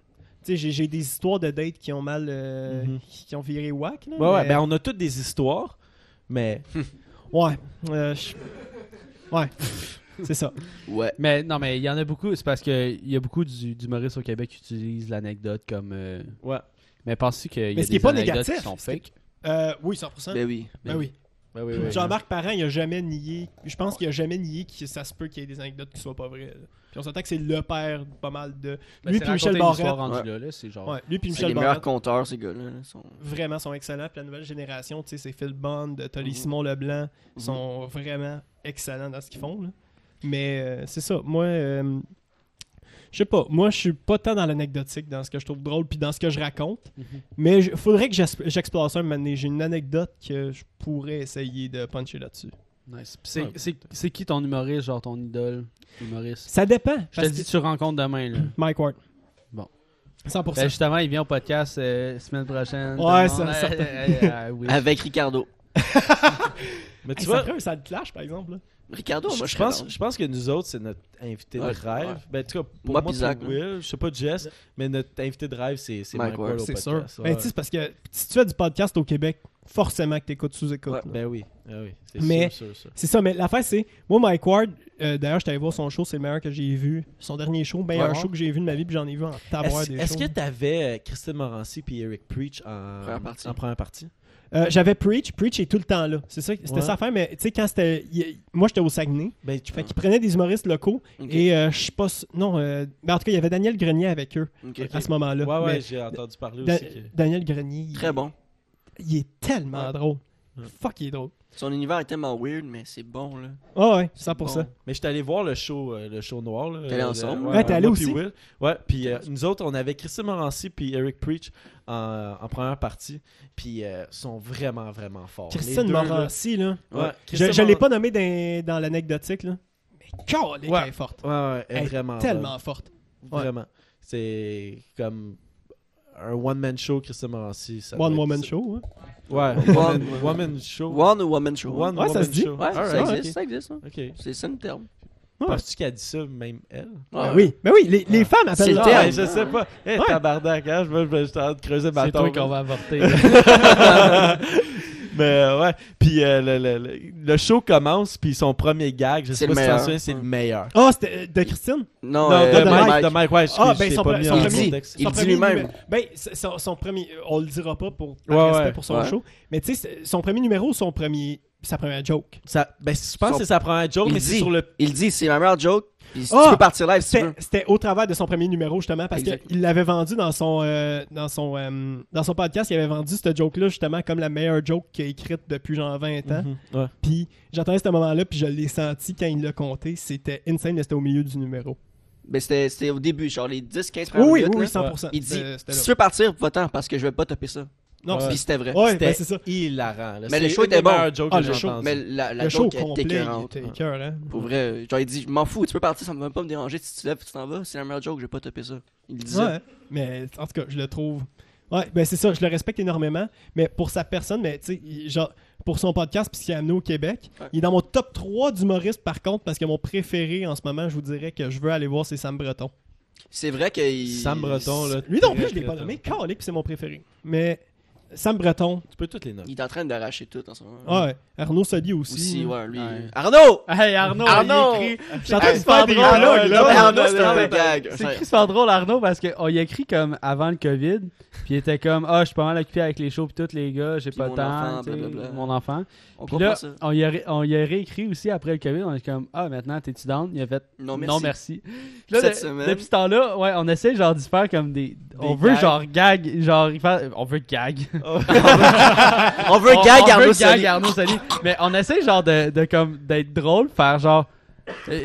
[SPEAKER 1] Tu sais, j'ai- j'ai des histoires de dates qui ont mal... euh,
[SPEAKER 2] Mhm.
[SPEAKER 1] qui ont viré whack, là.
[SPEAKER 2] Ouais, ouais,
[SPEAKER 1] mais-
[SPEAKER 2] ben, on a toutes des histoires, mais
[SPEAKER 1] Ouais. euh, je- Ouais. c'est ça.
[SPEAKER 4] Ouais.
[SPEAKER 3] Mais non, mais il y en a beaucoup. C'est parce que il y a beaucoup du- d'humoristes au Québec qui utilisent l'anecdote comme. euh,
[SPEAKER 2] ouais.
[SPEAKER 3] Mais penses-tu qu'il y
[SPEAKER 1] Mais
[SPEAKER 3] a
[SPEAKER 1] ce qui est
[SPEAKER 3] des
[SPEAKER 1] pas
[SPEAKER 3] anecdotes
[SPEAKER 1] négatif,
[SPEAKER 3] qui sont
[SPEAKER 1] c'est-
[SPEAKER 3] fake?
[SPEAKER 1] Euh, oui, 100%.
[SPEAKER 4] Ben oui.
[SPEAKER 1] Ben oui. Jean-Marc Parent, il a jamais nié. Je pense qu'il a jamais nié que ça se peut qu'il y ait des anecdotes qui soient pas vraies. là. Puis on s'entend que c'est le père de pas mal de.
[SPEAKER 4] Ben,
[SPEAKER 1] Lui puis Michel Barrette.
[SPEAKER 4] Barrette.
[SPEAKER 3] Là, là, c'est genre...
[SPEAKER 1] Ouais, lui puis
[SPEAKER 4] C'est
[SPEAKER 1] Michel
[SPEAKER 4] les meilleurs
[SPEAKER 1] Barrette.
[SPEAKER 4] compteurs, ces gars-là. là, sont-
[SPEAKER 1] Vraiment sont excellents. Puis la nouvelle génération, tu sais, c'est Phil Bond,
[SPEAKER 4] Mhm.
[SPEAKER 1] Tolly Simon Leblanc, sont vraiment excellents dans ce qu'ils font. là. Mais euh, c'est ça. Moi, euh, je sais pas. Moi, je suis pas tant dans l'anecdotique, dans ce que je trouve drôle, puis dans ce que je raconte.
[SPEAKER 4] Mhm.
[SPEAKER 1] Mais il faudrait que j'as- j'explore ça un moment donné. J'ai une anecdote que je pourrais essayer de puncher là-dessus.
[SPEAKER 3] Nice. Puis C'est, c'est, c'est qui ton humoriste, genre ton idole humoriste?
[SPEAKER 1] Ça dépend.
[SPEAKER 3] Je te
[SPEAKER 1] parce
[SPEAKER 3] dis,
[SPEAKER 1] que-
[SPEAKER 3] tu rencontres demain, là.
[SPEAKER 1] Mike Ward.
[SPEAKER 3] Bon.
[SPEAKER 1] 100%.
[SPEAKER 3] Ben, justement, il vient au podcast euh, semaine prochaine.
[SPEAKER 1] Ouais,
[SPEAKER 3] tout le monde.
[SPEAKER 1] ça-
[SPEAKER 3] Euh,
[SPEAKER 1] ça-
[SPEAKER 3] euh, euh, oui.
[SPEAKER 4] Avec Ricardo.
[SPEAKER 2] Mais tu
[SPEAKER 1] Hey,
[SPEAKER 2] vois,
[SPEAKER 1] ça, prend un sale clash, par exemple. là.
[SPEAKER 4] Ricardo,
[SPEAKER 2] je
[SPEAKER 4] moi, je
[SPEAKER 2] pense,
[SPEAKER 4] serais
[SPEAKER 2] je pense que nous autres, c'est notre invité
[SPEAKER 4] Ouais,
[SPEAKER 2] de rêve.
[SPEAKER 4] ouais.
[SPEAKER 2] Ben, en tout cas, pour
[SPEAKER 4] Moi
[SPEAKER 2] moi,
[SPEAKER 4] puis
[SPEAKER 2] pour
[SPEAKER 4] Zach, là.
[SPEAKER 2] Will, je sais pas Jess, mais notre invité de rêve, c'est c'est
[SPEAKER 4] Mike
[SPEAKER 2] Mike
[SPEAKER 4] Ward,
[SPEAKER 2] Ward au
[SPEAKER 1] C'est sûr.
[SPEAKER 2] podcast.
[SPEAKER 1] Ben, tu sais, c'est parce que si tu fais du podcast au Québec, forcément que t'écoutes sous écoute.
[SPEAKER 4] Ouais.
[SPEAKER 1] là.
[SPEAKER 2] Ben oui, ben oui, c'est
[SPEAKER 1] Mais-
[SPEAKER 2] sûr, sûr, sûr.
[SPEAKER 1] C'est ça, mais l'affaire, c'est. Moi, Mike Ward, euh, d'ailleurs, je t'allais voir son show, c'est le meilleur que j'ai vu. Son dernier show, meilleur
[SPEAKER 2] Ouais.
[SPEAKER 1] show que j'ai vu de ma vie, puis j'en ai vu en tabarouette
[SPEAKER 2] Est-ce
[SPEAKER 1] des
[SPEAKER 2] est-ce
[SPEAKER 1] shows.
[SPEAKER 2] que t'avais euh, Christine Morancy puis Eric Preach en
[SPEAKER 4] Première partie.
[SPEAKER 2] en première partie?
[SPEAKER 1] Euh, J'avais Preach. Preach est tout le temps là. C'est ça, c'était
[SPEAKER 2] Ouais.
[SPEAKER 1] sa affaire, mais tu sais, quand c'était. il- Moi, j'étais au Saguenay.
[SPEAKER 2] Ben, tu
[SPEAKER 1] Fait qu'ils prenaient des humoristes locaux.
[SPEAKER 4] Ok.
[SPEAKER 1] Et euh, je suis pas. s- Non, euh, ben, en tout cas, il y avait Daniel Grenier avec eux
[SPEAKER 4] down. Ok.
[SPEAKER 1] à ce moment-là.
[SPEAKER 2] Ouais, ouais,
[SPEAKER 1] Mais
[SPEAKER 2] j'ai entendu parler
[SPEAKER 1] Da-
[SPEAKER 2] aussi. Que... Ah,
[SPEAKER 1] Daniel Grenier. il-
[SPEAKER 4] Très bon. Mm.
[SPEAKER 1] Il est tellement
[SPEAKER 2] Ouais.
[SPEAKER 1] drôle.
[SPEAKER 2] Ouais.
[SPEAKER 1] Fuck, il est drôle.
[SPEAKER 4] Son univers est tellement weird, mais c'est bon, là.
[SPEAKER 1] Ah ouais, 100%.
[SPEAKER 4] Bon.
[SPEAKER 2] Mais j'étais allé voir le show, euh, le show noir. là.
[SPEAKER 4] T'es allé
[SPEAKER 2] Euh,
[SPEAKER 4] ensemble?
[SPEAKER 1] Ouais, t'es allé
[SPEAKER 2] moi puis
[SPEAKER 1] aussi?
[SPEAKER 2] Will. Ouais, puis euh, nous autres, on avait Christine Morancy puis Eric Preach en, en première partie. Puis euh, sont vraiment, vraiment forts. Les
[SPEAKER 1] Christine
[SPEAKER 2] deux, là.
[SPEAKER 1] Morancy, là.
[SPEAKER 2] Ouais,
[SPEAKER 4] Ouais.
[SPEAKER 1] Je,
[SPEAKER 2] Christine
[SPEAKER 1] je l'ai
[SPEAKER 2] Moran-
[SPEAKER 1] pas nommée dans, dans l'anecdotique, là. Mais calée
[SPEAKER 2] Ouais.
[SPEAKER 1] qu'elle est forte.
[SPEAKER 2] Ouais, ouais, elle est
[SPEAKER 1] Elle est
[SPEAKER 4] Ah,
[SPEAKER 2] vraiment.
[SPEAKER 1] Tellement forte.
[SPEAKER 2] bonne. Vraiment. C'est comme un one-man show, Christine Morancy. ça doit
[SPEAKER 1] One
[SPEAKER 2] être-
[SPEAKER 1] Woman Show.
[SPEAKER 4] Ah
[SPEAKER 1] hein.
[SPEAKER 2] Ouais,
[SPEAKER 4] One-
[SPEAKER 2] one woman show.
[SPEAKER 4] One Woman Show.
[SPEAKER 2] One
[SPEAKER 1] Ouais, ça
[SPEAKER 2] woman
[SPEAKER 1] se dit.
[SPEAKER 2] show.
[SPEAKER 4] Ouais,
[SPEAKER 2] Alright,
[SPEAKER 4] ça existe,
[SPEAKER 2] ok.
[SPEAKER 4] ça existe. hein.
[SPEAKER 2] Ok.
[SPEAKER 4] C'est ça le terme.
[SPEAKER 1] Ouais.
[SPEAKER 2] Penses-tu qu'elle dit ça, même elle?
[SPEAKER 1] Ben
[SPEAKER 4] Ouais. Ah.
[SPEAKER 1] oui, ben oui, les, les
[SPEAKER 2] Ouais.
[SPEAKER 1] femmes appellent
[SPEAKER 4] C'est
[SPEAKER 1] leur-
[SPEAKER 4] le terme.
[SPEAKER 2] Ouais, je sais pas. Eh,
[SPEAKER 1] Ouais.
[SPEAKER 2] tabarnak, hein, je me- je suis en train de creuser ma
[SPEAKER 3] c'est toi
[SPEAKER 2] tombe.
[SPEAKER 3] qu'on va avorter.
[SPEAKER 2] Mais euh, ouais, puis euh, le, le- le- le show commence, puis son premier gag, je
[SPEAKER 4] C'est
[SPEAKER 2] sais
[SPEAKER 4] le
[SPEAKER 2] pas si tu
[SPEAKER 4] meilleur.
[SPEAKER 2] t'en souviens, c'est le meilleur.
[SPEAKER 1] Ah, c'était euh, de Christine?
[SPEAKER 4] Non,
[SPEAKER 2] non,
[SPEAKER 4] euh,
[SPEAKER 2] de, Mike, de Mike, ouais, excuse,
[SPEAKER 1] Ah, ben,
[SPEAKER 2] je
[SPEAKER 1] son
[SPEAKER 2] t'ai pas
[SPEAKER 1] pre-
[SPEAKER 2] mis
[SPEAKER 1] son
[SPEAKER 2] en
[SPEAKER 1] premier-
[SPEAKER 2] contexte.
[SPEAKER 4] Il
[SPEAKER 1] Son
[SPEAKER 4] dit
[SPEAKER 1] premier
[SPEAKER 4] lui-même.
[SPEAKER 1] numéro- Ben, c'est- son, son premier... euh, On le dira pas pour par
[SPEAKER 2] Ouais,
[SPEAKER 1] respect
[SPEAKER 2] ouais.
[SPEAKER 1] pour son
[SPEAKER 4] Ouais.
[SPEAKER 1] show, mais tu sais, c'est- son premier numéro, son premier... Sa première joke.
[SPEAKER 2] Ça- ben, je pense
[SPEAKER 4] Son-
[SPEAKER 2] que c'est sa première joke,
[SPEAKER 4] Il
[SPEAKER 2] mais c'est
[SPEAKER 4] dit.
[SPEAKER 2] sur le...
[SPEAKER 4] Il dit, c'est ma meilleure joke. Puis si
[SPEAKER 1] Ah!
[SPEAKER 4] tu peux partir live, si tu
[SPEAKER 1] C'était
[SPEAKER 4] veux.
[SPEAKER 1] c'était au travers de son premier numéro, justement, parce
[SPEAKER 4] Exact.
[SPEAKER 1] qu'il l'avait vendu dans son, euh, dans, son, euh, dans son podcast. Il avait vendu cette joke-là, justement, comme la meilleure joke qu'il a écrite depuis genre 20 ans.
[SPEAKER 2] Mhm, ouais.
[SPEAKER 1] Puis j'entendais ce moment-là, puis je l'ai senti quand il l'a compté. C'était insane, mais c'était au milieu du numéro.
[SPEAKER 4] Ben, c'était c'était au début, genre les 10-15
[SPEAKER 1] Oui,
[SPEAKER 4] premières
[SPEAKER 1] oui,
[SPEAKER 4] minutes.
[SPEAKER 1] oui,
[SPEAKER 4] là.
[SPEAKER 1] 100%.
[SPEAKER 4] Il dit,
[SPEAKER 1] C'était- c'était
[SPEAKER 4] si
[SPEAKER 1] là.
[SPEAKER 4] tu veux partir, va-t'en, parce que je vais pas taper ça.
[SPEAKER 1] Non,
[SPEAKER 4] Puis c'était vrai.
[SPEAKER 1] Ouais,
[SPEAKER 2] C'était
[SPEAKER 1] ben, c'est ça.
[SPEAKER 2] hilarant. là.
[SPEAKER 4] Mais le
[SPEAKER 2] C'est
[SPEAKER 4] show
[SPEAKER 2] une des
[SPEAKER 4] était bon.
[SPEAKER 2] meilleures jokes
[SPEAKER 1] Ah,
[SPEAKER 2] que
[SPEAKER 1] le
[SPEAKER 2] j'ai
[SPEAKER 1] show.
[SPEAKER 2] entendues.
[SPEAKER 4] Mais la, la
[SPEAKER 1] le show
[SPEAKER 4] joke est
[SPEAKER 1] complet, il
[SPEAKER 4] écœurante.
[SPEAKER 1] était écœurant.
[SPEAKER 4] Pour vrai, euh, genre il dit, je m'en fous, tu peux partir, ça me va pas me déranger. Si tu te lèves, tu t'en vas, c'est la meilleure joke, je vais pas taper ça. Il le disait.
[SPEAKER 1] Ouais, mais en tout cas, je le trouve. Ouais, ben c'est ça, je le respecte énormément, mais pour sa personne, mais tu sais, il- genre, pour son podcast, puis ce qu'il a amené au Québec,
[SPEAKER 4] Ouais.
[SPEAKER 1] il est dans mon top 3 d'humoristes par contre, parce que mon préféré en ce moment, je vous dirais que je veux aller voir, c'est Sam Breton.
[SPEAKER 4] C'est vrai qu'il.
[SPEAKER 2] Sam Breton, là.
[SPEAKER 1] Lui non
[SPEAKER 2] très,
[SPEAKER 1] plus, je l'ai
[SPEAKER 2] très
[SPEAKER 1] pas nommé, calé, puis c'est mon préféré. Mais Sam Breton.
[SPEAKER 2] Tu peux toutes les nommer.
[SPEAKER 4] Il est en train d'arracher tout en ce moment.
[SPEAKER 1] Ah ouais. Arnaud Soli aussi. hein.
[SPEAKER 4] Aussi, ouais, lui. euh,
[SPEAKER 3] Ouais.
[SPEAKER 4] Arnaud!
[SPEAKER 6] Hey Arnaud,
[SPEAKER 4] Arnaud!
[SPEAKER 6] il écrit.
[SPEAKER 1] Je suis en train de
[SPEAKER 6] Hey,
[SPEAKER 1] faire des
[SPEAKER 6] Sandra,
[SPEAKER 1] dialogues,
[SPEAKER 6] là,
[SPEAKER 1] là.
[SPEAKER 6] là.
[SPEAKER 4] Arnaud, c'est un
[SPEAKER 6] non,
[SPEAKER 4] peu
[SPEAKER 6] non,
[SPEAKER 4] gag.
[SPEAKER 3] C'est
[SPEAKER 4] Ouais.
[SPEAKER 3] Christopher drôle, Arnaud, parce qu'on y a écrit comme avant le COVID, puis il était comme Ah, je suis pas mal occupé avec les shows, puis tous les gars, j'ai
[SPEAKER 4] Puis
[SPEAKER 3] pas
[SPEAKER 4] mon
[SPEAKER 3] le temps, tu
[SPEAKER 4] enfant,
[SPEAKER 3] sais,
[SPEAKER 4] blablabla.
[SPEAKER 3] mon enfant.
[SPEAKER 4] On
[SPEAKER 3] Puis là,
[SPEAKER 4] comprend ça.
[SPEAKER 3] on y, a, ré- on y a réécrit aussi après le COVID, on est comme Ah, maintenant, t'es-tu down Il a fait
[SPEAKER 4] Non, merci.
[SPEAKER 3] Non, merci. Puis là,
[SPEAKER 4] Cette
[SPEAKER 3] de-
[SPEAKER 4] semaine.
[SPEAKER 3] Depuis ce temps-là, ouais, on essaie genre d'y faire comme des. on
[SPEAKER 2] Des
[SPEAKER 3] veut
[SPEAKER 2] gags.
[SPEAKER 3] genre gag, genre, il fait- on veut gag.
[SPEAKER 4] On veut
[SPEAKER 3] on,
[SPEAKER 4] gag,
[SPEAKER 3] on veut
[SPEAKER 4] Arnaud
[SPEAKER 3] gag,
[SPEAKER 4] Soli.
[SPEAKER 3] Arnaud Soli. Mais on essaie genre de, de comme d'être drôle, faire genre.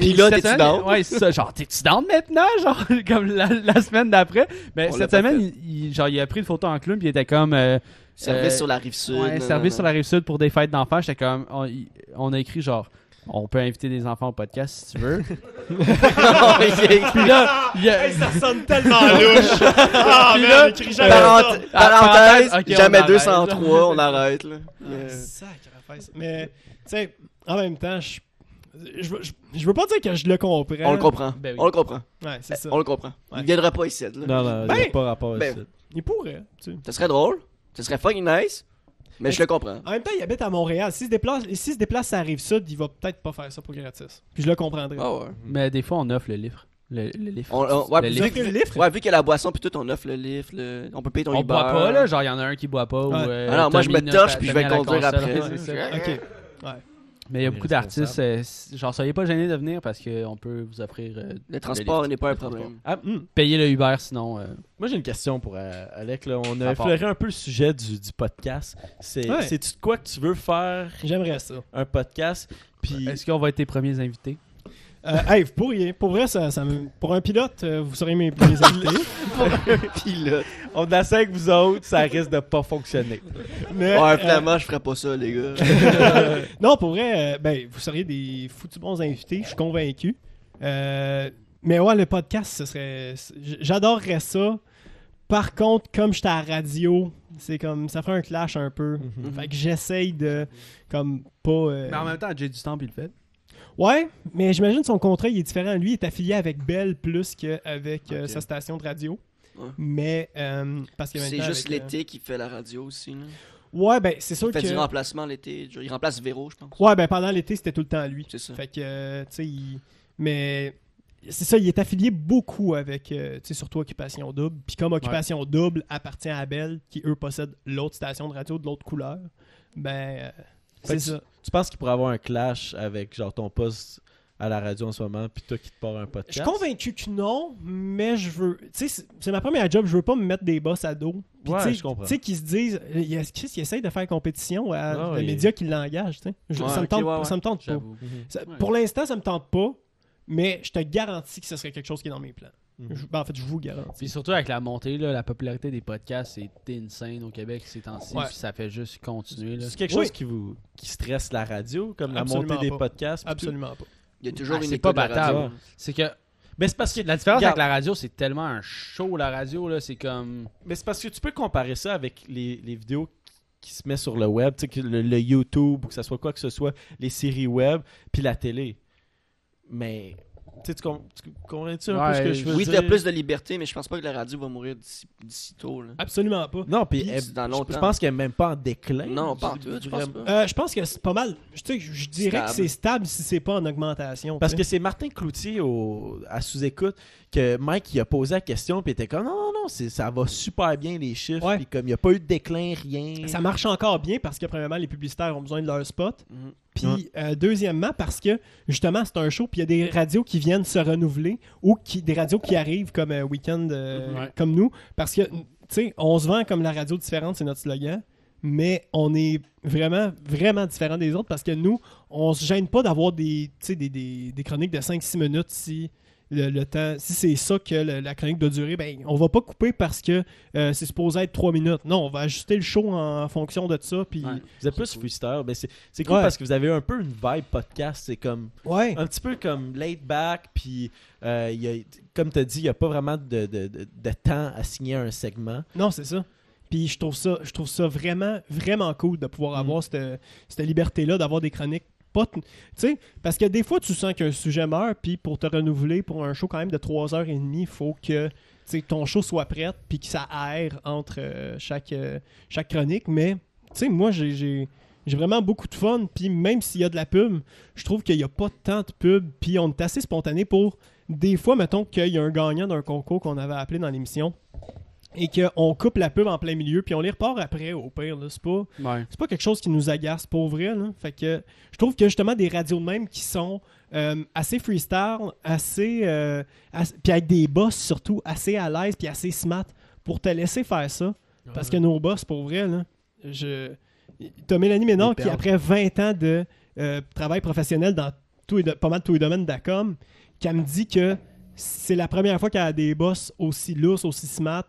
[SPEAKER 3] Pis
[SPEAKER 4] là, t'es-tu down?
[SPEAKER 3] Ouais, c'est ça. Genre, t'es-tu down maintenant? Genre, comme la, la semaine d'après. Mais
[SPEAKER 4] On l'a
[SPEAKER 3] cette
[SPEAKER 4] pas
[SPEAKER 3] semaine, il, il- genre, il a pris une photo en clown, puis il était comme. euh,
[SPEAKER 4] Service
[SPEAKER 3] Euh,
[SPEAKER 4] sur la rive sud.
[SPEAKER 3] ouais,
[SPEAKER 4] non,
[SPEAKER 3] service sur
[SPEAKER 4] non,
[SPEAKER 3] la rive sud pour des fêtes d'enfants. J'étais comme. On, il- on a écrit genre. On peut inviter des enfants au podcast si tu veux.
[SPEAKER 4] non.
[SPEAKER 3] Puis là, il y a-
[SPEAKER 1] Ça sonne tellement louche. Ah,
[SPEAKER 3] Puis
[SPEAKER 1] man,
[SPEAKER 3] là,
[SPEAKER 1] écrit jamais ça.
[SPEAKER 4] Parenth- Parenthèse,
[SPEAKER 3] euh, ok, on
[SPEAKER 4] jamais
[SPEAKER 3] arrête.
[SPEAKER 4] 203, on arrête. Là. Yeah.
[SPEAKER 1] Ah, Sacrifice. Mais, tu sais, en même temps, je. Je veux, je- je veux pas dire que je le comprends.
[SPEAKER 4] On le comprend.
[SPEAKER 3] Ben oui.
[SPEAKER 4] On le comprend.
[SPEAKER 1] Ouais, c'est ça.
[SPEAKER 4] Ben, On le comprend.
[SPEAKER 1] Ouais.
[SPEAKER 4] Il viendra pas ici. Là.
[SPEAKER 2] Non, non, il n'y
[SPEAKER 1] Ben,
[SPEAKER 2] a pas rapport à
[SPEAKER 4] ben,
[SPEAKER 2] ça.
[SPEAKER 1] Il pourrait, tu sais.
[SPEAKER 4] Ce serait drôle. Ce serait fucking nice. Mais je le comprends.
[SPEAKER 1] En même temps, il habite à Montréal. S'il se déplace, s'il se déplace à la Rive-Sud, il va peut-être pas faire ça pour gratis. Puis je le comprendrais.
[SPEAKER 4] Ah ouais.
[SPEAKER 3] Mais des fois, on offre le livre. Le, le livre.
[SPEAKER 4] On- on- ouais,
[SPEAKER 1] Tu
[SPEAKER 3] Le
[SPEAKER 4] puis
[SPEAKER 3] livre.
[SPEAKER 1] veux que le livre?
[SPEAKER 4] Ouais, vu qu'il y a la boisson puis tout, on offre le lift, le- on peut payer ton
[SPEAKER 3] On
[SPEAKER 4] Uber.
[SPEAKER 3] boit pas, là. Genre, il y en a un qui boit pas. ou,
[SPEAKER 1] Ouais.
[SPEAKER 3] euh,
[SPEAKER 4] Ah non, moi, je
[SPEAKER 3] Tommy
[SPEAKER 4] me
[SPEAKER 3] ne-
[SPEAKER 4] torche, puis je
[SPEAKER 3] Tommy
[SPEAKER 4] vais
[SPEAKER 3] à la
[SPEAKER 4] conduire
[SPEAKER 3] console.
[SPEAKER 4] après.
[SPEAKER 3] Ouais, c'est ça.
[SPEAKER 1] Ok.
[SPEAKER 3] Mais il y a beaucoup d'artistes,
[SPEAKER 2] Irresponsable.
[SPEAKER 3] euh, c- genre soyez pas gênés de venir parce qu'on peut vous offrir euh,
[SPEAKER 4] Le transport
[SPEAKER 3] livre.
[SPEAKER 4] n'est pas un problème.
[SPEAKER 2] Ah, hmm.
[SPEAKER 3] payer le Uber sinon. euh,
[SPEAKER 2] Moi, j'ai une question pour euh, Alec. Là. On
[SPEAKER 3] Ça
[SPEAKER 2] a effleuré un peu le sujet du, du podcast. C'est
[SPEAKER 1] Ouais.
[SPEAKER 2] c'est-tu de quoi que tu veux faire
[SPEAKER 1] J'aimerais ça.
[SPEAKER 2] un podcast? Puis,
[SPEAKER 3] Est-ce qu'on va être tes premiers invités
[SPEAKER 1] Euh, hey, vous pourriez. Pour vrai, ça, ça me- pour un pilote, euh, vous serez mes premiers invités.
[SPEAKER 4] Puis là,
[SPEAKER 2] on a avec vous autres, ça risque de pas fonctionner.
[SPEAKER 1] Mais,
[SPEAKER 4] ouais, un
[SPEAKER 1] euh,
[SPEAKER 4] flamand, je ferais pas ça, les gars.
[SPEAKER 1] non, pour vrai, euh, ben, vous seriez des foutus bons invités, je suis convaincu. Euh, mais ouais, le podcast, ce serait. j- J'adorerais ça. Par contre, comme j'étais à la radio, c'est comme ça ferait un clash un peu.
[SPEAKER 4] Mm-hmm.
[SPEAKER 1] Fait que j'essaye de comme pas. euh,
[SPEAKER 3] Mais en même temps, j'ai du temps puis le fait.
[SPEAKER 1] Ouais, mais j'imagine son contrat il est différent. Lui il est affilié avec Bell plus qu'avec euh, sa station de radio.
[SPEAKER 4] Ouais.
[SPEAKER 1] Mais euh, parce que
[SPEAKER 4] C'est
[SPEAKER 1] maintenant,
[SPEAKER 4] juste
[SPEAKER 1] avec, euh,
[SPEAKER 4] l'été qu'il fait la radio aussi. Là.
[SPEAKER 1] Ouais, ben c'est sûr
[SPEAKER 4] Il fait
[SPEAKER 1] que.
[SPEAKER 4] du remplacement l'été. genre, Il remplace Véro, je pense.
[SPEAKER 1] Ouais, ben pendant l'été c'était tout le temps lui.
[SPEAKER 4] C'est ça.
[SPEAKER 1] Fait que, euh, tu sais, il- mais c'est ça, il est affilié beaucoup avec, euh, tu sais, surtout Occupation Double. Puis comme Occupation Double appartient à Bell, qui eux possèdent l'autre station de radio de l'autre couleur, ben, euh,
[SPEAKER 2] Fait
[SPEAKER 1] c'est
[SPEAKER 2] que
[SPEAKER 1] ça.
[SPEAKER 2] Tu penses qu'il pourrait avoir un clash avec genre ton poste à la radio en ce moment, puis toi qui te pars un
[SPEAKER 1] Je suis
[SPEAKER 2] podcast?
[SPEAKER 1] convaincu que non, mais je veux. Tu sais, c'est- c'est ma première job, je veux pas me mettre des bosses à dos. Puis,
[SPEAKER 2] Ouais,
[SPEAKER 1] tu sais,
[SPEAKER 2] je comprends.
[SPEAKER 1] Tu sais, qu'ils se disent. euh, Il y a Chris, il essaye de faire compétition à
[SPEAKER 2] Ah
[SPEAKER 1] les
[SPEAKER 2] oui.
[SPEAKER 1] médias qui l'engagent, tu sais. Je-
[SPEAKER 4] Ouais,
[SPEAKER 1] ça, me
[SPEAKER 4] ok,
[SPEAKER 1] tente,
[SPEAKER 4] ouais, ouais,
[SPEAKER 1] ça me tente pas.
[SPEAKER 3] J'avoue.
[SPEAKER 2] Mm-hmm.
[SPEAKER 1] Ça-
[SPEAKER 3] Ouais.
[SPEAKER 1] Pour l'instant, ça me tente pas, mais je te garantis que ce serait quelque chose qui est dans mes plans.
[SPEAKER 2] Mhm.
[SPEAKER 1] Je- ben, en fait, je vous garantis.
[SPEAKER 3] Puis surtout avec la montée là, la popularité des podcasts c'est insane au Québec ces temps-ci,
[SPEAKER 1] Ouais.
[SPEAKER 3] puis ça fait juste continuer là.
[SPEAKER 2] C'est quelque
[SPEAKER 1] Oui.
[SPEAKER 2] chose qui vous qui stresse la radio, comme
[SPEAKER 1] Absolument
[SPEAKER 2] la montée
[SPEAKER 1] pas.
[SPEAKER 2] des podcasts. puis
[SPEAKER 1] Absolument pas.
[SPEAKER 4] Il y a toujours
[SPEAKER 3] Ah,
[SPEAKER 4] une
[SPEAKER 3] c'est
[SPEAKER 4] école
[SPEAKER 3] pas
[SPEAKER 4] de radio.
[SPEAKER 3] battable. C'est que
[SPEAKER 2] tout. Mais c'est parce que
[SPEAKER 3] la différence
[SPEAKER 2] Regarde.
[SPEAKER 3] avec la radio, c'est tellement un show la radio là, c'est comme
[SPEAKER 2] Mais c'est parce que tu peux comparer ça avec les, les vidéos qui se mettent sur le web, tu sais, que le, le YouTube ou que ce soit quoi que ce soit, les séries web, puis la télé. Mais tu sais, tu com- tu comprends-tu un
[SPEAKER 3] Ouais,
[SPEAKER 2] peu ce que je veux
[SPEAKER 4] Oui, il y
[SPEAKER 2] dire?
[SPEAKER 4] a plus de liberté, mais je pense pas que la radio va mourir d'ici d'ici tôt. Là.
[SPEAKER 1] Absolument pas.
[SPEAKER 2] Non, puis
[SPEAKER 4] Puis
[SPEAKER 2] elle-
[SPEAKER 4] c'est dans
[SPEAKER 2] je-
[SPEAKER 4] longtemps.
[SPEAKER 2] je pense qu'elle n'est même pas en déclin.
[SPEAKER 4] Non, pas en
[SPEAKER 2] Je-
[SPEAKER 4] tout, je pense
[SPEAKER 2] Ben, vraiment.
[SPEAKER 4] pas.
[SPEAKER 1] Euh, je pense que c'est pas mal. Je, tu sais, je- je dirais
[SPEAKER 4] Stable.
[SPEAKER 1] que c'est stable si c'est pas en augmentation.
[SPEAKER 2] Parce
[SPEAKER 1] tu
[SPEAKER 2] que
[SPEAKER 1] sais.
[SPEAKER 2] c'est Martin Cloutier au- à sous-écoute que Mike il a posé la question puis il était comme non non non c'est- ça va super bien les chiffres
[SPEAKER 1] Ouais.
[SPEAKER 2] puis comme il n'y a pas eu de déclin rien
[SPEAKER 1] ça marche encore bien parce que, premièrement, les publicitaires ont besoin de leur spot.
[SPEAKER 4] Mhm.
[SPEAKER 1] Puis, euh, deuxièmement, parce que, justement, c'est un show, puis il y a des radios qui viennent se renouveler ou qui, des radios qui arrivent comme euh, Weekend, euh,
[SPEAKER 3] Mhm. Ouais.
[SPEAKER 1] comme nous. Parce que, tu sais, on se vend comme la radio différente, c'est notre slogan. Mais on est vraiment, vraiment différent des autres parce que nous, on se gêne pas d'avoir des, tu sais, des, des, des chroniques de 5-6 minutes si le, le temps, si c'est ça que le- la chronique doit durer, ben, on va pas couper parce que euh, c'est supposé être 3 minutes. Non, on va ajuster le show en fonction de ça. Puis...
[SPEAKER 3] Ouais.
[SPEAKER 2] vous êtes plus freestyle mais c'est c'est cool
[SPEAKER 1] Ouais.
[SPEAKER 2] parce que vous avez un peu une vibe podcast c'est comme
[SPEAKER 1] Ouais.
[SPEAKER 2] un petit peu comme laid back puis euh, il y a- comme tu as dit il n'y a pas vraiment de, de- de- de temps à signer un segment
[SPEAKER 1] Non, c'est ça. Puis je trouve ça, je trouve ça vraiment, vraiment cool de pouvoir avoir cette, cette liberté-là, d'avoir des chroniques. pas t- Tu sais, parce que des fois, tu sens qu'un sujet meurt, puis pour te renouveler pour un show quand même de 3h30, il faut que tu sais, ton show soit prêt puis que ça erre entre euh, chaque, euh, chaque chronique. Mais tu sais, moi, j'ai- j'ai j'ai vraiment beaucoup de fun. Puis même s'il y a de la pub, je trouve qu'il n'y a pas tant de pub. Puis on est assez spontané pour des fois, mettons qu'il y a un gagnant d'un concours qu'on avait appelé dans l'émission et qu'on coupe la pub en plein milieu puis on les repart après au pire. là. C'est pas
[SPEAKER 3] Ouais.
[SPEAKER 1] c'est pas quelque chose qui nous agace pour vrai. Là. Fait que je trouve que justement des radios de même qui sont euh, assez freestyle, assez, euh, as- puis avec des boss surtout assez à l'aise puis assez smart pour te laisser faire ça. Parce que nos boss pour vrai, là, je t'as Mélanie Ménard
[SPEAKER 2] Ils
[SPEAKER 1] qui après 20 ans de euh, travail professionnel dans tous les do- pas mal tous les domaines d'Acom, qui me dit que c'est la première fois qu'elle a des boss aussi lousses, aussi smart.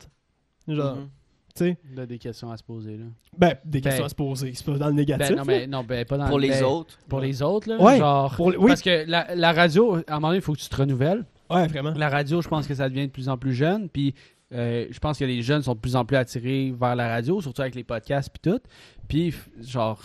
[SPEAKER 1] Genre,
[SPEAKER 4] Mhm.
[SPEAKER 1] tu sais,
[SPEAKER 3] Là, des questions à se poser, là.
[SPEAKER 1] ben, des
[SPEAKER 6] Ben-
[SPEAKER 1] questions à se poser. C'est pas dans le négatif.
[SPEAKER 6] Ben, non,
[SPEAKER 1] là.
[SPEAKER 6] mais, non, ben, pas dans
[SPEAKER 4] Pour les
[SPEAKER 6] ben,
[SPEAKER 4] autres.
[SPEAKER 6] Pour les autres, là.
[SPEAKER 1] Ouais,
[SPEAKER 6] genre,
[SPEAKER 1] pour le- oui.
[SPEAKER 6] Parce que la, la radio, à un moment donné, il faut que tu te renouvelles.
[SPEAKER 1] Ouais, vraiment.
[SPEAKER 3] La radio, je pense que ça devient de plus en plus jeune. Puis euh, je pense que les jeunes sont de plus en plus attirés vers la radio, surtout avec les podcasts puis tout. Puis f- genre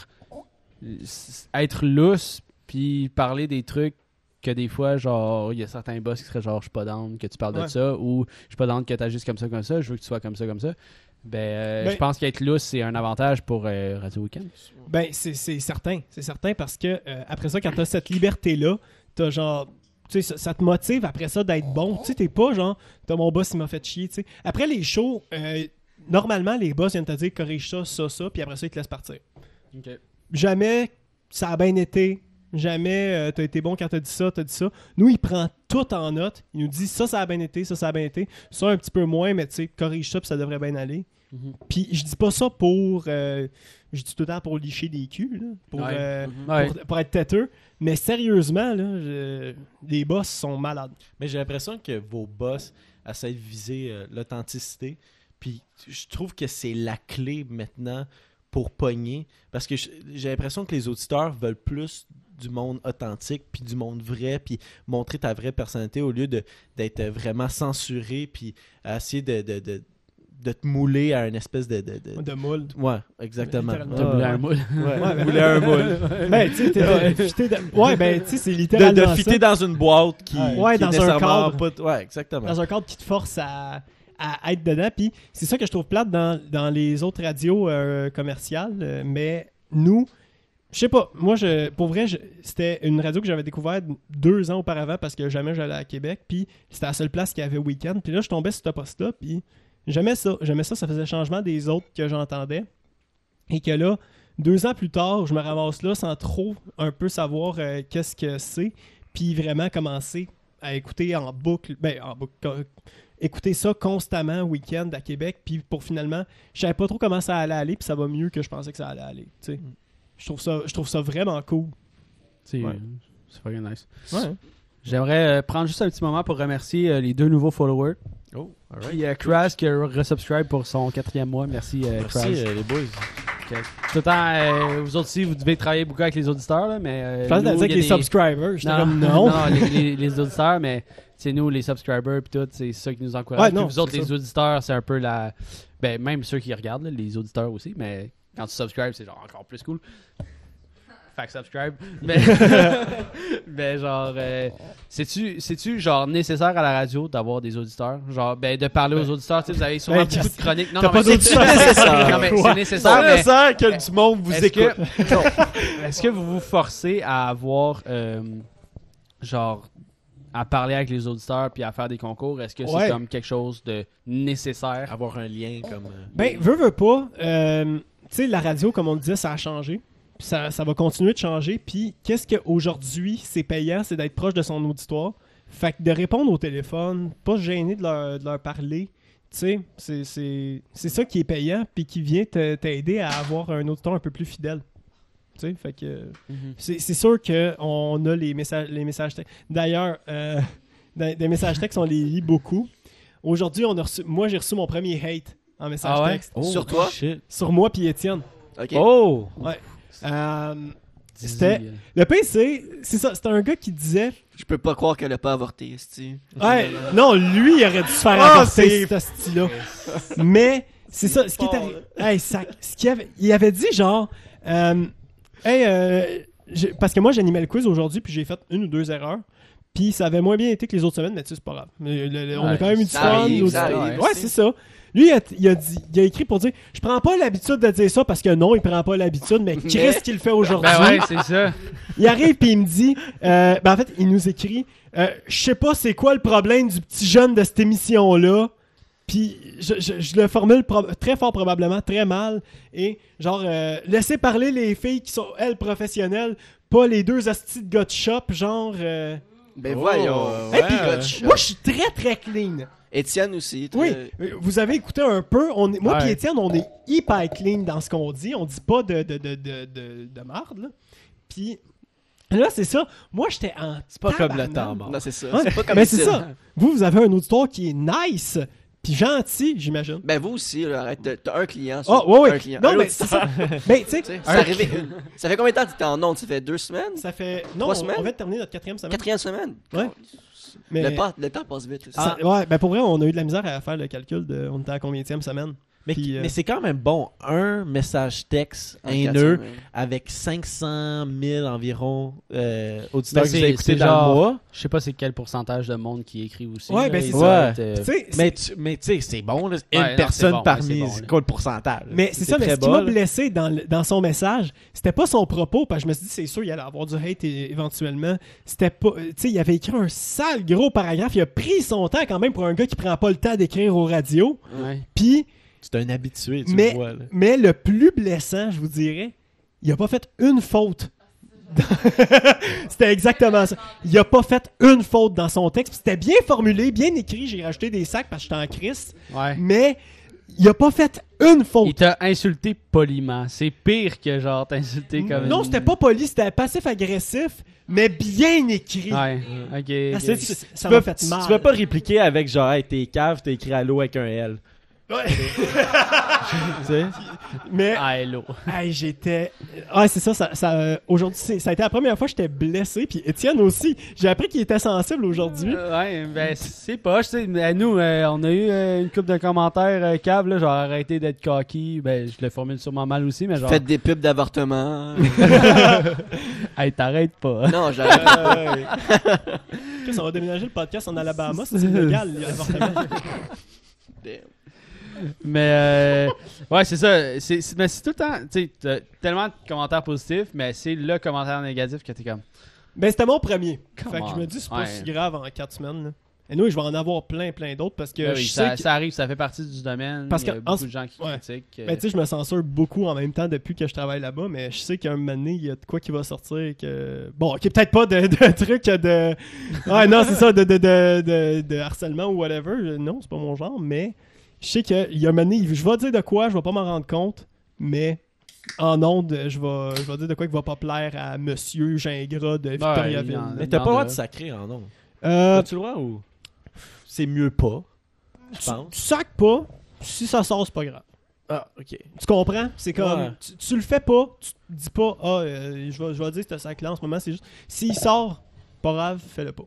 [SPEAKER 3] euh, s- être lousse puis parler des trucs que des fois genre il y a certains boss qui seraient genre je suis pas down que tu parles
[SPEAKER 1] Ouais.
[SPEAKER 3] de ça ou je suis pas down que t'agisses comme ça comme ça, je veux que tu sois comme ça comme ça. Ben, euh,
[SPEAKER 1] Ben-
[SPEAKER 3] je pense qu'être lousse c'est un avantage pour euh, Radio Weekend.
[SPEAKER 1] Ben, c'est c'est certain. C'est certain parce que euh, après ça, quand t'as cette liberté-là, t'as genre. Tu sais, ça, ça te motive après ça d'être bon. Tu sais, t'es pas genre. T'as mon boss, il m'a fait chier. tu sais. Après les shows, euh, normalement, les boss viennent te dire corrige ça, ça, ça, puis après ça, ils te laissent partir. Jamais ça a bien été. Jamais euh, t'as été bon quand t'as dit ça, t'as dit ça. Nous, il prend tout en note. Il nous dit ça, ça a bien été, ça, ça a bien été. Ça, un petit peu moins, mais tu sais, corrige ça, puis ça devrait bien aller.
[SPEAKER 3] Mhm.
[SPEAKER 1] Puis je dis pas ça pour. euh, je dis tout le temps pour licher des culs, là, pour,
[SPEAKER 3] Ouais.
[SPEAKER 1] euh,
[SPEAKER 3] Ouais.
[SPEAKER 1] pour, pour être têteux. Mais sérieusement, là, je- les boss sont malades.
[SPEAKER 2] Mais j'ai l'impression que vos boss essaient de viser euh, l'authenticité. Puis je trouve que c'est la clé maintenant pour pogner. Parce que je- j'ai l'impression que les auditeurs veulent plus du monde authentique, puis du monde vrai, puis montrer ta vraie personnalité au lieu de- d'être vraiment censuré, puis essayer de, de, de, de te mouler à une espèce de... de, de-
[SPEAKER 1] De moule.
[SPEAKER 2] Ouais, exactement.
[SPEAKER 1] Littéralement.
[SPEAKER 3] T'as voulu un moule.
[SPEAKER 2] Ouais,
[SPEAKER 1] Ah, Ouais, ben-
[SPEAKER 2] mouler un moule.
[SPEAKER 1] ben, tu sais, t'es- t'es- fitter de- Ouais, ben, tu sais, c'est
[SPEAKER 2] De,
[SPEAKER 1] littéralement.
[SPEAKER 2] de
[SPEAKER 1] ça.
[SPEAKER 2] fitter dans une boîte qui,
[SPEAKER 1] Ouais. Ouais,
[SPEAKER 2] qui
[SPEAKER 1] dans
[SPEAKER 2] est
[SPEAKER 1] un
[SPEAKER 2] nécessairement
[SPEAKER 1] cadre.
[SPEAKER 2] pas t- Ouais, exactement.
[SPEAKER 1] dans un cadre qui te force à, à être dedans. Puis c'est ça que je trouve plate dans, dans les autres radios euh, commerciales. euh, mais nous, je sais pas, moi, je, pour vrai, je- c'était une radio que j'avais découverte deux ans auparavant parce que jamais j'allais à Québec. Puis c'était la seule place qui avait week-end. Puis là, je tombais sur ce poste-là. Puis j'aimais ça. J'aimais ça. Ça faisait changement des autres que j'entendais. Et que là, deux ans plus tard, je me ramasse là sans trop un peu savoir euh, qu'est-ce que c'est. Puis vraiment commencer à écouter en boucle, ben en boucle, co- écouter ça constamment week-end à Québec, puis pour finalement, je savais pas trop comment ça allait aller, puis ça va mieux que je pensais que ça allait aller. tu sais. Je trouve ça, je trouve ça vraiment cool.
[SPEAKER 3] C'est euh,
[SPEAKER 1] Ouais.
[SPEAKER 3] c'est fucking nice.
[SPEAKER 1] Ouais.
[SPEAKER 3] J'aimerais euh, prendre juste un petit moment pour remercier euh, les deux nouveaux followers.
[SPEAKER 2] Oh, all right.
[SPEAKER 3] Puis euh, Kraz qui a resubscribe pour son quatrième mois. Merci, euh,
[SPEAKER 2] Merci
[SPEAKER 3] Kraz.
[SPEAKER 2] euh, les boys.
[SPEAKER 3] Tout le temps, euh, vous autres aussi, vous devez travailler beaucoup avec les auditeurs, là, mais. euh,
[SPEAKER 1] Je pensais
[SPEAKER 3] nous,
[SPEAKER 1] dire
[SPEAKER 3] il y a
[SPEAKER 1] avec les
[SPEAKER 3] des-
[SPEAKER 1] subscribers, j'étais
[SPEAKER 3] Non,
[SPEAKER 1] comme
[SPEAKER 3] non,
[SPEAKER 1] non.
[SPEAKER 3] les, les- les auditeurs, mais c'est nous, les subscribers, puis tout, c'est ça qui nous encourage.
[SPEAKER 1] Ouais,
[SPEAKER 3] Puis
[SPEAKER 1] non,
[SPEAKER 3] vous autres,
[SPEAKER 1] c'est
[SPEAKER 3] les
[SPEAKER 1] ça.
[SPEAKER 3] auditeurs, c'est un peu la. Ben, même ceux qui regardent, là, les auditeurs aussi, mais quand tu subscribes, c'est genre encore plus cool. Fait que subscribe. Mais, mais genre, euh, c'est-tu, c'est-tu genre nécessaire à la radio d'avoir des auditeurs? Genre, ben, de parler aux auditeurs, tu sais, vous avez sûrement
[SPEAKER 1] Ben,
[SPEAKER 3] beaucoup de chroniques. Non,
[SPEAKER 1] T'as
[SPEAKER 3] non,
[SPEAKER 1] pas
[SPEAKER 3] mais
[SPEAKER 1] d'autre
[SPEAKER 3] c'est-
[SPEAKER 1] choix.
[SPEAKER 3] non, mais c'est nécessaire,
[SPEAKER 2] C'est
[SPEAKER 3] mais-
[SPEAKER 2] nécessaire que du monde vous
[SPEAKER 3] Est-ce
[SPEAKER 2] écoute.
[SPEAKER 3] que- non. Est-ce que vous vous forcez à avoir, euh, genre, à parler avec les auditeurs puis à faire des concours? Est-ce que
[SPEAKER 1] Ouais.
[SPEAKER 3] c'est comme quelque chose de
[SPEAKER 4] Ah
[SPEAKER 3] nécessaire?
[SPEAKER 2] Avoir un lien comme. euh,
[SPEAKER 1] Ben, veux, veux pas. euh, tu sais, la radio, comme on le disait, ça a changé. Puis Ça, ça va continuer de changer. Puis, qu'est-ce qu'aujourd'hui, c'est payant, c'est d'être proche de son auditoire. Fait que de répondre au téléphone, pas se gêner de leur, de leur parler. Tu sais, c'est- c'est c'est ça qui est payant, puis qui vient te- t'aider à avoir un auditoire un peu plus fidèle. Tu sais, fait que.
[SPEAKER 3] Mm-hmm.
[SPEAKER 1] C'est c'est sûr qu'on a les messages, les messages textes. D'ailleurs, euh, dans- des messages textes, on les lit beaucoup. Aujourd'hui, on a reçu, moi, j'ai reçu mon premier hate en message
[SPEAKER 3] Ah ouais?
[SPEAKER 1] texte.
[SPEAKER 2] oh,
[SPEAKER 4] Sur toi?
[SPEAKER 2] shit.
[SPEAKER 1] Sur moi puis Étienne.
[SPEAKER 4] Ok.
[SPEAKER 3] Oh!
[SPEAKER 1] Euh, C'était- le PC, c'est ça, c'était un gars qui disait
[SPEAKER 4] Je peux pas croire qu'elle a pas avorté, esti.
[SPEAKER 1] Ouais, non, lui, il aurait dû se faire
[SPEAKER 2] Ah,
[SPEAKER 1] avorter,
[SPEAKER 2] c'est-
[SPEAKER 1] cet hostie-là. Mais, c'est ça, ce qui est
[SPEAKER 2] fort,
[SPEAKER 1] arrivé. Hey, sac, ce qu'il avait, il avait dit genre, euh, hey, euh, j'ai- parce que moi, j'animais le quiz aujourd'hui, puis j'ai fait une ou deux erreurs. Puis ça avait moins bien été que les autres semaines, mais tu sais, c'est pas grave. Mais le- le- on a
[SPEAKER 3] Ouais,
[SPEAKER 1] quand même eu du
[SPEAKER 4] ça
[SPEAKER 1] fun.
[SPEAKER 4] arrive,
[SPEAKER 1] nous-
[SPEAKER 4] ça arrive,
[SPEAKER 1] ouais,
[SPEAKER 4] c'est-
[SPEAKER 1] c'est ça. Lui, il a, il a dit- il a écrit pour dire Je prends pas l'habitude de dire ça parce que non, il prend pas l'habitude, mais
[SPEAKER 4] Mais-
[SPEAKER 1] qu'est-ce qu'il fait aujourd'hui
[SPEAKER 6] Ben ouais, c'est ça.
[SPEAKER 1] Il arrive puis il me dit euh, ben En fait, il nous écrit euh, Je sais pas c'est quoi le problème du petit jeune de cette émission-là. Puis je, je- je le formule pro- très fort probablement, très mal. Et genre, euh, laissez parler les filles qui sont, elles, professionnelles, pas les deux hosties de gars de shop, genre. euh,
[SPEAKER 4] Ben
[SPEAKER 2] Oh,
[SPEAKER 4] voyons.
[SPEAKER 2] ouais.
[SPEAKER 4] Hey, puis Gotcha.
[SPEAKER 1] moi, je suis très très clean.
[SPEAKER 4] Étienne aussi. t'es-
[SPEAKER 1] Oui, euh, vous avez écouté un peu. On est, moi
[SPEAKER 6] Ouais.
[SPEAKER 1] et Étienne, on est hyper clean dans ce qu'on dit. On dit pas de, de, de, de, de, de marde. Là. Puis là, c'est ça. Moi, j'étais en.
[SPEAKER 2] C'est pas comme le
[SPEAKER 1] tabarnak.
[SPEAKER 2] temps mort.
[SPEAKER 4] Non, c'est ça.
[SPEAKER 1] Ouais,
[SPEAKER 4] C'est pas comme
[SPEAKER 1] Mais c'est
[SPEAKER 4] Étienne.
[SPEAKER 1] ça. Vous, vous avez un auditoire qui est nice puis gentil, j'imagine.
[SPEAKER 4] Ben vous aussi, là, arrête. t'as- T'as un client. ça.
[SPEAKER 1] Ah, ouais,
[SPEAKER 4] Un
[SPEAKER 1] ouais.
[SPEAKER 4] client.
[SPEAKER 1] Non,
[SPEAKER 4] Un
[SPEAKER 1] mais
[SPEAKER 4] autre-
[SPEAKER 1] c'est ça. Mais tu sais,
[SPEAKER 4] tu sais, ça, arrivait- ça fait combien de temps que t'es en onde? Ça fait deux semaines?
[SPEAKER 1] ça fait. Non,
[SPEAKER 4] Trois
[SPEAKER 1] on,
[SPEAKER 4] semaines?
[SPEAKER 1] on vient de terminer notre quatrième semaine.
[SPEAKER 4] Quatrième semaine?
[SPEAKER 1] Ouais. Mais...
[SPEAKER 4] Le, Ah. pas- le temps passe vite. aussi.
[SPEAKER 1] ça- ouais, ben pour vrai, on a eu de la misère à faire le calcul de on était à combien semaine.
[SPEAKER 2] Mais,
[SPEAKER 1] Puis, euh,
[SPEAKER 2] mais c'est quand même bon. Un message texte
[SPEAKER 4] Un
[SPEAKER 2] haineux
[SPEAKER 4] quatrième, ouais.
[SPEAKER 2] avec 500 000 environ euh, auditeurs
[SPEAKER 6] Ben,
[SPEAKER 2] que vous
[SPEAKER 6] c'est-
[SPEAKER 2] avez écoutés
[SPEAKER 6] c'est
[SPEAKER 2] dans le
[SPEAKER 6] genre-
[SPEAKER 2] mois.
[SPEAKER 6] Je sais pas c'est quel pourcentage de monde qui écrit aussi.
[SPEAKER 1] Ouais,
[SPEAKER 6] là,
[SPEAKER 1] ben,
[SPEAKER 6] et
[SPEAKER 1] c'est
[SPEAKER 6] ça
[SPEAKER 2] ça.
[SPEAKER 6] va être, euh,
[SPEAKER 1] Tu sais,
[SPEAKER 2] Mais tu mais tu sais, c'est bon. là. Une
[SPEAKER 6] Ouais, non, c'est
[SPEAKER 2] personne
[SPEAKER 6] bon, ouais,
[SPEAKER 2] parmi.
[SPEAKER 6] c'est bon,
[SPEAKER 2] c'est
[SPEAKER 6] là.
[SPEAKER 2] quoi le pourcentage? là?
[SPEAKER 1] Mais c'est ça, mais
[SPEAKER 2] très
[SPEAKER 1] ce qui m'a
[SPEAKER 2] bas, là.
[SPEAKER 1] blessé dans, le- dans son message, c'était pas son propos, parce que je me suis dit, c'est sûr, il allait avoir du hate é- éventuellement. C'était pas. euh, Tu sais, il avait écrit un sale gros paragraphe, il a pris son temps quand même pour un gars qui prend pas le temps d'écrire aux radios.
[SPEAKER 6] ouais.
[SPEAKER 1] Puis,
[SPEAKER 2] C'est un habitué, tu
[SPEAKER 1] mais,
[SPEAKER 2] le vois. là.
[SPEAKER 1] mais le plus blessant, je vous dirais, il a pas fait une faute. c'était exactement ça. Il a pas fait une faute dans son texte. puis C'était bien formulé, bien écrit. J'ai rajouté des sacs parce que j'étais en crise.
[SPEAKER 6] Ouais.
[SPEAKER 1] Mais il a pas fait une faute.
[SPEAKER 6] Il t'a insulté poliment. C'est pire que genre
[SPEAKER 3] Hmm.
[SPEAKER 6] t'insulter comme.
[SPEAKER 1] Non,
[SPEAKER 6] une-
[SPEAKER 1] c'était pas poli, c'était passif-agressif, mais bien écrit.
[SPEAKER 6] Ouais, ok.
[SPEAKER 1] Ah,
[SPEAKER 6] ok.
[SPEAKER 1] c'est-
[SPEAKER 2] Tu-
[SPEAKER 1] ça
[SPEAKER 2] tu
[SPEAKER 1] m'a
[SPEAKER 2] peux-
[SPEAKER 1] fait
[SPEAKER 2] tu-
[SPEAKER 1] mal.
[SPEAKER 2] Tu peux pas répliquer avec genre, hey, t'es cave, t'es écrit à l'eau avec un L. Tu sais?
[SPEAKER 1] Mais
[SPEAKER 6] Ah, hello.
[SPEAKER 1] hey, j'étais. Ouais, c'est ça. ça, ça, euh, aujourd'hui, c'est- ça a été la première fois que j'étais blessé. Puis Étienne aussi. J'ai appris qu'il était sensible aujourd'hui.
[SPEAKER 6] Euh, ouais, ben c'est poche, tu sais. Mais Nous, euh, on a eu euh, une coupe de commentaires euh, cave, là, genre arrêtez d'être cocky. Ben, je le formule sûrement mal aussi, mais genre,
[SPEAKER 4] Faites des pubs d'avortement.
[SPEAKER 6] hey, t'arrêtes pas.
[SPEAKER 4] non, j'arrête. pas.
[SPEAKER 1] Chris, On va déménager le podcast en Alabama. C'est illégal. l'avortement.
[SPEAKER 6] Mais euh, ouais, c'est ça. C'est, c'est- mais c'est tout le temps, tu sais, t'as tellement de commentaires positifs, mais c'est le commentaire négatif que t'es comme.
[SPEAKER 1] ben, c'était mon premier.
[SPEAKER 6] Come
[SPEAKER 1] fait que je
[SPEAKER 6] on.
[SPEAKER 1] me dis, c'est pas
[SPEAKER 6] Ouais.
[SPEAKER 1] si grave en 4 semaines. là. Et nous, je vais en avoir plein, plein d'autres parce que
[SPEAKER 6] Ben oui,
[SPEAKER 1] je sais
[SPEAKER 6] ça,
[SPEAKER 1] que.
[SPEAKER 6] ça arrive, ça fait partie du domaine.
[SPEAKER 1] Parce
[SPEAKER 6] il y a
[SPEAKER 1] que- en-
[SPEAKER 6] beaucoup de gens qui
[SPEAKER 1] ouais.
[SPEAKER 6] critiquent. euh,
[SPEAKER 1] Ben, tu sais, je me censure beaucoup en même temps depuis que je travaille là-bas, mais je sais qu'un moment donné, il y a de quoi qui va sortir que... Bon, ok, peut-être pas de, de trucs de... Ouais, non, c'est ça, de, de, de, de, de harcèlement ou whatever. Je- Non, c'est pas mon genre, mais je sais qu'il y a un moment donné, je vais dire de quoi, je vais pas m'en rendre compte, mais en onde, je vais, je vais dire de quoi qui va pas plaire à Monsieur Gingras de
[SPEAKER 6] il y
[SPEAKER 1] Victoriaville.
[SPEAKER 6] en-
[SPEAKER 2] Mais t'as pas le droit
[SPEAKER 6] là.
[SPEAKER 2] de sacrer en nom.
[SPEAKER 1] Euh,
[SPEAKER 2] T'as-tu le droit ou. C'est mieux pas, je
[SPEAKER 1] tu,
[SPEAKER 2] pense.
[SPEAKER 1] tu sacs pas, si ça sort, c'est pas grave.
[SPEAKER 2] Ah, ok.
[SPEAKER 1] Tu comprends? C'est comme.
[SPEAKER 2] Ouais.
[SPEAKER 1] Tu, tu le fais pas, tu te dis pas, ah, euh, je vais je vais dire que c'est là en ce moment, c'est juste. S'il sort, pas grave, fais-le pas.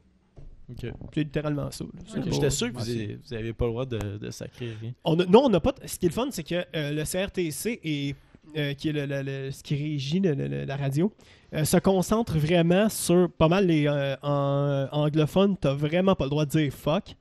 [SPEAKER 2] Ok.
[SPEAKER 1] C'est littéralement ça. là. C'est pas-
[SPEAKER 2] J'étais sûr que vous, avez- vous avez pas le droit de, de sacrer rien.
[SPEAKER 1] On a- non, on n'a pas. t- Ce qui est le fun, c'est que euh, le CRTC et. euh, qui est le, le- le- ce qui régit le- le- le- la radio, euh, se concentre vraiment sur pas mal les euh, en- anglophones. T'as vraiment pas le droit de dire fuck.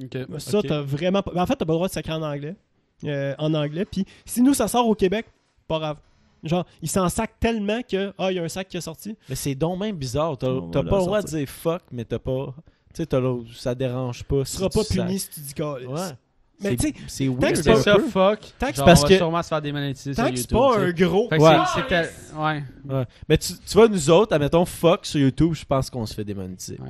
[SPEAKER 6] ok.
[SPEAKER 1] Ça,
[SPEAKER 2] Ok.
[SPEAKER 1] t'as vraiment pas. ben, En fait, t'as pas le droit de sacrer en anglais. Euh, en anglais. Puis si nous, ça sort au Québec, pas grave. Genre, ils s'en sacent tellement que. Ah, il y a un sac qui est sorti.
[SPEAKER 2] Mais c'est donc même bizarre. T'as
[SPEAKER 1] On va
[SPEAKER 2] t'as
[SPEAKER 1] le
[SPEAKER 2] pas le droit de
[SPEAKER 1] sortir.
[SPEAKER 2] dire fuck, mais t'as pas. Tu sais, t'as le- ça dérange pas.
[SPEAKER 1] Tu seras pas puni si tu dis calice.
[SPEAKER 2] Ouais.
[SPEAKER 1] Mais tu sais,
[SPEAKER 2] c'est
[SPEAKER 1] que
[SPEAKER 2] weird.
[SPEAKER 1] c'est
[SPEAKER 6] C'est
[SPEAKER 1] pas-
[SPEAKER 6] ça,
[SPEAKER 1] peu.
[SPEAKER 6] fuck.
[SPEAKER 1] Tant que-
[SPEAKER 6] Genre,
[SPEAKER 2] parce
[SPEAKER 6] on va
[SPEAKER 2] que-
[SPEAKER 6] sûrement se faire démonétiser sur
[SPEAKER 1] tant que c'est
[SPEAKER 6] YouTube.
[SPEAKER 1] pas
[SPEAKER 6] tu
[SPEAKER 1] un
[SPEAKER 6] sais.
[SPEAKER 1] gros.
[SPEAKER 6] Fait que
[SPEAKER 2] Ouais.
[SPEAKER 6] c'est- c'est tel- ouais.
[SPEAKER 2] Ouais. Mais tu, tu vois, nous autres, admettons fuck sur YouTube, je pense qu'on se fait démonétiser.
[SPEAKER 6] Ouais.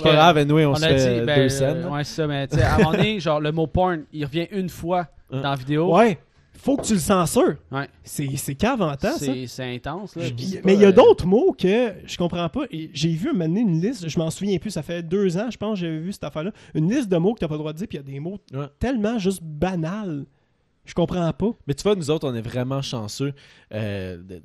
[SPEAKER 6] Parce
[SPEAKER 2] que
[SPEAKER 6] que-
[SPEAKER 2] grave, anyway, on, se
[SPEAKER 6] a
[SPEAKER 2] fait
[SPEAKER 6] dit,
[SPEAKER 2] deux
[SPEAKER 6] ben,
[SPEAKER 2] scènes.
[SPEAKER 6] euh, ouais, c'est ça, mais tu sais, à un moment donné, genre, le mot porn, il revient une fois
[SPEAKER 2] Hein.
[SPEAKER 6] dans la vidéo.
[SPEAKER 1] Ouais. Faut que tu le censures.
[SPEAKER 6] Ouais.
[SPEAKER 1] C'est c'est cave en temps, ça.
[SPEAKER 6] c'est, c'est intense, là.
[SPEAKER 1] Je-
[SPEAKER 6] Puis c'est pas,
[SPEAKER 1] mais il y a
[SPEAKER 6] euh,
[SPEAKER 1] d'autres mots que je comprends pas. Et J'ai vu un moment donné une liste, je m'en souviens plus, ça fait deux ans, je pense, j'avais vu cette affaire-là. Une liste de mots que t'as pas le droit de dire, puis il y a des mots
[SPEAKER 2] Ouais.
[SPEAKER 1] tellement juste banals. Je comprends pas.
[SPEAKER 2] Mais tu vois, nous autres, on est vraiment chanceux. euh, de- de-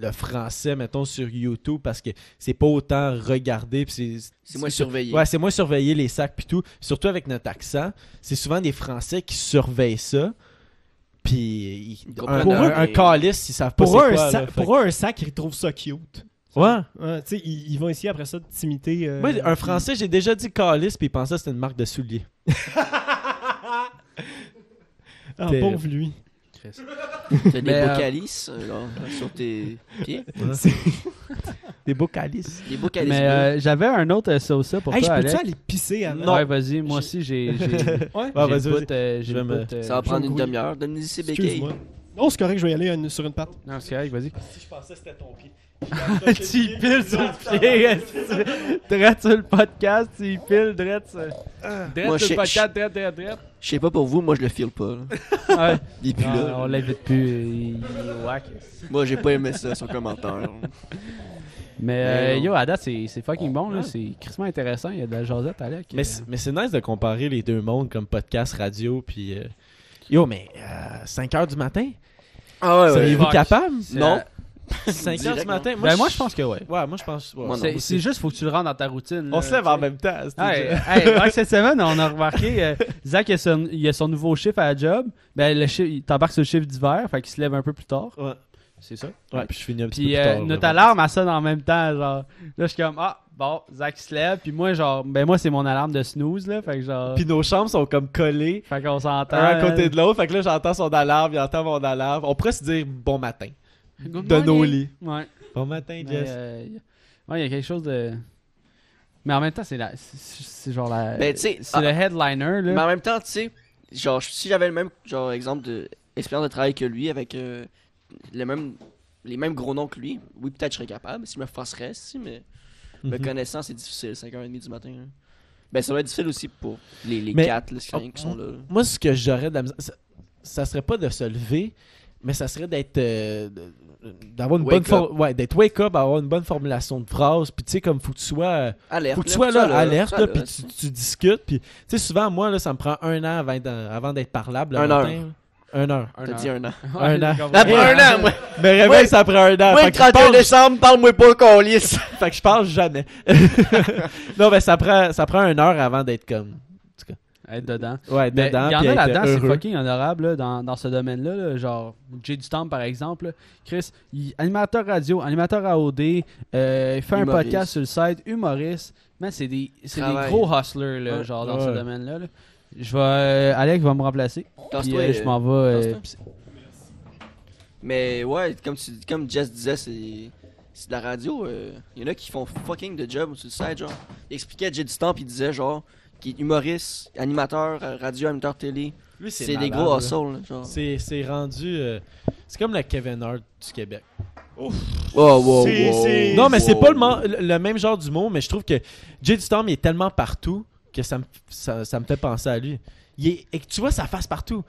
[SPEAKER 2] le français, mettons, sur YouTube, parce que c'est pas autant regardé. puis C'est
[SPEAKER 4] C'est moi surveillé.
[SPEAKER 2] Ouais, c'est moi surveiller les sacs puis tout. Surtout avec notre accent, c'est souvent des Français qui surveillent ça. Puis ils-
[SPEAKER 4] Ils
[SPEAKER 2] un,
[SPEAKER 4] comprennent
[SPEAKER 2] un,
[SPEAKER 4] rien.
[SPEAKER 2] un calice, ils savent pas
[SPEAKER 1] Pour,
[SPEAKER 2] c'est
[SPEAKER 1] eux,
[SPEAKER 2] quoi.
[SPEAKER 1] un sac-
[SPEAKER 2] là, fait
[SPEAKER 1] pour eux, un sac, ils trouvent ça cute.
[SPEAKER 2] Ouais.
[SPEAKER 1] Ouais, tu sais, ils, ils vont essayer après ça de t'imiter. euh,
[SPEAKER 2] Moi, un
[SPEAKER 1] puis-
[SPEAKER 2] Français, j'ai déjà dit calice, puis il pensait que c'était une marque de souliers.
[SPEAKER 1] Ah,
[SPEAKER 2] Terrible.
[SPEAKER 1] pauvre lui.
[SPEAKER 4] T'as des
[SPEAKER 7] Mais, euh,
[SPEAKER 4] beaux calices euh, là, sur tes pieds.
[SPEAKER 2] Des beaux calices.
[SPEAKER 4] Des beaux calices.
[SPEAKER 3] Mais
[SPEAKER 4] bleus.
[SPEAKER 3] euh, j'avais un autre euh, ça ça pour
[SPEAKER 1] Hey, je
[SPEAKER 3] toi,
[SPEAKER 1] peux-tu
[SPEAKER 3] Alex.
[SPEAKER 1] aller pisser avant?
[SPEAKER 2] Non.
[SPEAKER 3] Ouais, vas-y, moi aussi j'ai. j'ai-
[SPEAKER 1] Ouais.
[SPEAKER 2] Ouais,
[SPEAKER 3] j'ai
[SPEAKER 2] vas-y,
[SPEAKER 3] le
[SPEAKER 2] vas-y.
[SPEAKER 3] bout, euh, j'ai
[SPEAKER 2] Je vais
[SPEAKER 3] le
[SPEAKER 2] me-
[SPEAKER 3] bout, euh,
[SPEAKER 4] ça va prendre une
[SPEAKER 1] Jean-Gouy.
[SPEAKER 4] demi-heure. Donne-nous ici béquilles.
[SPEAKER 1] Excuse-moi. Non, c'est correct, je vais y aller euh, sur une patte.
[SPEAKER 7] Non, c'est correct, vas-y.
[SPEAKER 2] Si je pensais que c'était ton pied.
[SPEAKER 3] tu y piles sur le pied, est-ce que- drette sur le podcast, tu y piles, drette sur, drette
[SPEAKER 4] Moi,
[SPEAKER 3] sur
[SPEAKER 4] je-
[SPEAKER 3] le podcast, drette, drette, drette.
[SPEAKER 4] Je sais pas pour vous, moi je le file pas. là.
[SPEAKER 3] Ouais.
[SPEAKER 4] Il est plus
[SPEAKER 3] Non,
[SPEAKER 4] là.
[SPEAKER 3] on l'invite plus, euh, il est whack.
[SPEAKER 4] Moi j'ai pas aimé ça, son commentaire.
[SPEAKER 3] Mais euh,
[SPEAKER 4] Mais non.
[SPEAKER 3] yo, à date, c'est c'est fucking bon, là. c'est crissement intéressant, il y a de la jasette, Alec.
[SPEAKER 2] Mais, c'est- mais c'est nice de comparer les deux mondes comme podcast, radio, puis. euh, Yo, mais 5 h du matin
[SPEAKER 4] Ah ouais,
[SPEAKER 2] Seriez-vous
[SPEAKER 7] Fuck.
[SPEAKER 2] capable
[SPEAKER 1] euh,
[SPEAKER 4] Non.
[SPEAKER 2] 5 h
[SPEAKER 4] Direct,
[SPEAKER 2] du matin
[SPEAKER 4] non.
[SPEAKER 2] moi,
[SPEAKER 3] Ben, moi, je pense que ouais.
[SPEAKER 2] Ouais, moi je pense. ouais.
[SPEAKER 4] Moi, non.
[SPEAKER 3] C'est c'est juste, faut que tu le rentres dans ta routine.
[SPEAKER 2] On
[SPEAKER 3] là,
[SPEAKER 2] se lève
[SPEAKER 3] tu sais.
[SPEAKER 2] en même temps. c'est
[SPEAKER 3] Hey,
[SPEAKER 2] déjà-
[SPEAKER 3] hey, ouais, cette semaine, on a remarqué, euh, Zach, il a, son, il a son nouveau chiffre à la job. Ben, le chiffre, il t'embarque sur le chiffre d'hiver, fait qu'il se lève un peu plus tard.
[SPEAKER 2] Ouais.
[SPEAKER 3] C'est ça.
[SPEAKER 2] Ouais, puis je finis un petit peu.
[SPEAKER 3] Puis
[SPEAKER 2] plus
[SPEAKER 3] euh,
[SPEAKER 2] tard,
[SPEAKER 3] notre
[SPEAKER 2] là.
[SPEAKER 3] alarme, elle sonne en même temps. Genre, là, je suis comme, ah, bon, Zach se lève. Puis moi, genre, ben, moi, c'est mon alarme de snooze, là. Fait que genre,
[SPEAKER 2] Puis nos chambres sont comme collées.
[SPEAKER 3] fait qu'on s'entend. euh,
[SPEAKER 2] Un à côté de l'autre, fait que là j'entends son alarme, il entend mon alarme. On pourrait se dire bon matin.
[SPEAKER 3] Good
[SPEAKER 2] De nos
[SPEAKER 3] morning.
[SPEAKER 2] lits.
[SPEAKER 3] Ouais.
[SPEAKER 2] Bon matin,
[SPEAKER 3] Mais,
[SPEAKER 2] Jess.
[SPEAKER 3] euh, ouais, il y a quelque chose de. Mais en même temps, c'est la. C'est c'est genre la.
[SPEAKER 4] Ben, tu sais,
[SPEAKER 3] c'est le headliner,
[SPEAKER 4] Mais
[SPEAKER 3] là.
[SPEAKER 4] en même temps, tu sais, genre si j'avais le même genre exemple de expérience de travail que lui avec euh, le même les mêmes gros noms que lui, oui peut-être je serais capable, si je me forcerais, si mais me
[SPEAKER 2] Mhm.
[SPEAKER 4] connaissant c'est difficile, 5h30 du matin. hein. Ben ça va être difficile aussi pour les, les
[SPEAKER 2] Mais-
[SPEAKER 4] 4, les 5 qui sont là. là.
[SPEAKER 2] Moi, ce que j'aurais de la misère, ça, ça serait pas de se lever, mais ça serait d'être. euh, de- d'avoir une
[SPEAKER 4] Wake
[SPEAKER 2] bonne. for- Ouais, d'être wake up, avoir une bonne formulation de phrase, puis tu sais, comme faut que tu sois. euh,
[SPEAKER 4] Alerte.
[SPEAKER 2] faut que tu sois là, alerte, là, puis
[SPEAKER 4] c'est-
[SPEAKER 2] tu, tu discutes. Puis, tu sais, souvent, moi, là, ça me prend un an avant, d'en- avant d'être parlable. le
[SPEAKER 4] Un
[SPEAKER 2] matin,
[SPEAKER 4] heure.
[SPEAKER 2] là. Un heure.
[SPEAKER 4] T'as dit un an.
[SPEAKER 2] un an.
[SPEAKER 4] Après un an, moi.
[SPEAKER 2] Mais réveil, ça prend un an.
[SPEAKER 4] Moi,
[SPEAKER 2] fait,
[SPEAKER 4] le
[SPEAKER 2] que je
[SPEAKER 4] 31
[SPEAKER 2] parle,
[SPEAKER 4] décembre, parle-moi pas qu'on lisse.
[SPEAKER 2] fait que je parle jamais. non, mais ça prend, ça prend une heure avant d'être comme.
[SPEAKER 3] Être dedans.
[SPEAKER 2] Ouais,
[SPEAKER 3] Mais
[SPEAKER 2] dedans.
[SPEAKER 3] il y en
[SPEAKER 2] puis
[SPEAKER 3] a
[SPEAKER 2] être
[SPEAKER 3] là-dedans, c'est
[SPEAKER 2] heureux.
[SPEAKER 3] fucking honorable là, dans, dans ce domaine-là. là. genre, Jay du Temple, par exemple. là. Chris, il- animateur radio, animateur AOD, euh, il fait un
[SPEAKER 4] Humoriste.
[SPEAKER 3] podcast sur le site, humoriste. Man, c'est des, c'est des
[SPEAKER 4] Travail.
[SPEAKER 3] gros hustlers, là,
[SPEAKER 4] Ouais.
[SPEAKER 3] genre, dans ce
[SPEAKER 2] Ouais.
[SPEAKER 3] domaine-là. là. Je vais. euh, Alex va me remplacer. Puis,
[SPEAKER 4] Tasse-toi,
[SPEAKER 3] euh, je
[SPEAKER 4] euh,
[SPEAKER 3] m'en vais. euh,
[SPEAKER 4] tasse-toi.
[SPEAKER 3] pis-
[SPEAKER 4] Mais ouais, comme, tu, comme Jess disait, c'est, c'est de la radio. Il y en a qui font fucking de job sur le site, genre. Il expliquait à Jay du temps, puis il disait, genre, qu'il est humoriste, animateur, euh, radio, animateur télé.
[SPEAKER 2] Lui,
[SPEAKER 4] C'est, des
[SPEAKER 2] malade,
[SPEAKER 4] gros
[SPEAKER 2] là.
[SPEAKER 4] hustles, là, genre.
[SPEAKER 2] C'est c'est rendu. euh, c'est comme la Kevin Hart du Québec.
[SPEAKER 4] Wow, wow,
[SPEAKER 1] C'est-
[SPEAKER 4] wow.
[SPEAKER 1] c'est-
[SPEAKER 2] Non, mais c'est
[SPEAKER 4] wow.
[SPEAKER 2] pas le, man- le- le même genre d'humour, mais je trouve que Jay du Storm, il est tellement partout que ça me, ça, ça me fait penser à lui. Il est- et que tu vois sa face partout.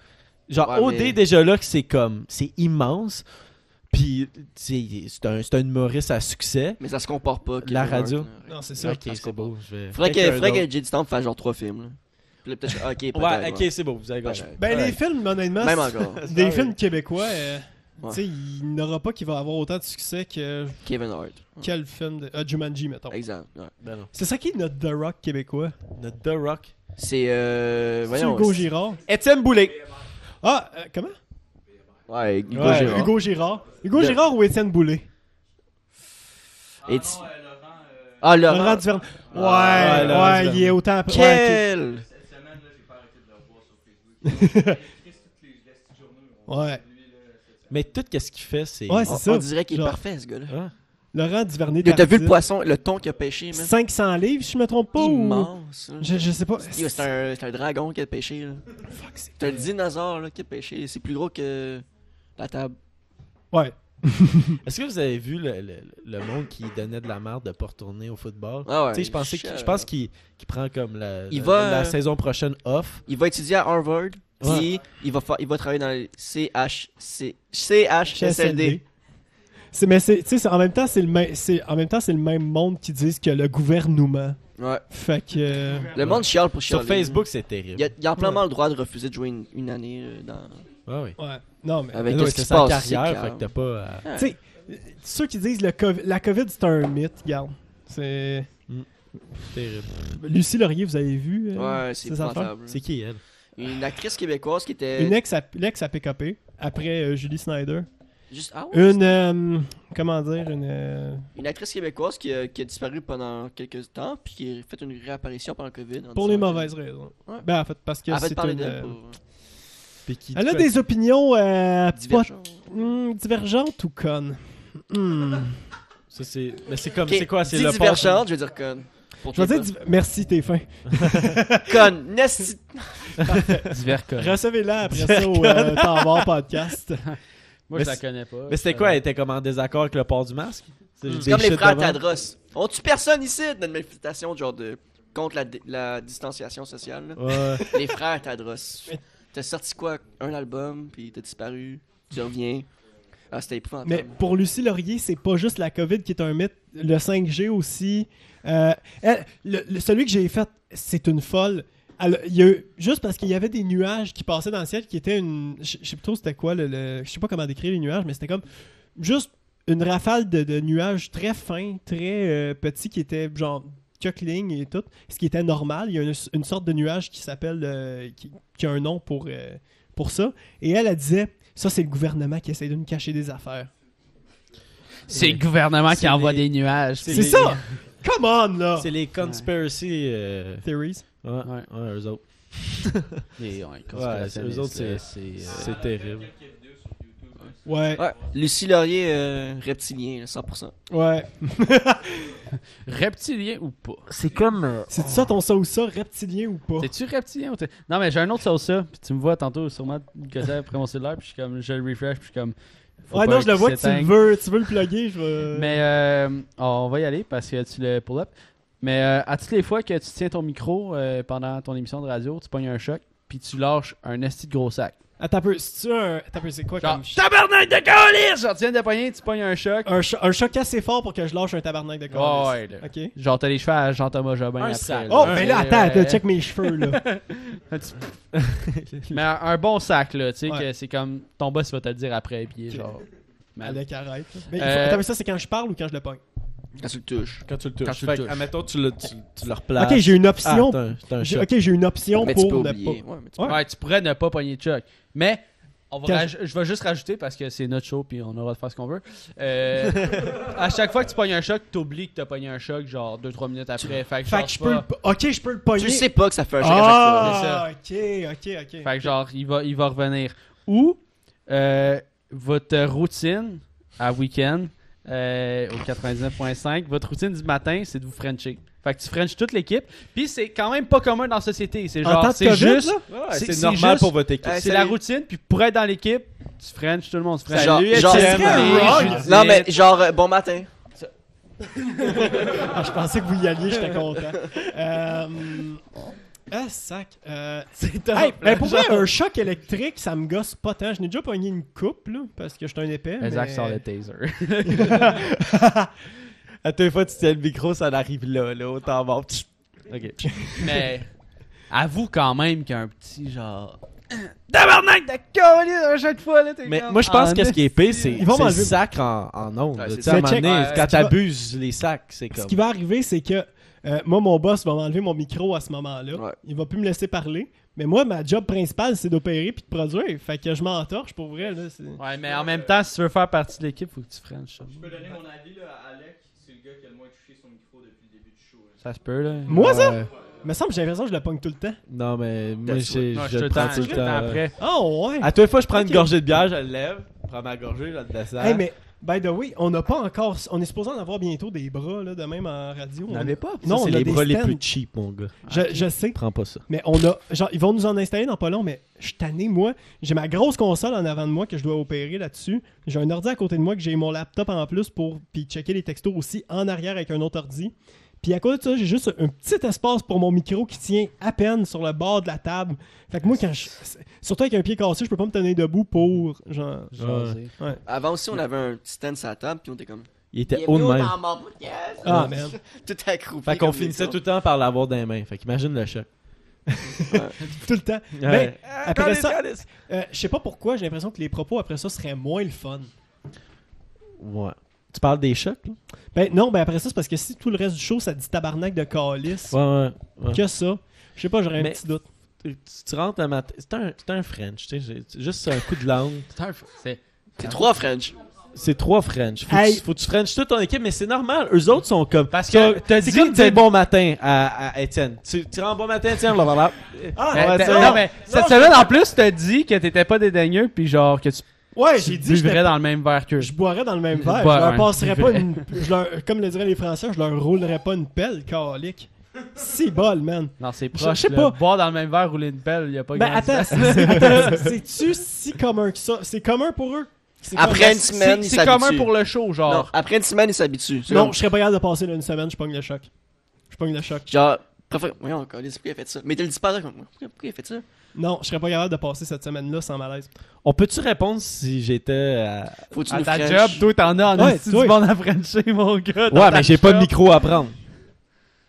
[SPEAKER 2] Genre,
[SPEAKER 4] Ouais,
[SPEAKER 2] OD,
[SPEAKER 4] mais-
[SPEAKER 2] déjà là, que c'est comme. C'est immense. Puis, c'est c'est un, c'est un humoriste à succès.
[SPEAKER 4] Mais ça se compare pas. Kevin
[SPEAKER 2] La
[SPEAKER 4] Hart,
[SPEAKER 2] radio.
[SPEAKER 4] là.
[SPEAKER 1] Non, c'est ça.
[SPEAKER 2] Ok, c'est beau. Je vais...
[SPEAKER 4] Faudrait que,
[SPEAKER 2] Quelqu'un
[SPEAKER 4] faudrait
[SPEAKER 2] d'autre.
[SPEAKER 4] que Jay du temps fasse genre trois films, là. Puis là, peut-être, ok, peut-être.
[SPEAKER 2] Ouais, ok, c'est beau. Vous avez gagné.
[SPEAKER 4] Ouais.
[SPEAKER 1] Ben,
[SPEAKER 2] Ouais.
[SPEAKER 1] les films, honnêtement,
[SPEAKER 4] Même
[SPEAKER 1] c'est-
[SPEAKER 4] encore.
[SPEAKER 1] des films québécois, euh,
[SPEAKER 4] Ouais.
[SPEAKER 1] tu sais, il n'aura pas qui va avoir autant de succès que
[SPEAKER 4] Kevin Hart.
[SPEAKER 1] quel film de. Ah, Jumanji, mettons.
[SPEAKER 4] Exemple. ouais.
[SPEAKER 2] Ben non.
[SPEAKER 1] C'est ça qui est notre The Rock québécois.
[SPEAKER 2] Notre The Rock.
[SPEAKER 4] C'est, euh.
[SPEAKER 1] C'est
[SPEAKER 4] Voyons.
[SPEAKER 1] Hugo
[SPEAKER 4] c'est-
[SPEAKER 1] Girard.
[SPEAKER 2] Étienne Boulay.
[SPEAKER 1] Ah, euh, comment
[SPEAKER 4] Ouais, Hugo
[SPEAKER 2] Ouais,
[SPEAKER 4] Girard.
[SPEAKER 1] Hugo Girard. Hugo
[SPEAKER 4] De-
[SPEAKER 1] Girard ou Étienne Boulay
[SPEAKER 4] Et tu- Ah, Laurent.
[SPEAKER 1] Laurent Duvernay.
[SPEAKER 4] euh,
[SPEAKER 1] Ouais,
[SPEAKER 2] Ah,
[SPEAKER 1] ouais,
[SPEAKER 2] Laurent Duvernay.
[SPEAKER 1] il est autant. après- Ouais,
[SPEAKER 4] Quel.
[SPEAKER 1] ok. ouais.
[SPEAKER 2] Mais tout ce qu'il fait, c'est.
[SPEAKER 1] Ouais,
[SPEAKER 4] On,
[SPEAKER 1] c'est ça.
[SPEAKER 4] on dirait qu'il est
[SPEAKER 1] Genre.
[SPEAKER 4] parfait, ce gars-là.
[SPEAKER 2] Ah.
[SPEAKER 1] Laurent Duvernay.
[SPEAKER 4] Yo, T'as vu
[SPEAKER 1] d'Artiste.
[SPEAKER 4] le poisson, le thon qu'il a pêché, man?
[SPEAKER 1] 500 livres, si je me trompe pas ou.
[SPEAKER 4] Immense. là.
[SPEAKER 1] Je, je sais pas.
[SPEAKER 4] Yo, C'est un, c'est un dragon qui a pêché. là. C'est un dinosaure là, qui a pêché. C'est plus gros que la table.
[SPEAKER 1] Ouais.
[SPEAKER 2] Est-ce que vous avez vu le, le- le monde qui donnait de la merde de pas retourner au football?
[SPEAKER 4] Ah ouais,
[SPEAKER 2] Tu sais, je pensais
[SPEAKER 4] shit.
[SPEAKER 2] qu'il- je pense qu'il qu'il prend comme la,
[SPEAKER 4] Il
[SPEAKER 2] la-
[SPEAKER 4] va,
[SPEAKER 2] la
[SPEAKER 4] euh,
[SPEAKER 2] saison prochaine off.
[SPEAKER 4] Il va étudier à Harvard.
[SPEAKER 2] Ouais.
[SPEAKER 4] Puis il va, fa- il va travailler dans les CH, C- CHSLD.
[SPEAKER 1] C'est mais c'est tu sais c'est- en même temps c'est le même c'est en même temps c'est le même monde qui disent que le gouvernement
[SPEAKER 4] Ouais.
[SPEAKER 1] fait que euh,
[SPEAKER 4] Le monde chiale pour
[SPEAKER 2] Sur
[SPEAKER 4] chialer.
[SPEAKER 2] Facebook, c'est terrible.
[SPEAKER 4] Il a, il a amplement le droit de refuser de jouer une, une année euh, dans...
[SPEAKER 2] Ah oui.
[SPEAKER 1] ouais. Non mais
[SPEAKER 4] avec
[SPEAKER 2] Mais non,
[SPEAKER 4] ce qui
[SPEAKER 2] c'est
[SPEAKER 4] se
[SPEAKER 2] sa
[SPEAKER 4] passe. c'est
[SPEAKER 2] carrière,
[SPEAKER 4] calme.
[SPEAKER 2] fait que t'as pas. euh, à-
[SPEAKER 1] tu sais ceux qui disent le COVID, la Covid c'est un mythe, regarde. C'est
[SPEAKER 2] Terrible.
[SPEAKER 4] Mm.
[SPEAKER 1] Lucie Laurier, vous avez vu euh,
[SPEAKER 4] Ouais, c'est
[SPEAKER 1] ces affaires?
[SPEAKER 4] épouvantable.
[SPEAKER 2] C'est qui elle
[SPEAKER 4] Une actrice québécoise qui était...
[SPEAKER 1] Une ex à, l'ex à PKP, après euh, Julie Snyder.
[SPEAKER 4] Juste, ah ouais,
[SPEAKER 1] Une. euh, comment dire Une. euh,
[SPEAKER 4] c'est Une actrice québécoise qui a, qui a disparu pendant quelques temps, puis qui a fait une réapparition pendant le COVID. en
[SPEAKER 1] Pour
[SPEAKER 4] disant
[SPEAKER 1] les
[SPEAKER 4] que-
[SPEAKER 1] mauvaises raisons.
[SPEAKER 4] Ouais.
[SPEAKER 1] Ben, en fait, parce que
[SPEAKER 4] Arrête de
[SPEAKER 1] c'est
[SPEAKER 4] parler
[SPEAKER 1] une.
[SPEAKER 4] d'elle.
[SPEAKER 1] euh,
[SPEAKER 4] pour-
[SPEAKER 2] Puis qui
[SPEAKER 1] Elle a
[SPEAKER 2] fait-
[SPEAKER 1] des opinions euh, pas
[SPEAKER 4] Divergent.
[SPEAKER 1] Hmm, divergente ou conne? Hmm.
[SPEAKER 2] Ça, c'est... Mais c'est comme.
[SPEAKER 4] Ok,
[SPEAKER 2] C'est quoi C'est
[SPEAKER 4] dis
[SPEAKER 2] le
[SPEAKER 4] divergente, je vais dire conne. Pour
[SPEAKER 1] Je vais
[SPEAKER 4] tes
[SPEAKER 1] dire div- merci, t'es fin.
[SPEAKER 4] potes. conne. Nasty.
[SPEAKER 3] Divers correct.
[SPEAKER 1] Recevez-la après ça au euh, temps mort podcast.
[SPEAKER 2] Mais
[SPEAKER 3] Moi, je la
[SPEAKER 2] c'est-
[SPEAKER 3] connais pas. Euh,
[SPEAKER 2] Mais c'était quoi Elle était comme en désaccord avec le port du masque C'est juste
[SPEAKER 4] C'est Euh. Mm. comme
[SPEAKER 2] des
[SPEAKER 4] les
[SPEAKER 2] shit
[SPEAKER 4] frères
[SPEAKER 2] de même.
[SPEAKER 4] Tadros. On tue personne ici dans une manifestation genre de contre la, di- la distanciation sociale. là.
[SPEAKER 1] Oh.
[SPEAKER 2] Ouais.
[SPEAKER 4] les frères Tadros. T'as sorti quoi Un album, puis t'as disparu. Tu reviens. Ah, c'était épouvantable.
[SPEAKER 1] Mais pour Lucie Laurier, c'est pas juste la COVID qui est un mythe, le 5G aussi. Euh, elle- le- le- celui que j'ai fait, c'est une folle. Elle- il y a eu- juste parce qu'il y avait des nuages qui passaient dans le ciel qui étaient une. Je je sais plutôt c'était quoi, le, le- je sais pas comment décrire les nuages, mais c'était comme juste une rafale de, de nuages très fins, très euh, petits qui étaient genre chuckling et tout, ce qui était normal. Il y a une, une sorte de nuage qui s'appelle. euh, qui, qui a un nom pour, euh, pour ça. Et elle, elle disait ça, c'est le gouvernement qui essaie de nous cacher des affaires.
[SPEAKER 3] C'est le gouvernement qui
[SPEAKER 2] C'est
[SPEAKER 3] envoie
[SPEAKER 2] les-
[SPEAKER 3] des nuages.
[SPEAKER 1] C'est
[SPEAKER 2] les-
[SPEAKER 1] ça! Come on, là!
[SPEAKER 2] C'est les conspiracy. euh,
[SPEAKER 1] Theories.
[SPEAKER 2] Ouais. ouais, eux autres.
[SPEAKER 3] Les, ouais,
[SPEAKER 2] Ouais, eux autres, c'est-
[SPEAKER 3] c'est. euh,
[SPEAKER 2] C'est terrible.
[SPEAKER 1] Ouais,
[SPEAKER 4] Ouais, Lucie Laurier, euh, reptilien, là, 100%.
[SPEAKER 1] ouais.
[SPEAKER 3] Reptilien ou pas?
[SPEAKER 2] C'est comme.
[SPEAKER 1] C'est euh, ça ton ça ou ça, reptilien ou pas?
[SPEAKER 3] T'es-tu reptilien ou t'es... Non, mais j'ai un autre sauce ça. Puis tu me vois tantôt sûrement gosser après mon cellulaire. Puis je suis comme, je le refresh. Puis je suis comme. faut
[SPEAKER 1] Ouais,
[SPEAKER 3] pas
[SPEAKER 1] non, je le
[SPEAKER 3] qu'il
[SPEAKER 1] vois que tu le
[SPEAKER 3] s'éteigne.
[SPEAKER 1] veux, tu veux le plugger, je vais...
[SPEAKER 3] Mais euh, on va y aller parce que tu le pull up. Mais euh, à toutes les fois que tu tiens ton micro euh, pendant ton émission de radio, tu pognes un choc. Puis tu lâches un esti de gros sac.
[SPEAKER 1] Attends un peu, c'est-tu un... Attends un peu, c'est quoi
[SPEAKER 3] Genre,
[SPEAKER 1] comme... Ah,
[SPEAKER 3] tabarnak de colis! Genre, tu viens de pogner, tu pognes un choc.
[SPEAKER 1] Un, cho- un choc assez fort pour que je lâche un tabarnak de corps.
[SPEAKER 3] Ouais, là.
[SPEAKER 1] OK.
[SPEAKER 3] Genre, t'as les cheveux à Jean-Thomas Jobin.
[SPEAKER 2] Un
[SPEAKER 3] après,
[SPEAKER 2] sac.
[SPEAKER 1] Oh,
[SPEAKER 2] Ouais,
[SPEAKER 1] mais là,
[SPEAKER 3] Euh,
[SPEAKER 1] attends, attends,
[SPEAKER 3] euh,
[SPEAKER 1] check mes cheveux, là.
[SPEAKER 3] Un petit- mais un, un bon sac, là, tu sais,
[SPEAKER 1] Ouais.
[SPEAKER 3] que c'est comme ton boss va te le dire après, puis il est
[SPEAKER 1] Ok.
[SPEAKER 3] genre. mal.
[SPEAKER 1] Avec arrête. là. Mais il faut-
[SPEAKER 3] Euh,
[SPEAKER 1] attends, mais ça, c'est quand je parle ou quand je le pogne?
[SPEAKER 4] Quand tu le touches.
[SPEAKER 2] Quand tu le touches.
[SPEAKER 3] Quand tu le
[SPEAKER 2] Fait que,
[SPEAKER 3] touches.
[SPEAKER 2] admettons, tu le, tu, tu le replaces.
[SPEAKER 1] OK, j'ai une
[SPEAKER 2] Ah,
[SPEAKER 1] option...
[SPEAKER 2] t'as un- t'as un
[SPEAKER 1] j'ai-
[SPEAKER 2] choc.
[SPEAKER 1] OK, j'ai une option
[SPEAKER 4] Mais tu peux
[SPEAKER 1] pour ne
[SPEAKER 4] oublier.
[SPEAKER 1] pas...
[SPEAKER 4] Ouais, mais tu
[SPEAKER 1] Ouais.
[SPEAKER 3] Ouais, tu pourrais ne pas pogner de choc. Mais on va
[SPEAKER 1] Quand
[SPEAKER 3] raj- je vais juste rajouter parce que c'est notre show puis on aura de faire ce qu'on veut. Euh, à chaque fois que tu pognes un choc, t'oublies que t'as pogné un choc genre 2-3 minutes après. Fait que,
[SPEAKER 1] Fait
[SPEAKER 3] genre,
[SPEAKER 1] que je
[SPEAKER 3] c'est
[SPEAKER 1] peux... le
[SPEAKER 3] pas-
[SPEAKER 1] po- OK, je peux le
[SPEAKER 4] peux-
[SPEAKER 1] pogner.
[SPEAKER 4] Tu sais pas que ça fait un choc à chaque fois.
[SPEAKER 1] Ah, OK, OK, OK.
[SPEAKER 3] Fait que genre il va il va revenir. Ou euh, votre routine à week-end euh, au 99.5, votre routine du matin, c'est de vous frencher. Fait que tu frenches toute l'équipe, puis c'est quand même pas commun dans la société. C'est
[SPEAKER 1] En temps
[SPEAKER 3] genre
[SPEAKER 1] de
[SPEAKER 3] c'est
[SPEAKER 1] COVID,
[SPEAKER 3] juste
[SPEAKER 1] là?
[SPEAKER 2] Ouais,
[SPEAKER 3] c'est-
[SPEAKER 2] c'est
[SPEAKER 3] c'est
[SPEAKER 2] normal
[SPEAKER 3] juste-
[SPEAKER 2] pour votre équipe.
[SPEAKER 4] Ouais,
[SPEAKER 3] c'est
[SPEAKER 4] salut.
[SPEAKER 3] la routine, puis pour être dans l'équipe, tu frenches tout le monde. Tu frenches.
[SPEAKER 4] Genre- genre,
[SPEAKER 1] c'est
[SPEAKER 3] Étienne,
[SPEAKER 1] très
[SPEAKER 3] Marie,
[SPEAKER 1] wrong.
[SPEAKER 3] Judith.
[SPEAKER 4] Non, mais genre, euh, bon matin.
[SPEAKER 1] Ah, je pensais que vous y alliez, j'étais content. Euh... Ah, sac. Euh...
[SPEAKER 2] C'est top.
[SPEAKER 1] Hey, ben pour
[SPEAKER 2] Genre-
[SPEAKER 1] vrai, un choc électrique, ça me gosse pas tant. Je n'ai déjà pogné une coupe, là, parce que je suis un épais.
[SPEAKER 3] Mais Zach
[SPEAKER 1] mais-
[SPEAKER 3] sort le taser.
[SPEAKER 2] À toutes les fois, tu tiens le micro, ça arrive là, là, au temps mort. Pfff.
[SPEAKER 3] ok. Mais avoue quand même qu'il y a un petit genre. Tabarnak de colis à chaque fois, là, t'es
[SPEAKER 2] Mais
[SPEAKER 3] comme-
[SPEAKER 2] moi, je pense
[SPEAKER 3] Ah,
[SPEAKER 2] que ce qui est pire, c'est
[SPEAKER 1] Ils vont
[SPEAKER 2] c'est le
[SPEAKER 1] m'enlever-
[SPEAKER 2] sac en, en ondes.
[SPEAKER 4] Ouais,
[SPEAKER 2] tu
[SPEAKER 4] c'est
[SPEAKER 2] sais, à un
[SPEAKER 1] ça.
[SPEAKER 2] moment donné,
[SPEAKER 3] Mais
[SPEAKER 2] quand
[SPEAKER 3] check,
[SPEAKER 1] ouais, ouais.
[SPEAKER 2] t'abuses les sacs, c'est
[SPEAKER 1] Ce
[SPEAKER 2] comme.
[SPEAKER 1] qui va arriver, c'est que euh, moi, mon boss va m'enlever mon micro à ce moment-là.
[SPEAKER 4] Ouais.
[SPEAKER 1] Il va plus me laisser parler. Mais moi, ma job principale, c'est d'opérer puis de produire. Fait que je m'entorche pour vrai. Là, c'est-
[SPEAKER 3] Ouais, mais en
[SPEAKER 2] euh,
[SPEAKER 3] même temps, si tu veux faire partie de l'équipe, faut que tu frenches.
[SPEAKER 8] Je peux donner mon avis là, à Alec, c'est le gars qui a le moins touché son micro depuis le début du show. là.
[SPEAKER 3] Ça se peut, là.
[SPEAKER 1] Moi, ça?
[SPEAKER 2] Ouais.
[SPEAKER 1] Il me semble que j'ai l'impression que je le pogne tout le temps.
[SPEAKER 2] Non, mais moi,
[SPEAKER 4] Ouais,
[SPEAKER 2] j'ai-
[SPEAKER 3] Non,
[SPEAKER 2] je
[SPEAKER 3] je
[SPEAKER 2] le
[SPEAKER 3] te
[SPEAKER 2] prends
[SPEAKER 3] tends
[SPEAKER 2] tout le
[SPEAKER 3] je te
[SPEAKER 2] temps.
[SPEAKER 3] tends après.
[SPEAKER 1] Oh, ouais.
[SPEAKER 2] À toutes les fois, je prends
[SPEAKER 1] Ok.
[SPEAKER 2] une gorgée de bière, je la lève, je prends ma gorgée, je la descends.
[SPEAKER 1] Hey, mais, by the way, on n'a pas encore. On est supposé en avoir bientôt des bras, là, de même en radio.
[SPEAKER 2] On
[SPEAKER 1] On-
[SPEAKER 2] n'avait pas.
[SPEAKER 1] Non,
[SPEAKER 2] Non, c'est
[SPEAKER 1] on a
[SPEAKER 2] les
[SPEAKER 1] des
[SPEAKER 2] bras les
[SPEAKER 1] stands.
[SPEAKER 2] plus cheap, mon gars.
[SPEAKER 1] Je, je sais.
[SPEAKER 2] Prends pas ça.
[SPEAKER 1] Mais on a. Genre, ils vont nous en installer dans pas long, mais je suis tanné, moi. J'ai ma grosse console en avant de moi que je dois opérer là-dessus. J'ai un ordi à côté de moi que j'ai mon laptop en plus pour puis checker les textos aussi en arrière avec un autre ordi. Puis à côté de ça, j'ai juste un petit espace pour mon micro qui tient à peine sur le bord de la table. Fait que moi, quand je. c'est- Surtout avec un pied cassé, je peux pas me tenir debout pour. Genre.
[SPEAKER 3] Jaser.
[SPEAKER 4] Avant aussi, on avait un petit stand sur la table, puis on était comme.
[SPEAKER 2] Il était haut de même.
[SPEAKER 1] Ah, man.
[SPEAKER 4] Tout accroupi.
[SPEAKER 2] Fait qu'on
[SPEAKER 4] comme des
[SPEAKER 2] finissait
[SPEAKER 4] cons.
[SPEAKER 2] tout le temps par l'avoir dans les mains. Fait qu'imagine le choc.
[SPEAKER 1] Tout le temps. Mais
[SPEAKER 2] Ouais.
[SPEAKER 1] après ça, euh, je sais pas pourquoi, j'ai l'impression que les propos après ça seraient moins le fun.
[SPEAKER 2] Ouais. Tu parles des chocs, là?
[SPEAKER 1] Ben non, ben après ça, c'est parce que si tout le reste du show, ça dit tabarnak de calice.
[SPEAKER 2] Ouais, ouais.
[SPEAKER 1] que ça. Je sais pas, j'aurais
[SPEAKER 2] Mais-
[SPEAKER 1] un petit doute.
[SPEAKER 2] Tu, tu rentres le matin. C'est un, c'est un French, tu sais. j'ai- Juste un coup de langue.
[SPEAKER 3] C'est un- C'est
[SPEAKER 4] T'es trois French.
[SPEAKER 2] C'est trois French. Faut,
[SPEAKER 1] Hey.
[SPEAKER 2] que, tu- faut que tu French toute ton équipe, mais c'est normal. Eux autres sont comme.
[SPEAKER 3] Parce
[SPEAKER 2] sont-
[SPEAKER 3] que t'as
[SPEAKER 2] c'est
[SPEAKER 3] dit
[SPEAKER 2] comme
[SPEAKER 3] de-
[SPEAKER 2] dire bon matin à, à Étienne. Tu, tu rends bon matin, Étienne, là, voilà. Ah,
[SPEAKER 3] Mais
[SPEAKER 2] ouais,
[SPEAKER 3] t'as-
[SPEAKER 2] ça-
[SPEAKER 3] non, mais cette semaine, en plus, t'as dit que t'étais pas dédaigneux, puis genre que tu
[SPEAKER 1] Ouais, j'ai dit que
[SPEAKER 3] buvrais
[SPEAKER 1] j'étais-
[SPEAKER 3] dans le même verre qu'eux.
[SPEAKER 1] je boirais dans le même
[SPEAKER 3] Je
[SPEAKER 1] verre.
[SPEAKER 3] bois,
[SPEAKER 1] je leur
[SPEAKER 3] ouais.
[SPEAKER 1] passerais pas une. je leur- comme le diraient les Français, je leur roulerais pas une pelle, calique. C'est bol, man.
[SPEAKER 3] Non, c'est
[SPEAKER 1] Je-
[SPEAKER 3] proche.
[SPEAKER 1] je sais
[SPEAKER 3] là.
[SPEAKER 1] pas.
[SPEAKER 3] Boire dans le même verre, rouler une pelle, y a pas
[SPEAKER 1] Ben
[SPEAKER 3] grand-
[SPEAKER 1] attends, c'est- attends, c'est-tu si commun que ça? C'est commun pour eux? C'est
[SPEAKER 4] Après
[SPEAKER 1] commun.
[SPEAKER 4] une semaine, ils
[SPEAKER 3] C'est commun
[SPEAKER 4] s'habituent.
[SPEAKER 3] pour le show,
[SPEAKER 4] Non,
[SPEAKER 3] genre.
[SPEAKER 4] après une semaine, ils s'habituent. C'est
[SPEAKER 1] Non,
[SPEAKER 4] comme-
[SPEAKER 1] je serais pas capable de passer là une semaine, je pogne le choc. Je pogne le choc.
[SPEAKER 4] Genre, préfère... voyons, encore, pourquoi il a fait ça? Mais t'es le dis pas là, comme, pourquoi pourquoi il a fait ça?
[SPEAKER 1] Non, je serais pas capable de passer cette semaine-là sans malaise.
[SPEAKER 2] On peut-tu répondre si j'étais. euh,
[SPEAKER 4] Faut-tu
[SPEAKER 3] À
[SPEAKER 4] nous
[SPEAKER 3] ta
[SPEAKER 4] French?
[SPEAKER 3] job, toi, t'en as en
[SPEAKER 1] Ouais,
[SPEAKER 3] esti
[SPEAKER 1] toi.
[SPEAKER 3] du monde à Frencher, mon gars. dans
[SPEAKER 2] Ouais,
[SPEAKER 3] ta
[SPEAKER 2] mais j'ai pas de
[SPEAKER 3] job.
[SPEAKER 2] micro à prendre.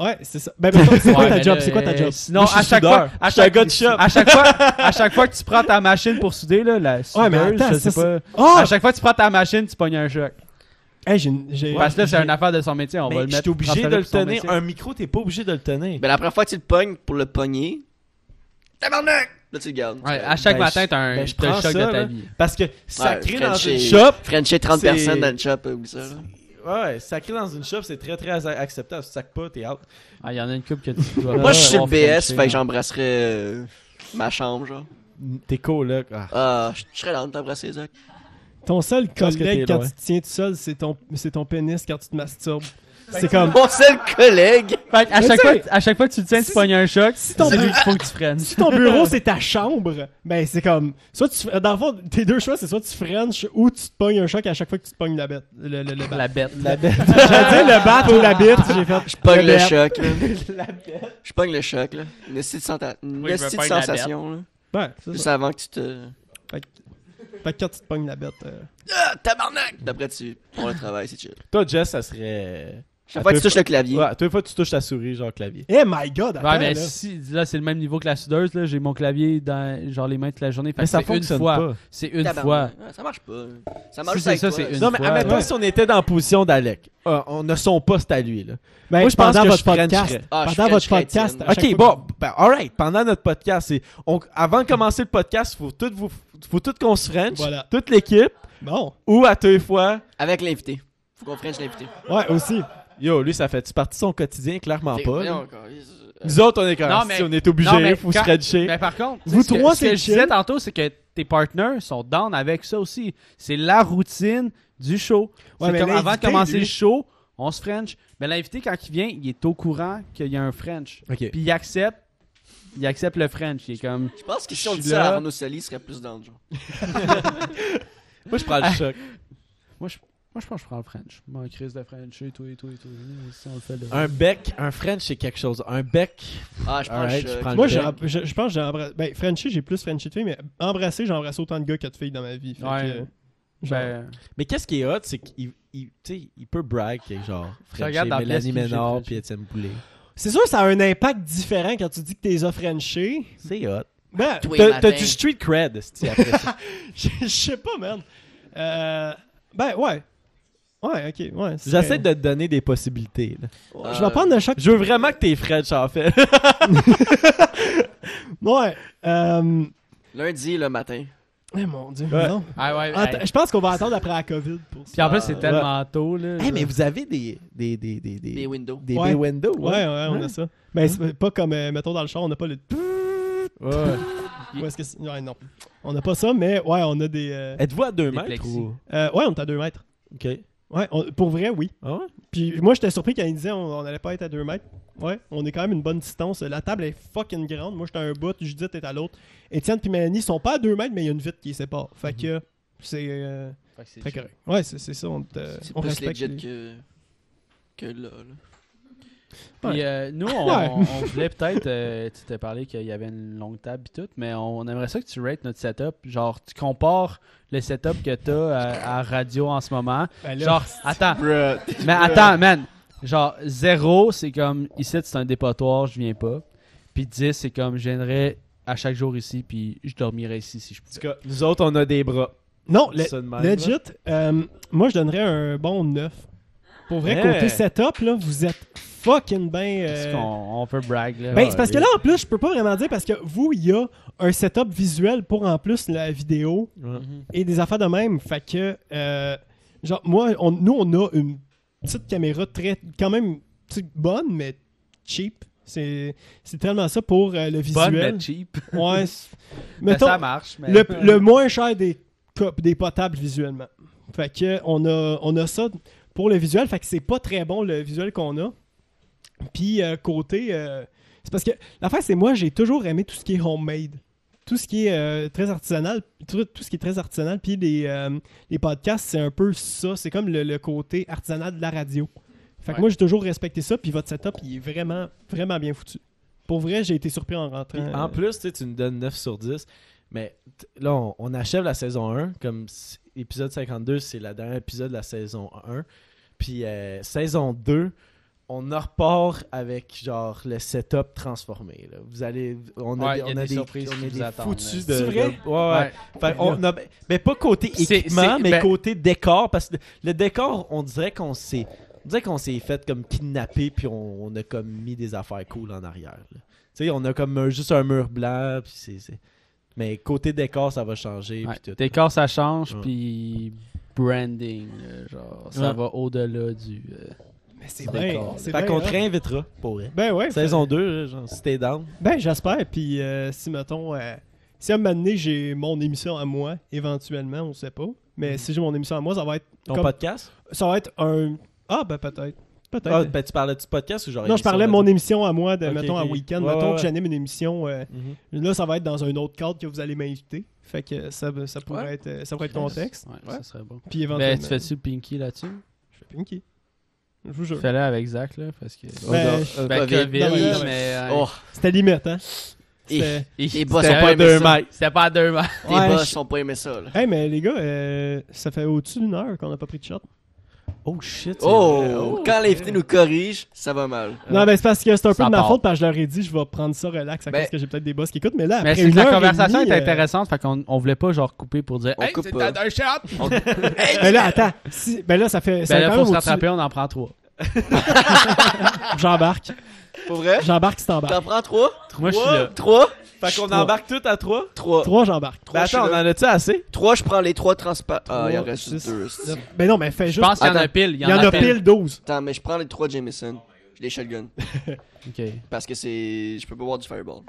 [SPEAKER 1] Ouais, c'est ça. Ben, mettons, c'est quoi
[SPEAKER 3] Ouais,
[SPEAKER 1] ta
[SPEAKER 3] mais
[SPEAKER 1] job?
[SPEAKER 3] là,
[SPEAKER 1] C'est quoi ta
[SPEAKER 3] euh,
[SPEAKER 1] job?
[SPEAKER 3] Sinon,
[SPEAKER 2] Moi, je suis
[SPEAKER 3] à chaque
[SPEAKER 2] soudeur.
[SPEAKER 3] fois,
[SPEAKER 2] Je
[SPEAKER 3] à
[SPEAKER 2] suis un
[SPEAKER 3] chaque,
[SPEAKER 2] gars de shop.
[SPEAKER 3] à chaque fois, à chaque fois que tu prends ta machine pour souder là, la
[SPEAKER 1] Ouais, mais
[SPEAKER 3] soudeuse,
[SPEAKER 1] attends,
[SPEAKER 3] je sais
[SPEAKER 1] ça,
[SPEAKER 3] pas.
[SPEAKER 1] Ah!
[SPEAKER 3] À chaque fois que tu prends ta machine, tu pognes un choc.
[SPEAKER 1] Hey, j'ai une- j'ai-
[SPEAKER 3] Parce que là, c'est
[SPEAKER 1] j'ai-
[SPEAKER 3] une affaire de son métier, on va
[SPEAKER 2] Mais
[SPEAKER 3] le
[SPEAKER 2] je
[SPEAKER 3] mettre.
[SPEAKER 2] suis obligé de
[SPEAKER 3] transférer
[SPEAKER 2] le
[SPEAKER 3] pour son
[SPEAKER 2] tenir.
[SPEAKER 3] métier.
[SPEAKER 2] Un micro, t'es pas obligé de le tenir.
[SPEAKER 4] Ben, la première fois que tu le pognes pour le pogner, tabarnak! Là, tu le gardes.
[SPEAKER 3] Ouais, à chaque
[SPEAKER 2] Ben,
[SPEAKER 3] matin, t'as un
[SPEAKER 2] ben, je
[SPEAKER 3] t'as le
[SPEAKER 2] prends
[SPEAKER 3] choc
[SPEAKER 2] ça,
[SPEAKER 3] de
[SPEAKER 2] là.
[SPEAKER 3] ta vie.
[SPEAKER 2] Parce que sacré
[SPEAKER 4] crée
[SPEAKER 2] dans une shop.
[SPEAKER 4] Frenchie 30
[SPEAKER 2] c'est-
[SPEAKER 4] personnes dans le shop, euh, oublie ça. là.
[SPEAKER 2] Ouais, sacré dans une shop, c'est très très acceptable. Si tu sacs pas, t'es out.
[SPEAKER 3] Ah, il y en a une couple que tu dois
[SPEAKER 4] Moi, je suis
[SPEAKER 3] voir
[SPEAKER 4] le BS,
[SPEAKER 3] Frencher,
[SPEAKER 4] fait que
[SPEAKER 3] hein.
[SPEAKER 4] j'embrasserais euh, ma chambre, genre.
[SPEAKER 2] T'es cool, là. Ah.
[SPEAKER 4] Ah, je je serais dans de t'embrasser, Zach.
[SPEAKER 1] Ton seul
[SPEAKER 2] pense que
[SPEAKER 1] collègue
[SPEAKER 2] t'es
[SPEAKER 1] quand
[SPEAKER 2] loin.
[SPEAKER 1] tu te tiens tout seul, c'est ton, c'est ton pénis quand tu te masturbes. Ben, C'est comme.
[SPEAKER 4] Mon seul collègue!
[SPEAKER 3] Fait que à
[SPEAKER 1] Mais
[SPEAKER 3] chaque,
[SPEAKER 1] tu
[SPEAKER 3] fois,
[SPEAKER 1] sais-
[SPEAKER 3] à chaque fois que tu le tiens, tu
[SPEAKER 1] Si-
[SPEAKER 3] pognes un choc. Si
[SPEAKER 1] ton-
[SPEAKER 3] lui qu'il faut que tu freines.
[SPEAKER 1] Si ton bureau c'est ta chambre, ben c'est comme. Soit tu. Dans le fond, tes deux choix, c'est soit tu French ou tu te pognes un choc à chaque fois que tu te pognes la bête. Le, le, le bat.
[SPEAKER 3] La bête.
[SPEAKER 1] J'ai dit le bat ou la bite, j'ai fait. Je
[SPEAKER 4] Pogne le choc, là. Je pogne le choc, là. Une esti de, senta-
[SPEAKER 3] Oui,
[SPEAKER 4] une
[SPEAKER 3] je me
[SPEAKER 4] esti de
[SPEAKER 3] pogne la
[SPEAKER 4] sensation, là.
[SPEAKER 1] Ouais, c'est
[SPEAKER 4] Juste
[SPEAKER 1] ça.
[SPEAKER 4] avant que tu te.
[SPEAKER 1] Fait que quand tu te pognes la bête. euh,
[SPEAKER 4] Ah, tabarnak! D'après, tu prends le travail, c'est chill.
[SPEAKER 2] Toi, Jess, ça serait.
[SPEAKER 4] Chaque fois que tu touches le clavier.
[SPEAKER 2] Ouais, toi, une fois que tu touches ta souris, genre clavier.
[SPEAKER 1] Eh my god, attends,
[SPEAKER 3] Ouais, mais
[SPEAKER 1] là.
[SPEAKER 3] si, là, c'est le même niveau que la soudeuse. là. J'ai mon clavier dans genre les mains toute la journée. Fait
[SPEAKER 2] Mais
[SPEAKER 3] que
[SPEAKER 2] ça
[SPEAKER 3] c'est une
[SPEAKER 2] fonctionne
[SPEAKER 3] fois.
[SPEAKER 2] pas.
[SPEAKER 3] C'est une fois.
[SPEAKER 4] Tabarnak. Ah, Ça marche pas. Ça marche
[SPEAKER 3] Si
[SPEAKER 4] pas
[SPEAKER 3] c'est ça,
[SPEAKER 4] avec toi.
[SPEAKER 3] c'est une-
[SPEAKER 2] Non, mais
[SPEAKER 3] fois,
[SPEAKER 2] admettons
[SPEAKER 1] ouais.
[SPEAKER 2] si on était dans la position d'Alec. Ah, on ne son poste à lui, là.
[SPEAKER 1] Ben,
[SPEAKER 2] Moi, je pense
[SPEAKER 1] pendant
[SPEAKER 2] que
[SPEAKER 1] votre
[SPEAKER 2] je Frencherais.
[SPEAKER 1] podcast.
[SPEAKER 4] Ah, je
[SPEAKER 1] pendant votre
[SPEAKER 4] Frencherais,
[SPEAKER 1] podcast.
[SPEAKER 4] Étienne.
[SPEAKER 1] à chaque
[SPEAKER 2] Ok,
[SPEAKER 1] fois que-
[SPEAKER 2] bon, ben, alright. Pendant notre podcast, c'est, on- avant de commencer le podcast, faut tout, vous, faut tout qu'on se French,
[SPEAKER 1] Voilà.
[SPEAKER 2] toute l'équipe,
[SPEAKER 1] Bon.
[SPEAKER 2] ou à deux fois.
[SPEAKER 4] Avec l'invité. Faut qu'on French l'invité.
[SPEAKER 1] Ouais, aussi.
[SPEAKER 2] Yo, lui, ça fait partie de son quotidien, clairement
[SPEAKER 4] Fait-
[SPEAKER 2] Ah, pas.
[SPEAKER 4] voyons,
[SPEAKER 2] là.
[SPEAKER 4] encore, euh,
[SPEAKER 2] Nous autres, on est comme
[SPEAKER 3] Non,
[SPEAKER 2] si
[SPEAKER 3] mais-
[SPEAKER 2] on est obligé,
[SPEAKER 3] non, mais
[SPEAKER 2] faut
[SPEAKER 3] quand-
[SPEAKER 2] se Frencher.
[SPEAKER 3] Mais par contre,
[SPEAKER 1] Vous
[SPEAKER 3] ce que-
[SPEAKER 1] trois,
[SPEAKER 3] ce que
[SPEAKER 1] c'est
[SPEAKER 3] je disais
[SPEAKER 1] chill.
[SPEAKER 3] tantôt, c'est que tes partenaires sont down avec ça aussi. C'est la routine du show.
[SPEAKER 1] Ouais,
[SPEAKER 3] C'est
[SPEAKER 1] mais
[SPEAKER 3] comme avant de
[SPEAKER 1] l'invité,
[SPEAKER 3] commencer
[SPEAKER 1] lui-
[SPEAKER 3] le show, on se French. Mais l'invité, quand il vient, il est au courant qu'il y a un French.
[SPEAKER 2] Ok.
[SPEAKER 3] Puis il accepte. Il accepte le French. Il est comme.
[SPEAKER 4] Je pense que si on
[SPEAKER 3] suis
[SPEAKER 4] dit ça
[SPEAKER 3] là.
[SPEAKER 4] à Arnaud Soli, il serait plus dans le genre.
[SPEAKER 2] Moi, je prends le choc.
[SPEAKER 3] Moi, je, moi, je pense que je prends le French. Moi, crise de French, et tout, et tout, et tout. Si on le fait Ben, le-
[SPEAKER 2] Un bec, un French, c'est quelque chose. Un bec.
[SPEAKER 4] Ah, je prends
[SPEAKER 2] Alright,
[SPEAKER 4] le
[SPEAKER 2] je
[SPEAKER 4] choc.
[SPEAKER 2] prends le
[SPEAKER 1] Moi,
[SPEAKER 2] bec.
[SPEAKER 1] j'ai- je, je pense que j'ai embrassé. Ben, Frenchie, j'ai plus Frenchie de filles, mais embrasser, j'ai embrassé autant de gars que de filles dans ma vie. Fait
[SPEAKER 3] Ouais.
[SPEAKER 1] que, euh, genre-
[SPEAKER 3] Ben,
[SPEAKER 2] Mais qu'est-ce qui est hot, c'est qu'il il, tu sais, il peut brag, que genre, Frenchie,
[SPEAKER 3] regardes dans
[SPEAKER 2] Mélanie
[SPEAKER 3] Pièce qui
[SPEAKER 2] Ménard,
[SPEAKER 3] j'ai
[SPEAKER 2] puis Étienne Boulay.
[SPEAKER 1] C'est sûr, ça a un impact différent quand tu dis que t'es Frenchie.
[SPEAKER 2] C'est hot.
[SPEAKER 1] Ben,
[SPEAKER 4] Tous les
[SPEAKER 2] T'as
[SPEAKER 4] matins.
[SPEAKER 2] t'as du street cred, c'ti, après ça.
[SPEAKER 1] je je sais pas, man. Euh, ben, ouais. Ouais, ok, ouais. c'est vrai.
[SPEAKER 2] J'essaie de te donner des possibilités. là.
[SPEAKER 1] Je vais prendre le choc.
[SPEAKER 2] Je veux vraiment que t'es French, en fait.
[SPEAKER 1] Ouais. Euh...
[SPEAKER 4] Lundi, le matin.
[SPEAKER 1] Eh, mon dieu,
[SPEAKER 2] Ouais.
[SPEAKER 1] non.
[SPEAKER 3] ah ouais,
[SPEAKER 1] Attends, Ah.
[SPEAKER 3] hey.
[SPEAKER 1] Je pense qu'on va attendre après la COVID pour ça.
[SPEAKER 3] Puis en plus, c'est
[SPEAKER 4] Ouais.
[SPEAKER 3] tellement tôt. Là,
[SPEAKER 2] Eh,
[SPEAKER 3] genre.
[SPEAKER 2] mais vous avez des. Des. Des. Des. Des,
[SPEAKER 4] Des windows.
[SPEAKER 2] des
[SPEAKER 1] Ouais.
[SPEAKER 2] bay windows.
[SPEAKER 1] Ouais, ouais, on a ça. Ben, c'est pas comme, euh, mettons, dans le char, on n'a pas le.
[SPEAKER 2] Ouais.
[SPEAKER 1] Où est-ce que c'est- Ouais, non. On n'a pas ça, mais ouais, on a des. euh,
[SPEAKER 2] Êtes-vous à 2
[SPEAKER 3] Des
[SPEAKER 2] mètres
[SPEAKER 3] plexis.
[SPEAKER 2] ou.
[SPEAKER 1] euh, ouais, on est à 2 mètres.
[SPEAKER 2] Ok.
[SPEAKER 1] Ouais, on- pour vrai, oui.
[SPEAKER 2] Ah ouais?
[SPEAKER 1] Puis moi, j'étais surpris quand il disait on n'allait pas être à 2 mètres. Ouais, on est quand même une bonne distance. La table est fucking grande. Moi, j'étais à un bout, Judith est à l'autre. Étienne puis Mélanie sont pas à 2 mètres, mais il y a une vitre qui les sépare. Fait que
[SPEAKER 4] Mhm.
[SPEAKER 1] euh, c'est euh,
[SPEAKER 3] Fait que c'est
[SPEAKER 1] très correct. Ouais, c'est c'est ça. On, te-
[SPEAKER 4] C'est
[SPEAKER 1] on
[SPEAKER 4] plus
[SPEAKER 1] respecte.
[SPEAKER 4] legit
[SPEAKER 1] les-
[SPEAKER 4] que. que là, là.
[SPEAKER 1] Ouais.
[SPEAKER 3] Puis euh, nous, on,
[SPEAKER 1] Ouais.
[SPEAKER 3] on- on voulait peut-être, euh, tu t'es parlé qu'il y avait une longue table et tout, mais on aimerait ça que tu rates notre setup. Genre, tu compares le setup que t'as euh, à, à radio en ce moment.
[SPEAKER 1] Ben là,
[SPEAKER 3] Genre, attends, mais attends, man. Genre, 0, c'est comme, ici, c'est un dépotoir, je viens pas. Puis 10, c'est comme, je viendrais à chaque jour ici, puis je dormirais ici si je
[SPEAKER 2] En tout
[SPEAKER 3] pouvais.
[SPEAKER 2] cas, nous autres, on a des bras.
[SPEAKER 1] Non, le-
[SPEAKER 2] Ça de même, là.
[SPEAKER 1] legit, euh, moi, je donnerais un bon 9. Pour vrai,
[SPEAKER 4] Eh.
[SPEAKER 2] Ouais.
[SPEAKER 1] côté setup, là, vous êtes fucking bien. euh,
[SPEAKER 6] Parce qu'on- on peut brag, là.
[SPEAKER 1] Ben, c'est parce que là, en plus, je peux pas vraiment dire parce que vous, il y a un setup visuel pour en plus la vidéo et des affaires de même. Fait que, euh, genre, moi, on, nous, on a une petite caméra très, quand même, tu sais, bonne, mais cheap. C'est c'est tellement ça pour euh, le
[SPEAKER 3] Bonne,
[SPEAKER 1] visuel.
[SPEAKER 3] mais cheap.
[SPEAKER 1] Ouais. c'est-
[SPEAKER 3] Mais
[SPEAKER 1] Mettons,
[SPEAKER 3] ça marche. Mais...
[SPEAKER 1] le, le moins cher des, cop- des potables visuellement. Fait que on a, on a ça pour le visuel. Fait que c'est pas très bon le visuel qu'on a. Puis euh, côté. euh, c'est parce que l'affaire, c'est moi, j'ai toujours aimé tout ce qui est homemade. Tout ce qui est euh, très artisanal. Tout, tout ce qui est très artisanal. Puis les, euh, les podcasts, c'est un peu ça. C'est comme le, le côté artisanal de la radio. Fait que moi, j'ai toujours respecté ça. Puis votre setup, il est vraiment, vraiment bien foutu. Pour vrai, j'ai été surpris en rentrant.
[SPEAKER 2] Puis en plus, tu sais, tu nous donnes 9 sur 10. Mais t- là, on, on achève la saison 1. Comme s- épisode 52, c'est la dernière épisode de la saison 1. Puis euh, saison 2, on en repart avec genre le setup transformé. là. Vous allez. On a,
[SPEAKER 3] Ouais,
[SPEAKER 2] des-
[SPEAKER 3] il y a
[SPEAKER 2] on
[SPEAKER 3] des
[SPEAKER 2] a des,
[SPEAKER 3] surprises qui
[SPEAKER 2] on a
[SPEAKER 3] vous
[SPEAKER 2] des
[SPEAKER 3] attendent,
[SPEAKER 2] foutus de.
[SPEAKER 3] là.
[SPEAKER 1] C'est vrai?
[SPEAKER 2] de- ouais, ouais.
[SPEAKER 3] Ouais.
[SPEAKER 2] Fait on a- mais pas côté
[SPEAKER 3] C'est-
[SPEAKER 2] équipement,
[SPEAKER 3] c'est-
[SPEAKER 2] mais
[SPEAKER 3] ben-
[SPEAKER 2] côté décor. Parce que le décor, on dirait qu'on s'est. On dirait qu'on s'est fait comme kidnapper, puis on, on a comme mis des affaires cool en arrière. là. Tu sais, on a comme un- juste un mur blanc, puis c'est. c'est- Mais côté décor, ça va changer.
[SPEAKER 3] Ouais,
[SPEAKER 2] puis tout.
[SPEAKER 3] Décor, ça change,
[SPEAKER 2] Ouais.
[SPEAKER 3] puis branding, là, genre, ça
[SPEAKER 2] Ouais.
[SPEAKER 3] va au-delà du. euh,
[SPEAKER 1] Mais c'est vrai.
[SPEAKER 2] Décor.
[SPEAKER 1] c'est
[SPEAKER 2] Fait
[SPEAKER 1] vrai,
[SPEAKER 2] qu'on
[SPEAKER 1] hein.
[SPEAKER 2] te réinvitera, pour vrai.
[SPEAKER 1] Ben ouais.
[SPEAKER 2] Saison 2, là, genre, si t'es down.
[SPEAKER 1] Ben, j'espère. Puis euh, si, mettons, euh, si à un moment donné, j'ai mon émission à moi, éventuellement, on sait pas. Mais
[SPEAKER 2] Mhm.
[SPEAKER 1] si j'ai mon émission à moi, ça va être,
[SPEAKER 2] Ton
[SPEAKER 1] Comme-
[SPEAKER 2] podcast
[SPEAKER 1] ça va être un. Ah, ben peut-être. Peut-être.
[SPEAKER 2] Ah, ben, Tu parlais du podcast ou genre.
[SPEAKER 1] non, je parlais de
[SPEAKER 2] émission
[SPEAKER 1] mon
[SPEAKER 2] radio?
[SPEAKER 1] émission à moi, de,
[SPEAKER 2] Ok,
[SPEAKER 1] mettons, à
[SPEAKER 2] ok.
[SPEAKER 1] week-end.
[SPEAKER 2] Ouais,
[SPEAKER 1] mettons
[SPEAKER 2] ouais,
[SPEAKER 1] que
[SPEAKER 2] ouais.
[SPEAKER 1] j'anime une émission. euh,
[SPEAKER 2] Mhm.
[SPEAKER 1] Là, ça va être dans un autre cadre que vous allez m'inviter. Fait que ça, ça pourrait être, euh, ça pourrait être ton texte.
[SPEAKER 3] Ouais, ça serait bon.
[SPEAKER 1] Puis éventuellement.
[SPEAKER 3] Ben, tu fais-tu Pinky là-dessus
[SPEAKER 1] Je fais Pinky. Je vous jure.
[SPEAKER 3] Fais-le avec Zach, là, parce que.
[SPEAKER 1] Ben,
[SPEAKER 4] Euh,
[SPEAKER 3] Ben,
[SPEAKER 4] COVID.
[SPEAKER 3] COVID,
[SPEAKER 1] Non, mais-
[SPEAKER 3] mais. euh,
[SPEAKER 4] Oh,
[SPEAKER 1] C'était limite, hein.
[SPEAKER 2] Eh.
[SPEAKER 4] et
[SPEAKER 1] C'était-
[SPEAKER 4] les
[SPEAKER 3] c'était
[SPEAKER 4] boss ont
[SPEAKER 3] pas
[SPEAKER 4] pas aimé ça.
[SPEAKER 3] C'était pas à deux mètres.
[SPEAKER 4] Les
[SPEAKER 1] Ouais,
[SPEAKER 4] boss
[SPEAKER 1] je-
[SPEAKER 4] ont pas aimé ça. là.
[SPEAKER 1] Hey, mais les gars, euh, ça fait au-dessus d'une heure qu'on n'a pas pris de shot.
[SPEAKER 2] Oh shit. c'est vrai.
[SPEAKER 4] Oh, quand l'invité nous corrige, ça va mal.
[SPEAKER 1] Non, mais c'est parce que c'est un peu
[SPEAKER 3] Euh, Ça
[SPEAKER 1] de ma
[SPEAKER 3] part.
[SPEAKER 1] faute parce que je leur ai dit je vais prendre ça relax à
[SPEAKER 3] Ben-
[SPEAKER 1] cause que j'ai peut-être des boss qui écoutent. Mais là,
[SPEAKER 3] Mais
[SPEAKER 1] après
[SPEAKER 3] c'est que
[SPEAKER 1] une
[SPEAKER 3] la
[SPEAKER 1] heure et
[SPEAKER 3] conversation
[SPEAKER 1] demie,
[SPEAKER 3] est
[SPEAKER 1] euh,
[SPEAKER 3] intéressante, fait qu'on on voulait pas, genre, couper pour dire.
[SPEAKER 4] On
[SPEAKER 3] hey,
[SPEAKER 4] coupe
[SPEAKER 3] c'est
[SPEAKER 4] pas.
[SPEAKER 3] dans un shot
[SPEAKER 4] On-
[SPEAKER 1] Ben là, attends. Si, ben là, ça fait. ça fait
[SPEAKER 3] Ben là,
[SPEAKER 1] quand
[SPEAKER 3] faut
[SPEAKER 1] même
[SPEAKER 3] se
[SPEAKER 1] au-dessus-
[SPEAKER 3] rattraper, on en prend trois.
[SPEAKER 1] J'embarque.
[SPEAKER 4] Pour vrai?
[SPEAKER 1] J'embarque si t'embarques.
[SPEAKER 4] T'en prends trois?
[SPEAKER 3] Moi, je suis là.
[SPEAKER 4] Trois?
[SPEAKER 2] Fait qu'on embarque tout à trois.
[SPEAKER 4] Trois.
[SPEAKER 1] Trois, j'embarque.
[SPEAKER 2] Ben,
[SPEAKER 4] Trois, je suis
[SPEAKER 2] attends, on
[SPEAKER 4] là.
[SPEAKER 2] en a-tu assez
[SPEAKER 4] Trois, je prends les trois transparents. Ah, il en
[SPEAKER 1] Trois,
[SPEAKER 4] reste
[SPEAKER 1] six,
[SPEAKER 4] deux.
[SPEAKER 1] neuf. Ben non, mais fais
[SPEAKER 3] Je
[SPEAKER 1] juste.
[SPEAKER 3] pense qu'il y en a
[SPEAKER 4] Attends.
[SPEAKER 3] pile.
[SPEAKER 1] Il y en a pile 12.
[SPEAKER 4] Attends, mais je prends les trois Jameson. Je les shotgun.
[SPEAKER 3] Ok.
[SPEAKER 4] Parce que c'est. Je peux pas boire du fireball.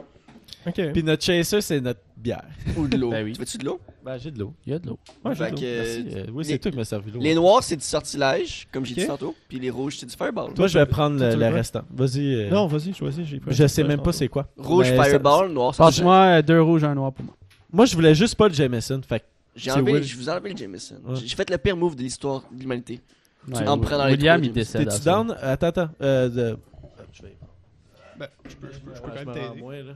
[SPEAKER 1] Ok.
[SPEAKER 2] Puis notre chaser, c'est notre bière.
[SPEAKER 4] Ou de l'eau.
[SPEAKER 3] Ben oui.
[SPEAKER 4] Tu veux-tu de l'eau?
[SPEAKER 2] Ben, j'ai de l'eau.
[SPEAKER 3] Il y a de l'eau.
[SPEAKER 1] Ouais, j'ai
[SPEAKER 4] Fait
[SPEAKER 1] l'eau.
[SPEAKER 4] que, euh,
[SPEAKER 2] Merci. euh, oui,
[SPEAKER 4] les-
[SPEAKER 2] c'est toi qui m'as servi l'eau.
[SPEAKER 4] Les noirs, c'est du sortilège, comme j'ai
[SPEAKER 1] Ok.
[SPEAKER 4] dit tantôt. Puis les rouges, c'est du fireball.
[SPEAKER 2] Toi, je vais prendre
[SPEAKER 1] tu
[SPEAKER 2] le,
[SPEAKER 1] veux
[SPEAKER 2] le
[SPEAKER 1] quoi?
[SPEAKER 2] restant. Vas-y. euh,
[SPEAKER 1] Non, vas-y, choisis. J'ai pas-
[SPEAKER 2] je sais
[SPEAKER 1] pas,
[SPEAKER 2] même
[SPEAKER 1] pense
[SPEAKER 2] pas c'est quoi.
[SPEAKER 4] Rouge,
[SPEAKER 2] Mais Ben, ça-
[SPEAKER 4] fireball, noir, sortilège.
[SPEAKER 3] Passe-moi euh, deux rouges, un noir pour moi.
[SPEAKER 2] Moi, je voulais juste pas le Jameson. Fait que
[SPEAKER 4] J'ai
[SPEAKER 2] c'est
[SPEAKER 4] enlevé,
[SPEAKER 2] weird.
[SPEAKER 4] je vous ai enlevé le Jameson.
[SPEAKER 2] Ouais.
[SPEAKER 4] J'ai- J'ai fait le pire move de l'histoire de l'humanité.
[SPEAKER 3] Ouais,
[SPEAKER 4] en prends dans les
[SPEAKER 3] William,
[SPEAKER 4] trois,
[SPEAKER 3] il
[SPEAKER 4] James.
[SPEAKER 3] décède. à
[SPEAKER 2] t'es-tu
[SPEAKER 3] ça.
[SPEAKER 2] down Attends, attends. Euh, de- Je vais.
[SPEAKER 1] Ben, je peux, je peux, je peux
[SPEAKER 2] Ouais,
[SPEAKER 1] quand
[SPEAKER 2] je
[SPEAKER 1] même
[SPEAKER 2] me rends
[SPEAKER 1] t'aider.
[SPEAKER 2] moins, là.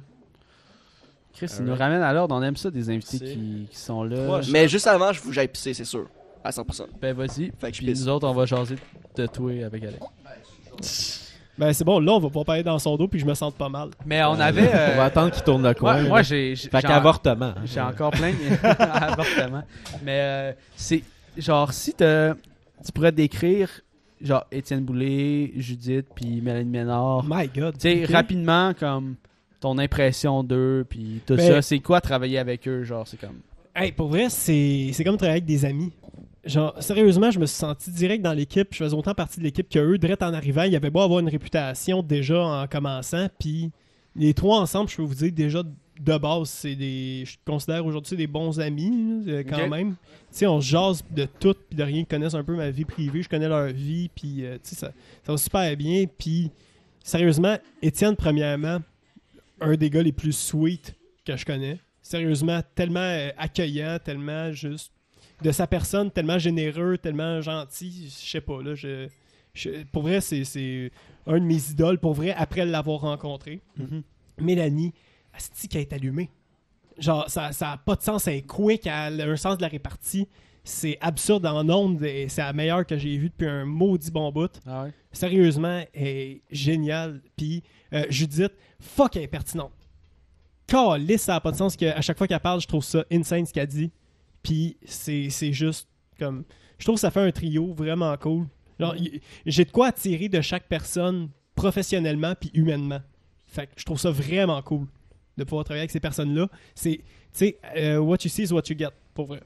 [SPEAKER 3] Chris, il
[SPEAKER 2] Alright.
[SPEAKER 3] nous ramène à l'ordre. On aime ça, des invités
[SPEAKER 2] C'est-
[SPEAKER 3] qui, qui sont là.
[SPEAKER 2] Moi, je-
[SPEAKER 4] Mais juste avant, je vous j'aille pisser, c'est sûr. À 100%.
[SPEAKER 3] Ben, vas-y.
[SPEAKER 4] Fait que je
[SPEAKER 3] Puis
[SPEAKER 4] pisse.
[SPEAKER 3] nous autres, on va jaser de toi avec Alex.
[SPEAKER 1] Ben c'est bon, là, on va pouvoir parler dans son dos puis je me sente pas mal.
[SPEAKER 3] Mais Euh, on avait.
[SPEAKER 2] On va attendre qu'il tourne le coin.
[SPEAKER 3] Moi,
[SPEAKER 2] là.
[SPEAKER 3] moi j'ai. j'ai-
[SPEAKER 2] fait
[SPEAKER 3] j'ai-
[SPEAKER 2] qu'avortement. hein.
[SPEAKER 3] J'ai encore plein de avortement. Mais euh, c'est genre si t'as- tu pourrais décrire genre Étienne Boulay, Judith puis Mélanie Ménard.
[SPEAKER 1] Oh my god.
[SPEAKER 3] Tu sais
[SPEAKER 1] Ok.
[SPEAKER 3] rapidement comme ton impression d'eux puis tout
[SPEAKER 1] Ben-
[SPEAKER 3] ça, c'est quoi travailler avec eux genre c'est comme
[SPEAKER 1] Hey, pour vrai, c'est c'est comme travailler avec des amis. Genre, sérieusement, je me suis senti direct dans l'équipe. Je faisais autant partie de l'équipe que eux. Direct en arrivant, il y avait beau avoir une réputation déjà en commençant. Puis les trois ensemble, je peux vous dire déjà de base, c'est des. Je considère aujourd'hui c'est des bons amis là, euh, quand
[SPEAKER 3] Ok.
[SPEAKER 1] même. Tu sais, on se jase de tout puis de rien. Ils connaissent un peu ma vie privée. Je connais leur vie. Puis euh, tu sais, ça, ça va super bien. Puis sérieusement, Étienne, premièrement, un des gars les plus sweet que je connais. Sérieusement, tellement euh, accueillant, tellement juste de sa personne, tellement généreux, tellement gentil. Je sais pas, là. Je, je- pour vrai, c'est- c'est un de mes idoles. Pour vrai, après l'avoir rencontré,
[SPEAKER 3] Mhm.
[SPEAKER 1] Mélanie, Asti qui est allumée. Genre, ça n'a pas de sens. Elle est quick, elle a un sens de la répartie. C'est absurde en ondes et c'est la meilleure que j'ai vue depuis un maudit bon bout
[SPEAKER 3] ah
[SPEAKER 1] sérieusement, elle est géniale. Puis euh, Judith, fuck, elle est pertinente. Calisse, ça n'a pas de sens qu'à chaque fois qu'elle parle, je trouve ça insane ce qu'elle dit. Puis c'est c'est juste comme. Je trouve que ça fait un trio vraiment cool. Genre, y- J'ai de quoi attirer de chaque personne professionnellement puis humainement. Fait que je trouve ça vraiment cool de pouvoir travailler avec ces personnes-là. C'est, tu sais, euh, what you see is what you get, pour vrai.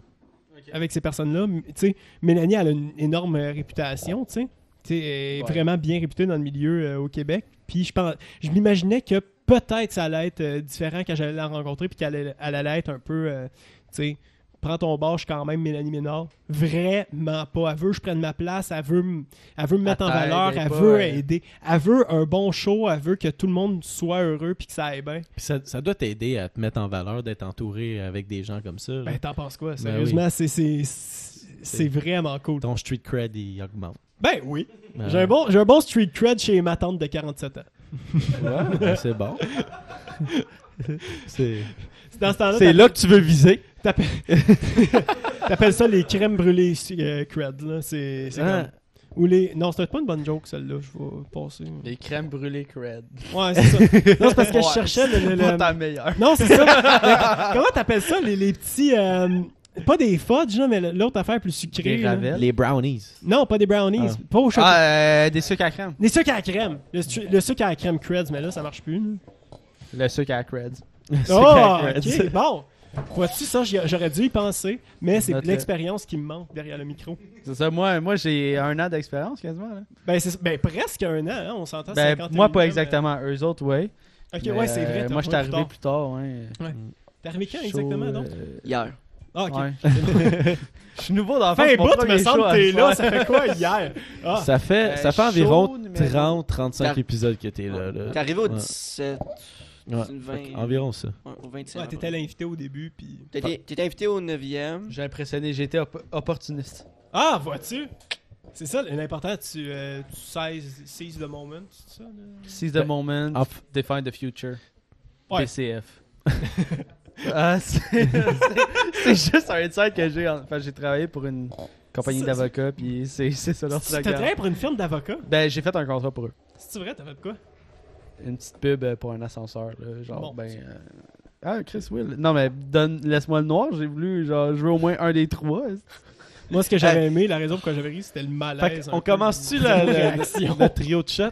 [SPEAKER 1] Avec ces personnes-là, m- tu sais, Mélanie, elle a une énorme euh, réputation, tu sais. Tu sais, elle est
[SPEAKER 2] Ouais.
[SPEAKER 1] vraiment bien réputée dans le milieu euh, au Québec. Puis je pense, je m'imaginais que peut-être ça allait être euh, différent quand j'allais la rencontrer, puis qu'elle allait- elle allait être un peu, euh, tu sais, prends ton bord, je suis quand même Mélanie Ménard. Vraiment pas. Elle veut que je prenne ma place, elle veut, m- elle veut me mettre en
[SPEAKER 2] Elle t'aide,
[SPEAKER 1] valeur,
[SPEAKER 2] elle est
[SPEAKER 1] elle
[SPEAKER 2] pas,
[SPEAKER 1] veut
[SPEAKER 2] euh,
[SPEAKER 1] aider. Elle veut un bon show, elle veut que tout le monde soit heureux puis que ça aille bien.
[SPEAKER 2] Puis ça, ça doit t'aider à te mettre en valeur d'être entouré avec des gens comme ça. là.
[SPEAKER 1] Ben, t'en penses quoi?
[SPEAKER 2] Ben
[SPEAKER 1] Sérieusement, c'est- c'est- c'est c'est vraiment cool.
[SPEAKER 2] Ton street cred, il augmente.
[SPEAKER 1] Ben oui.
[SPEAKER 2] Ben,
[SPEAKER 1] J'ai un, bon, j'ai un bon street cred chez ma tante de 47 ans.
[SPEAKER 2] ouais, ben, c'est bon. c'est
[SPEAKER 1] C'est Dans ce temps-là,
[SPEAKER 2] c'est
[SPEAKER 1] t'appelles-
[SPEAKER 2] là que tu veux viser.
[SPEAKER 1] t'appelles ça les crèmes brûlées euh, cred. Là. C'est, c'est
[SPEAKER 2] Hein?
[SPEAKER 1] comme- Ou les... Non, c'était pas une bonne joke, celle-là. Je vais passer.
[SPEAKER 3] Les crèmes brûlées cred.
[SPEAKER 1] Ouais, c'est ça. Non, c'est parce que je cherchais le- le- le...
[SPEAKER 3] Pas ta meilleure.
[SPEAKER 1] Non, c'est ça. Mais Comment t'appelles ça, les, les petits. euh, pas des fudge, là, mais l'autre affaire plus sucrée.
[SPEAKER 3] Des
[SPEAKER 1] là.
[SPEAKER 3] ravels.
[SPEAKER 2] Les brownies.
[SPEAKER 1] Non, pas des brownies.
[SPEAKER 2] Ah.
[SPEAKER 1] Pas au chocolat.
[SPEAKER 3] Ah, euh, des sucres à crème.
[SPEAKER 1] Les sucres à la crème. Le, su- le sucre à la crème creds, mais là, ça marche plus. là.
[SPEAKER 3] Le sucre à creds.
[SPEAKER 1] Ah,
[SPEAKER 2] à creds.
[SPEAKER 1] ok. Bon. Vois-tu ça, j'y- j'aurais dû y penser, mais c'est
[SPEAKER 3] Note-le.
[SPEAKER 1] l'expérience qui me manque derrière le micro.
[SPEAKER 3] C'est ça, moi, moi j'ai un an d'expérience quasiment. Là.
[SPEAKER 1] Ben, c'est- ben presque un an, hein, on s'entend.
[SPEAKER 3] Ben,
[SPEAKER 1] 50
[SPEAKER 3] moi, pas
[SPEAKER 1] minutes,
[SPEAKER 3] exactement. Eux autres, euh, ouais.
[SPEAKER 1] mais- Ok,
[SPEAKER 3] Mais,
[SPEAKER 1] ouais, c'est vrai.
[SPEAKER 3] euh,
[SPEAKER 1] t'as
[SPEAKER 3] moi, je suis
[SPEAKER 1] rejoint
[SPEAKER 3] arrivé
[SPEAKER 1] plus tard.
[SPEAKER 3] plus tard. ouais.
[SPEAKER 1] T'es arrivé quand
[SPEAKER 3] Show,
[SPEAKER 1] exactement, donc
[SPEAKER 3] euh,
[SPEAKER 4] Hier.
[SPEAKER 1] Ah, ok.
[SPEAKER 3] ouais. Je suis nouveau dans la
[SPEAKER 1] Fin
[SPEAKER 3] France, mon
[SPEAKER 1] bout,
[SPEAKER 3] premier
[SPEAKER 1] me semble
[SPEAKER 3] show à
[SPEAKER 1] que t'es là,
[SPEAKER 3] soir.
[SPEAKER 1] ça fait quoi hier Ah,
[SPEAKER 2] Ça fait,
[SPEAKER 3] Euh,
[SPEAKER 2] ça fait
[SPEAKER 3] show
[SPEAKER 2] environ
[SPEAKER 3] numéro-
[SPEAKER 2] 30-35
[SPEAKER 4] T'as-
[SPEAKER 2] épisodes que t'es là. là.
[SPEAKER 4] T'es arrivé au
[SPEAKER 2] Ouais.
[SPEAKER 4] 17,
[SPEAKER 2] Ouais.
[SPEAKER 4] 20,
[SPEAKER 2] Fait que Environ ça.
[SPEAKER 4] ouais, au 27.
[SPEAKER 1] ouais, t'étais l'invité au début, puis.
[SPEAKER 4] T'étais- t'étais invité au 9e.
[SPEAKER 3] J'ai impressionné, j'étais op- opportuniste.
[SPEAKER 1] Ah, vois-tu? C'est ça, l'important, tu, euh, tu saisis, seize le moment, c'est ça? là?
[SPEAKER 3] Seize the moment,
[SPEAKER 2] en f-
[SPEAKER 3] define the future.
[SPEAKER 1] Ouais.
[SPEAKER 3] BCF. Ah, c'est c'est- c'est juste un insight que j'ai. en- Enfin, j'ai travaillé pour une compagnie
[SPEAKER 1] Ça,
[SPEAKER 3] d'avocats, puis c'est c'est ça leur
[SPEAKER 1] Tu t'as
[SPEAKER 3] slogan.
[SPEAKER 1] travaillé pour une firme d'avocats?
[SPEAKER 3] Ben, j'ai fait un contrat pour eux.
[SPEAKER 1] C'est vrai, t'as fait de quoi?
[SPEAKER 3] Une petite pub euh, pour un ascenseur, là, genre,
[SPEAKER 1] Bon.
[SPEAKER 3] ben... euh, Ah, Chris Will. Non, mais donne... laisse-moi le noir, j'ai voulu, genre, je veux au moins un des trois.
[SPEAKER 1] Moi, ce que j'avais aimé, la raison pourquoi j'avais ri, c'était le malaise.
[SPEAKER 2] on
[SPEAKER 1] un peu.
[SPEAKER 2] commence-tu la-
[SPEAKER 1] Une
[SPEAKER 2] la-
[SPEAKER 1] réaction.
[SPEAKER 2] le trio de chat?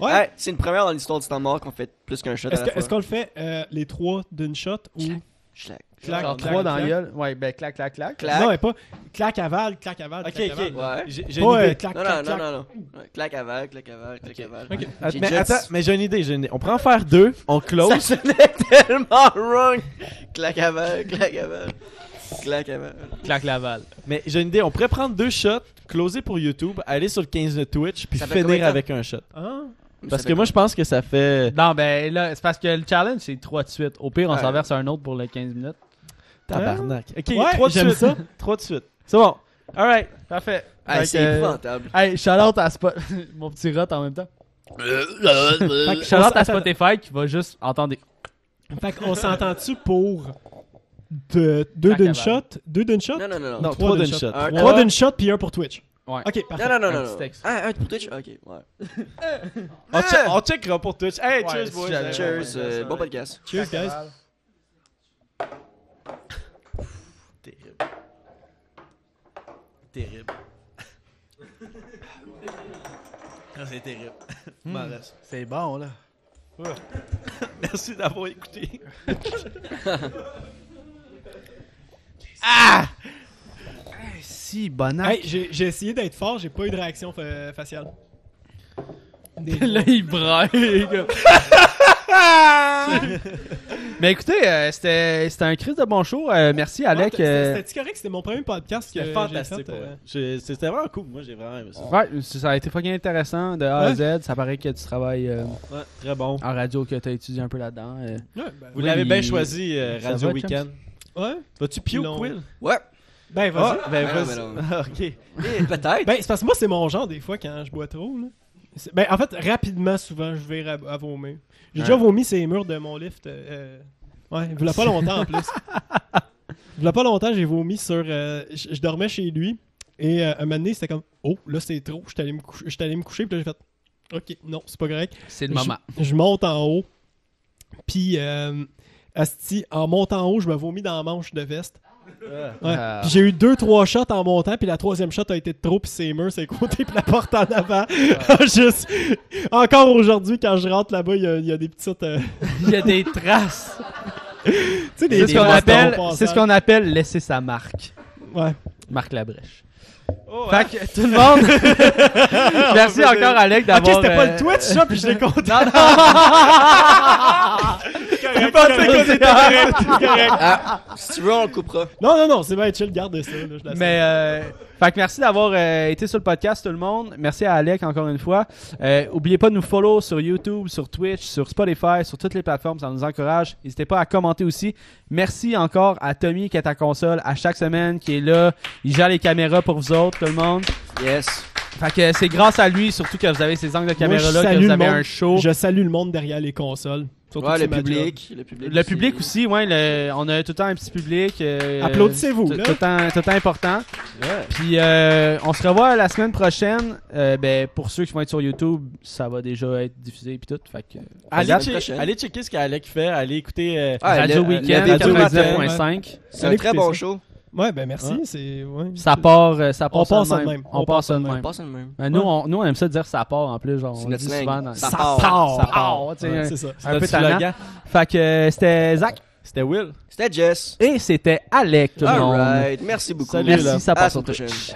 [SPEAKER 1] Ouais.
[SPEAKER 4] Hey, c'est une première dans l'histoire du temps mort qu'on fait plus qu'un shot à
[SPEAKER 1] Est-ce
[SPEAKER 4] la
[SPEAKER 1] que-
[SPEAKER 4] fois.
[SPEAKER 1] est-ce qu'on le fait euh, les trois d'une shot ou
[SPEAKER 4] Schlack.
[SPEAKER 1] clac,
[SPEAKER 3] genre,
[SPEAKER 1] clac,
[SPEAKER 3] trois dans la
[SPEAKER 1] clac?
[SPEAKER 3] gueule. Ouais, ben, clac, clac, clac.
[SPEAKER 4] Clac.
[SPEAKER 1] Non, mais pas clac aval, clac aval.
[SPEAKER 2] Ok,
[SPEAKER 1] clac
[SPEAKER 2] ok.
[SPEAKER 1] aval.
[SPEAKER 4] Ouais.
[SPEAKER 2] J'ai j'ai
[SPEAKER 1] Pas
[SPEAKER 2] une
[SPEAKER 1] euh,
[SPEAKER 2] idée.
[SPEAKER 1] clac,
[SPEAKER 4] Non,
[SPEAKER 1] clac,
[SPEAKER 4] non,
[SPEAKER 1] clac.
[SPEAKER 4] non, non, non. Ouais, Clac aval, clac aval, clac aval.
[SPEAKER 2] Ok.
[SPEAKER 4] Ouais.
[SPEAKER 2] Ah,
[SPEAKER 4] J'ai
[SPEAKER 2] mais
[SPEAKER 4] déjà dit-
[SPEAKER 2] attends, mais j'ai une idée, j'ai une idée. On prend en faire deux, on
[SPEAKER 4] Ça
[SPEAKER 2] close.
[SPEAKER 4] sonnait tellement wrong. Clac aval, clac aval. Clac aval.
[SPEAKER 3] Clac Laval.
[SPEAKER 2] Mais j'ai une idée, on pourrait prendre deux shots, closer pour YouTube, aller sur le 15 de Twitch, puis
[SPEAKER 4] Ça fait combien de
[SPEAKER 2] finir
[SPEAKER 4] temps?
[SPEAKER 2] avec un shot.
[SPEAKER 1] Hein?
[SPEAKER 4] Mais
[SPEAKER 2] Parce
[SPEAKER 4] ça
[SPEAKER 2] que
[SPEAKER 4] fait
[SPEAKER 2] moi, je pense que ça fait.
[SPEAKER 3] Non, ben, là, c'est parce que le challenge, c'est trois de suite. Au pire, on
[SPEAKER 4] Ouais.
[SPEAKER 3] s'en verse un autre pour les 15 minutes.
[SPEAKER 2] Tabarnak. Ok,
[SPEAKER 1] Ouais,
[SPEAKER 2] Hein? trois de
[SPEAKER 1] j'aime
[SPEAKER 2] suite.
[SPEAKER 1] ça.
[SPEAKER 2] trois de suite. C'est bon. Alright.
[SPEAKER 3] Parfait.
[SPEAKER 4] Ah,
[SPEAKER 3] Fait
[SPEAKER 4] c'est
[SPEAKER 3] que-
[SPEAKER 4] épouvantable.
[SPEAKER 3] euh, Hey, shout-out à Spot... Mon petit rot en même temps.
[SPEAKER 1] Euh,
[SPEAKER 3] Fait que shout-out à Spotify qui va juste entendre des...
[SPEAKER 1] Fait qu'on s'entend-tu pour de- deux
[SPEAKER 3] Clac
[SPEAKER 1] d'une
[SPEAKER 3] aval.
[SPEAKER 1] shot, deux d'une shot,
[SPEAKER 4] Non, non, non,
[SPEAKER 2] Non,
[SPEAKER 4] non.
[SPEAKER 2] trois
[SPEAKER 1] d'une
[SPEAKER 2] d'une shot.
[SPEAKER 4] Un-
[SPEAKER 1] trois d'une shot puis un pour Twitch.
[SPEAKER 3] Ouais.
[SPEAKER 1] Ok, parfait.
[SPEAKER 4] Non, non, non,
[SPEAKER 3] Un
[SPEAKER 4] non.
[SPEAKER 3] petit
[SPEAKER 4] non.
[SPEAKER 3] texte.
[SPEAKER 4] Ah, un pour Twitch? Ok, ouais.
[SPEAKER 2] On,
[SPEAKER 1] Ah!
[SPEAKER 2] check- on checkera pour Twitch. Hey,
[SPEAKER 3] Ouais,
[SPEAKER 2] cheers,
[SPEAKER 3] si
[SPEAKER 2] boys.
[SPEAKER 3] jamais.
[SPEAKER 4] Cheers, euh, bon podcast.
[SPEAKER 1] Cheers, guys.
[SPEAKER 2] Terrible. Terrible. Ah, c'est terrible. M'en reste.
[SPEAKER 5] C'est bon, là.
[SPEAKER 2] Merci d'avoir écouté.
[SPEAKER 5] Si, bonheur.
[SPEAKER 1] Hey, j'ai j'ai essayé d'être fort, j'ai pas eu de réaction fa- faciale.
[SPEAKER 3] Là, il braille, les gars. Mais écoutez, euh, c'était c'était un crise de bon show. Euh, merci, Alec. euh,
[SPEAKER 1] Ah, C'était correct, c'était mon premier podcast que
[SPEAKER 2] C'était
[SPEAKER 1] j'ai
[SPEAKER 2] fantastique.
[SPEAKER 1] fait,
[SPEAKER 2] pour
[SPEAKER 1] euh,
[SPEAKER 2] vrai. J'ai- C'était vraiment cool. Moi, j'ai vraiment aimé ça.
[SPEAKER 3] ouais, ça a été fucking intéressant de A à Z. Ça paraît que tu travailles euh,
[SPEAKER 2] Ouais, très bon.
[SPEAKER 3] en radio, que tu as étudié un peu là-dedans. euh.
[SPEAKER 1] ouais, ben,
[SPEAKER 2] Vous
[SPEAKER 3] Oui,
[SPEAKER 2] l'avez bien
[SPEAKER 3] il-
[SPEAKER 2] choisi, euh,
[SPEAKER 3] ça
[SPEAKER 2] Radio
[SPEAKER 3] va,
[SPEAKER 2] Weekend.
[SPEAKER 1] ouais.
[SPEAKER 2] Vas-tu pio
[SPEAKER 1] Non.
[SPEAKER 2] Quill?
[SPEAKER 4] Ouais.
[SPEAKER 1] Ben vas-y.
[SPEAKER 2] ben
[SPEAKER 4] Ah,
[SPEAKER 2] vas-y.
[SPEAKER 4] ben non.
[SPEAKER 2] Ah, ok.
[SPEAKER 4] Eh, Peut-être.
[SPEAKER 1] Ben c'est parce que moi c'est mon genre des fois quand je bois trop là. C'est- Ben en fait rapidement souvent je vais à, à vomir. J'ai déjà vomi ces murs de mon lift. euh, euh, Ouais, il voulait pas longtemps en plus. Il voulait pas longtemps j'ai vomi sur. euh, je je dormais chez lui et euh, un moment donné c'était comme oh là c'est trop. J'étais allé me coucher. J'étais allé me coucher puis là j'ai fait ok non c'est pas correct.
[SPEAKER 3] C'est le
[SPEAKER 1] Je-
[SPEAKER 3] moment.
[SPEAKER 1] Je, monte en haut. Puis, euh, asti, en montant en haut, je me vomis dans la manche de veste. Ouais.
[SPEAKER 9] Ah.
[SPEAKER 1] Puis j'ai eu deux, trois shots en montant, puis la troisième shot a été de trop, puis ses murs, ses côtés, puis la porte en avant.
[SPEAKER 3] Ah.
[SPEAKER 1] Juste- Encore aujourd'hui, quand je rentre là-bas, il y, a- il y a des petites. euh,
[SPEAKER 3] Il y a des traces.
[SPEAKER 1] tu sais, des
[SPEAKER 3] C'est ce qu'on
[SPEAKER 1] des
[SPEAKER 3] appelle,
[SPEAKER 1] bâtons
[SPEAKER 3] c'est ce qu'on appelle laisser sa marque.
[SPEAKER 1] passables. Ouais.
[SPEAKER 3] Marque la brèche.
[SPEAKER 1] Oh,
[SPEAKER 3] fait que tout le monde. Merci encore Alec
[SPEAKER 1] Ok,
[SPEAKER 3] d'avoir.
[SPEAKER 1] c'était pas le
[SPEAKER 3] euh,
[SPEAKER 1] Twitch, ça, puis je l'ai compté.
[SPEAKER 3] Non, non.
[SPEAKER 1] Je pensais qu'on était correct, correct.
[SPEAKER 4] Ah,
[SPEAKER 3] ah,
[SPEAKER 4] Si tu veux, on le coupera.
[SPEAKER 1] Non, non, non, c'est bien chill, garde ça. Là, je la
[SPEAKER 3] Mais euh, fait que merci d'avoir euh, été sur le podcast tout le monde. Merci à Alec encore une fois. Euh, oubliez pas de nous follow sur YouTube, sur Twitch, sur Spotify, sur toutes les plateformes, ça nous encourage. N'hésitez pas à commenter aussi. Merci encore à Tommy qui est à la console à chaque semaine qui est là, il gère les caméras pour vous autres tout le monde.
[SPEAKER 4] Yes.
[SPEAKER 3] Fait que c'est grâce à lui surtout que vous avez ces angles de
[SPEAKER 1] Moi,
[SPEAKER 3] caméra
[SPEAKER 1] je
[SPEAKER 3] là que
[SPEAKER 1] salue
[SPEAKER 3] vous
[SPEAKER 1] le
[SPEAKER 3] avez
[SPEAKER 1] monde.
[SPEAKER 3] un show.
[SPEAKER 1] Je salue le monde derrière les consoles. Surtout
[SPEAKER 4] Ouais,
[SPEAKER 1] que
[SPEAKER 4] le
[SPEAKER 1] c'est ma job.
[SPEAKER 4] public, le public.
[SPEAKER 3] Le public aussi, ouais, le- on a tout le temps un petit public. euh,
[SPEAKER 1] Applaudissez-vous,
[SPEAKER 3] Tout
[SPEAKER 1] là.
[SPEAKER 3] tout le temps, tout le temps important. Puis euh, on se revoit la semaine prochaine. Euh, ben, pour ceux qui vont être sur YouTube, ça va déjà être diffusé puis tout. Fait que,
[SPEAKER 2] Allez,
[SPEAKER 4] la
[SPEAKER 2] che-
[SPEAKER 4] prochaine.
[SPEAKER 2] allez checker ce qu'Alec fait, allez écouter. euh,
[SPEAKER 4] Ah,
[SPEAKER 3] Radio
[SPEAKER 4] le-
[SPEAKER 3] Weekend,
[SPEAKER 4] le-
[SPEAKER 3] Radio
[SPEAKER 4] le-
[SPEAKER 3] 99.5.
[SPEAKER 4] C'est un très
[SPEAKER 1] Écoutez ça.
[SPEAKER 4] bon show.
[SPEAKER 1] Ouais, ben merci. C'est, ouais.
[SPEAKER 3] Hein? Ça part, euh, ça part
[SPEAKER 1] On
[SPEAKER 3] ça de
[SPEAKER 1] passe ça de même.
[SPEAKER 3] On passe ça de même.
[SPEAKER 4] Passe le même.
[SPEAKER 3] Mais nous, on, nous, on aime ça dire ça part en plus. Genre,
[SPEAKER 4] C'est
[SPEAKER 3] on
[SPEAKER 4] notre
[SPEAKER 3] dit
[SPEAKER 4] slang.
[SPEAKER 3] souvent dans-
[SPEAKER 4] Ça
[SPEAKER 3] ça
[SPEAKER 4] part.
[SPEAKER 3] part.
[SPEAKER 1] Ça
[SPEAKER 3] tu sais,
[SPEAKER 1] Ouais,
[SPEAKER 3] un-
[SPEAKER 1] c'est ça.
[SPEAKER 3] un peu
[SPEAKER 2] notre slogan.
[SPEAKER 3] tannant. Fait que euh, c'était Zach
[SPEAKER 2] C'était Will.
[SPEAKER 4] C'était Jess.
[SPEAKER 3] et c'était Alec. Tout le monde.
[SPEAKER 4] Alright. Merci beaucoup.
[SPEAKER 3] Merci, ça passe
[SPEAKER 4] À la
[SPEAKER 3] sur
[SPEAKER 4] prochaine.
[SPEAKER 3] Twitch.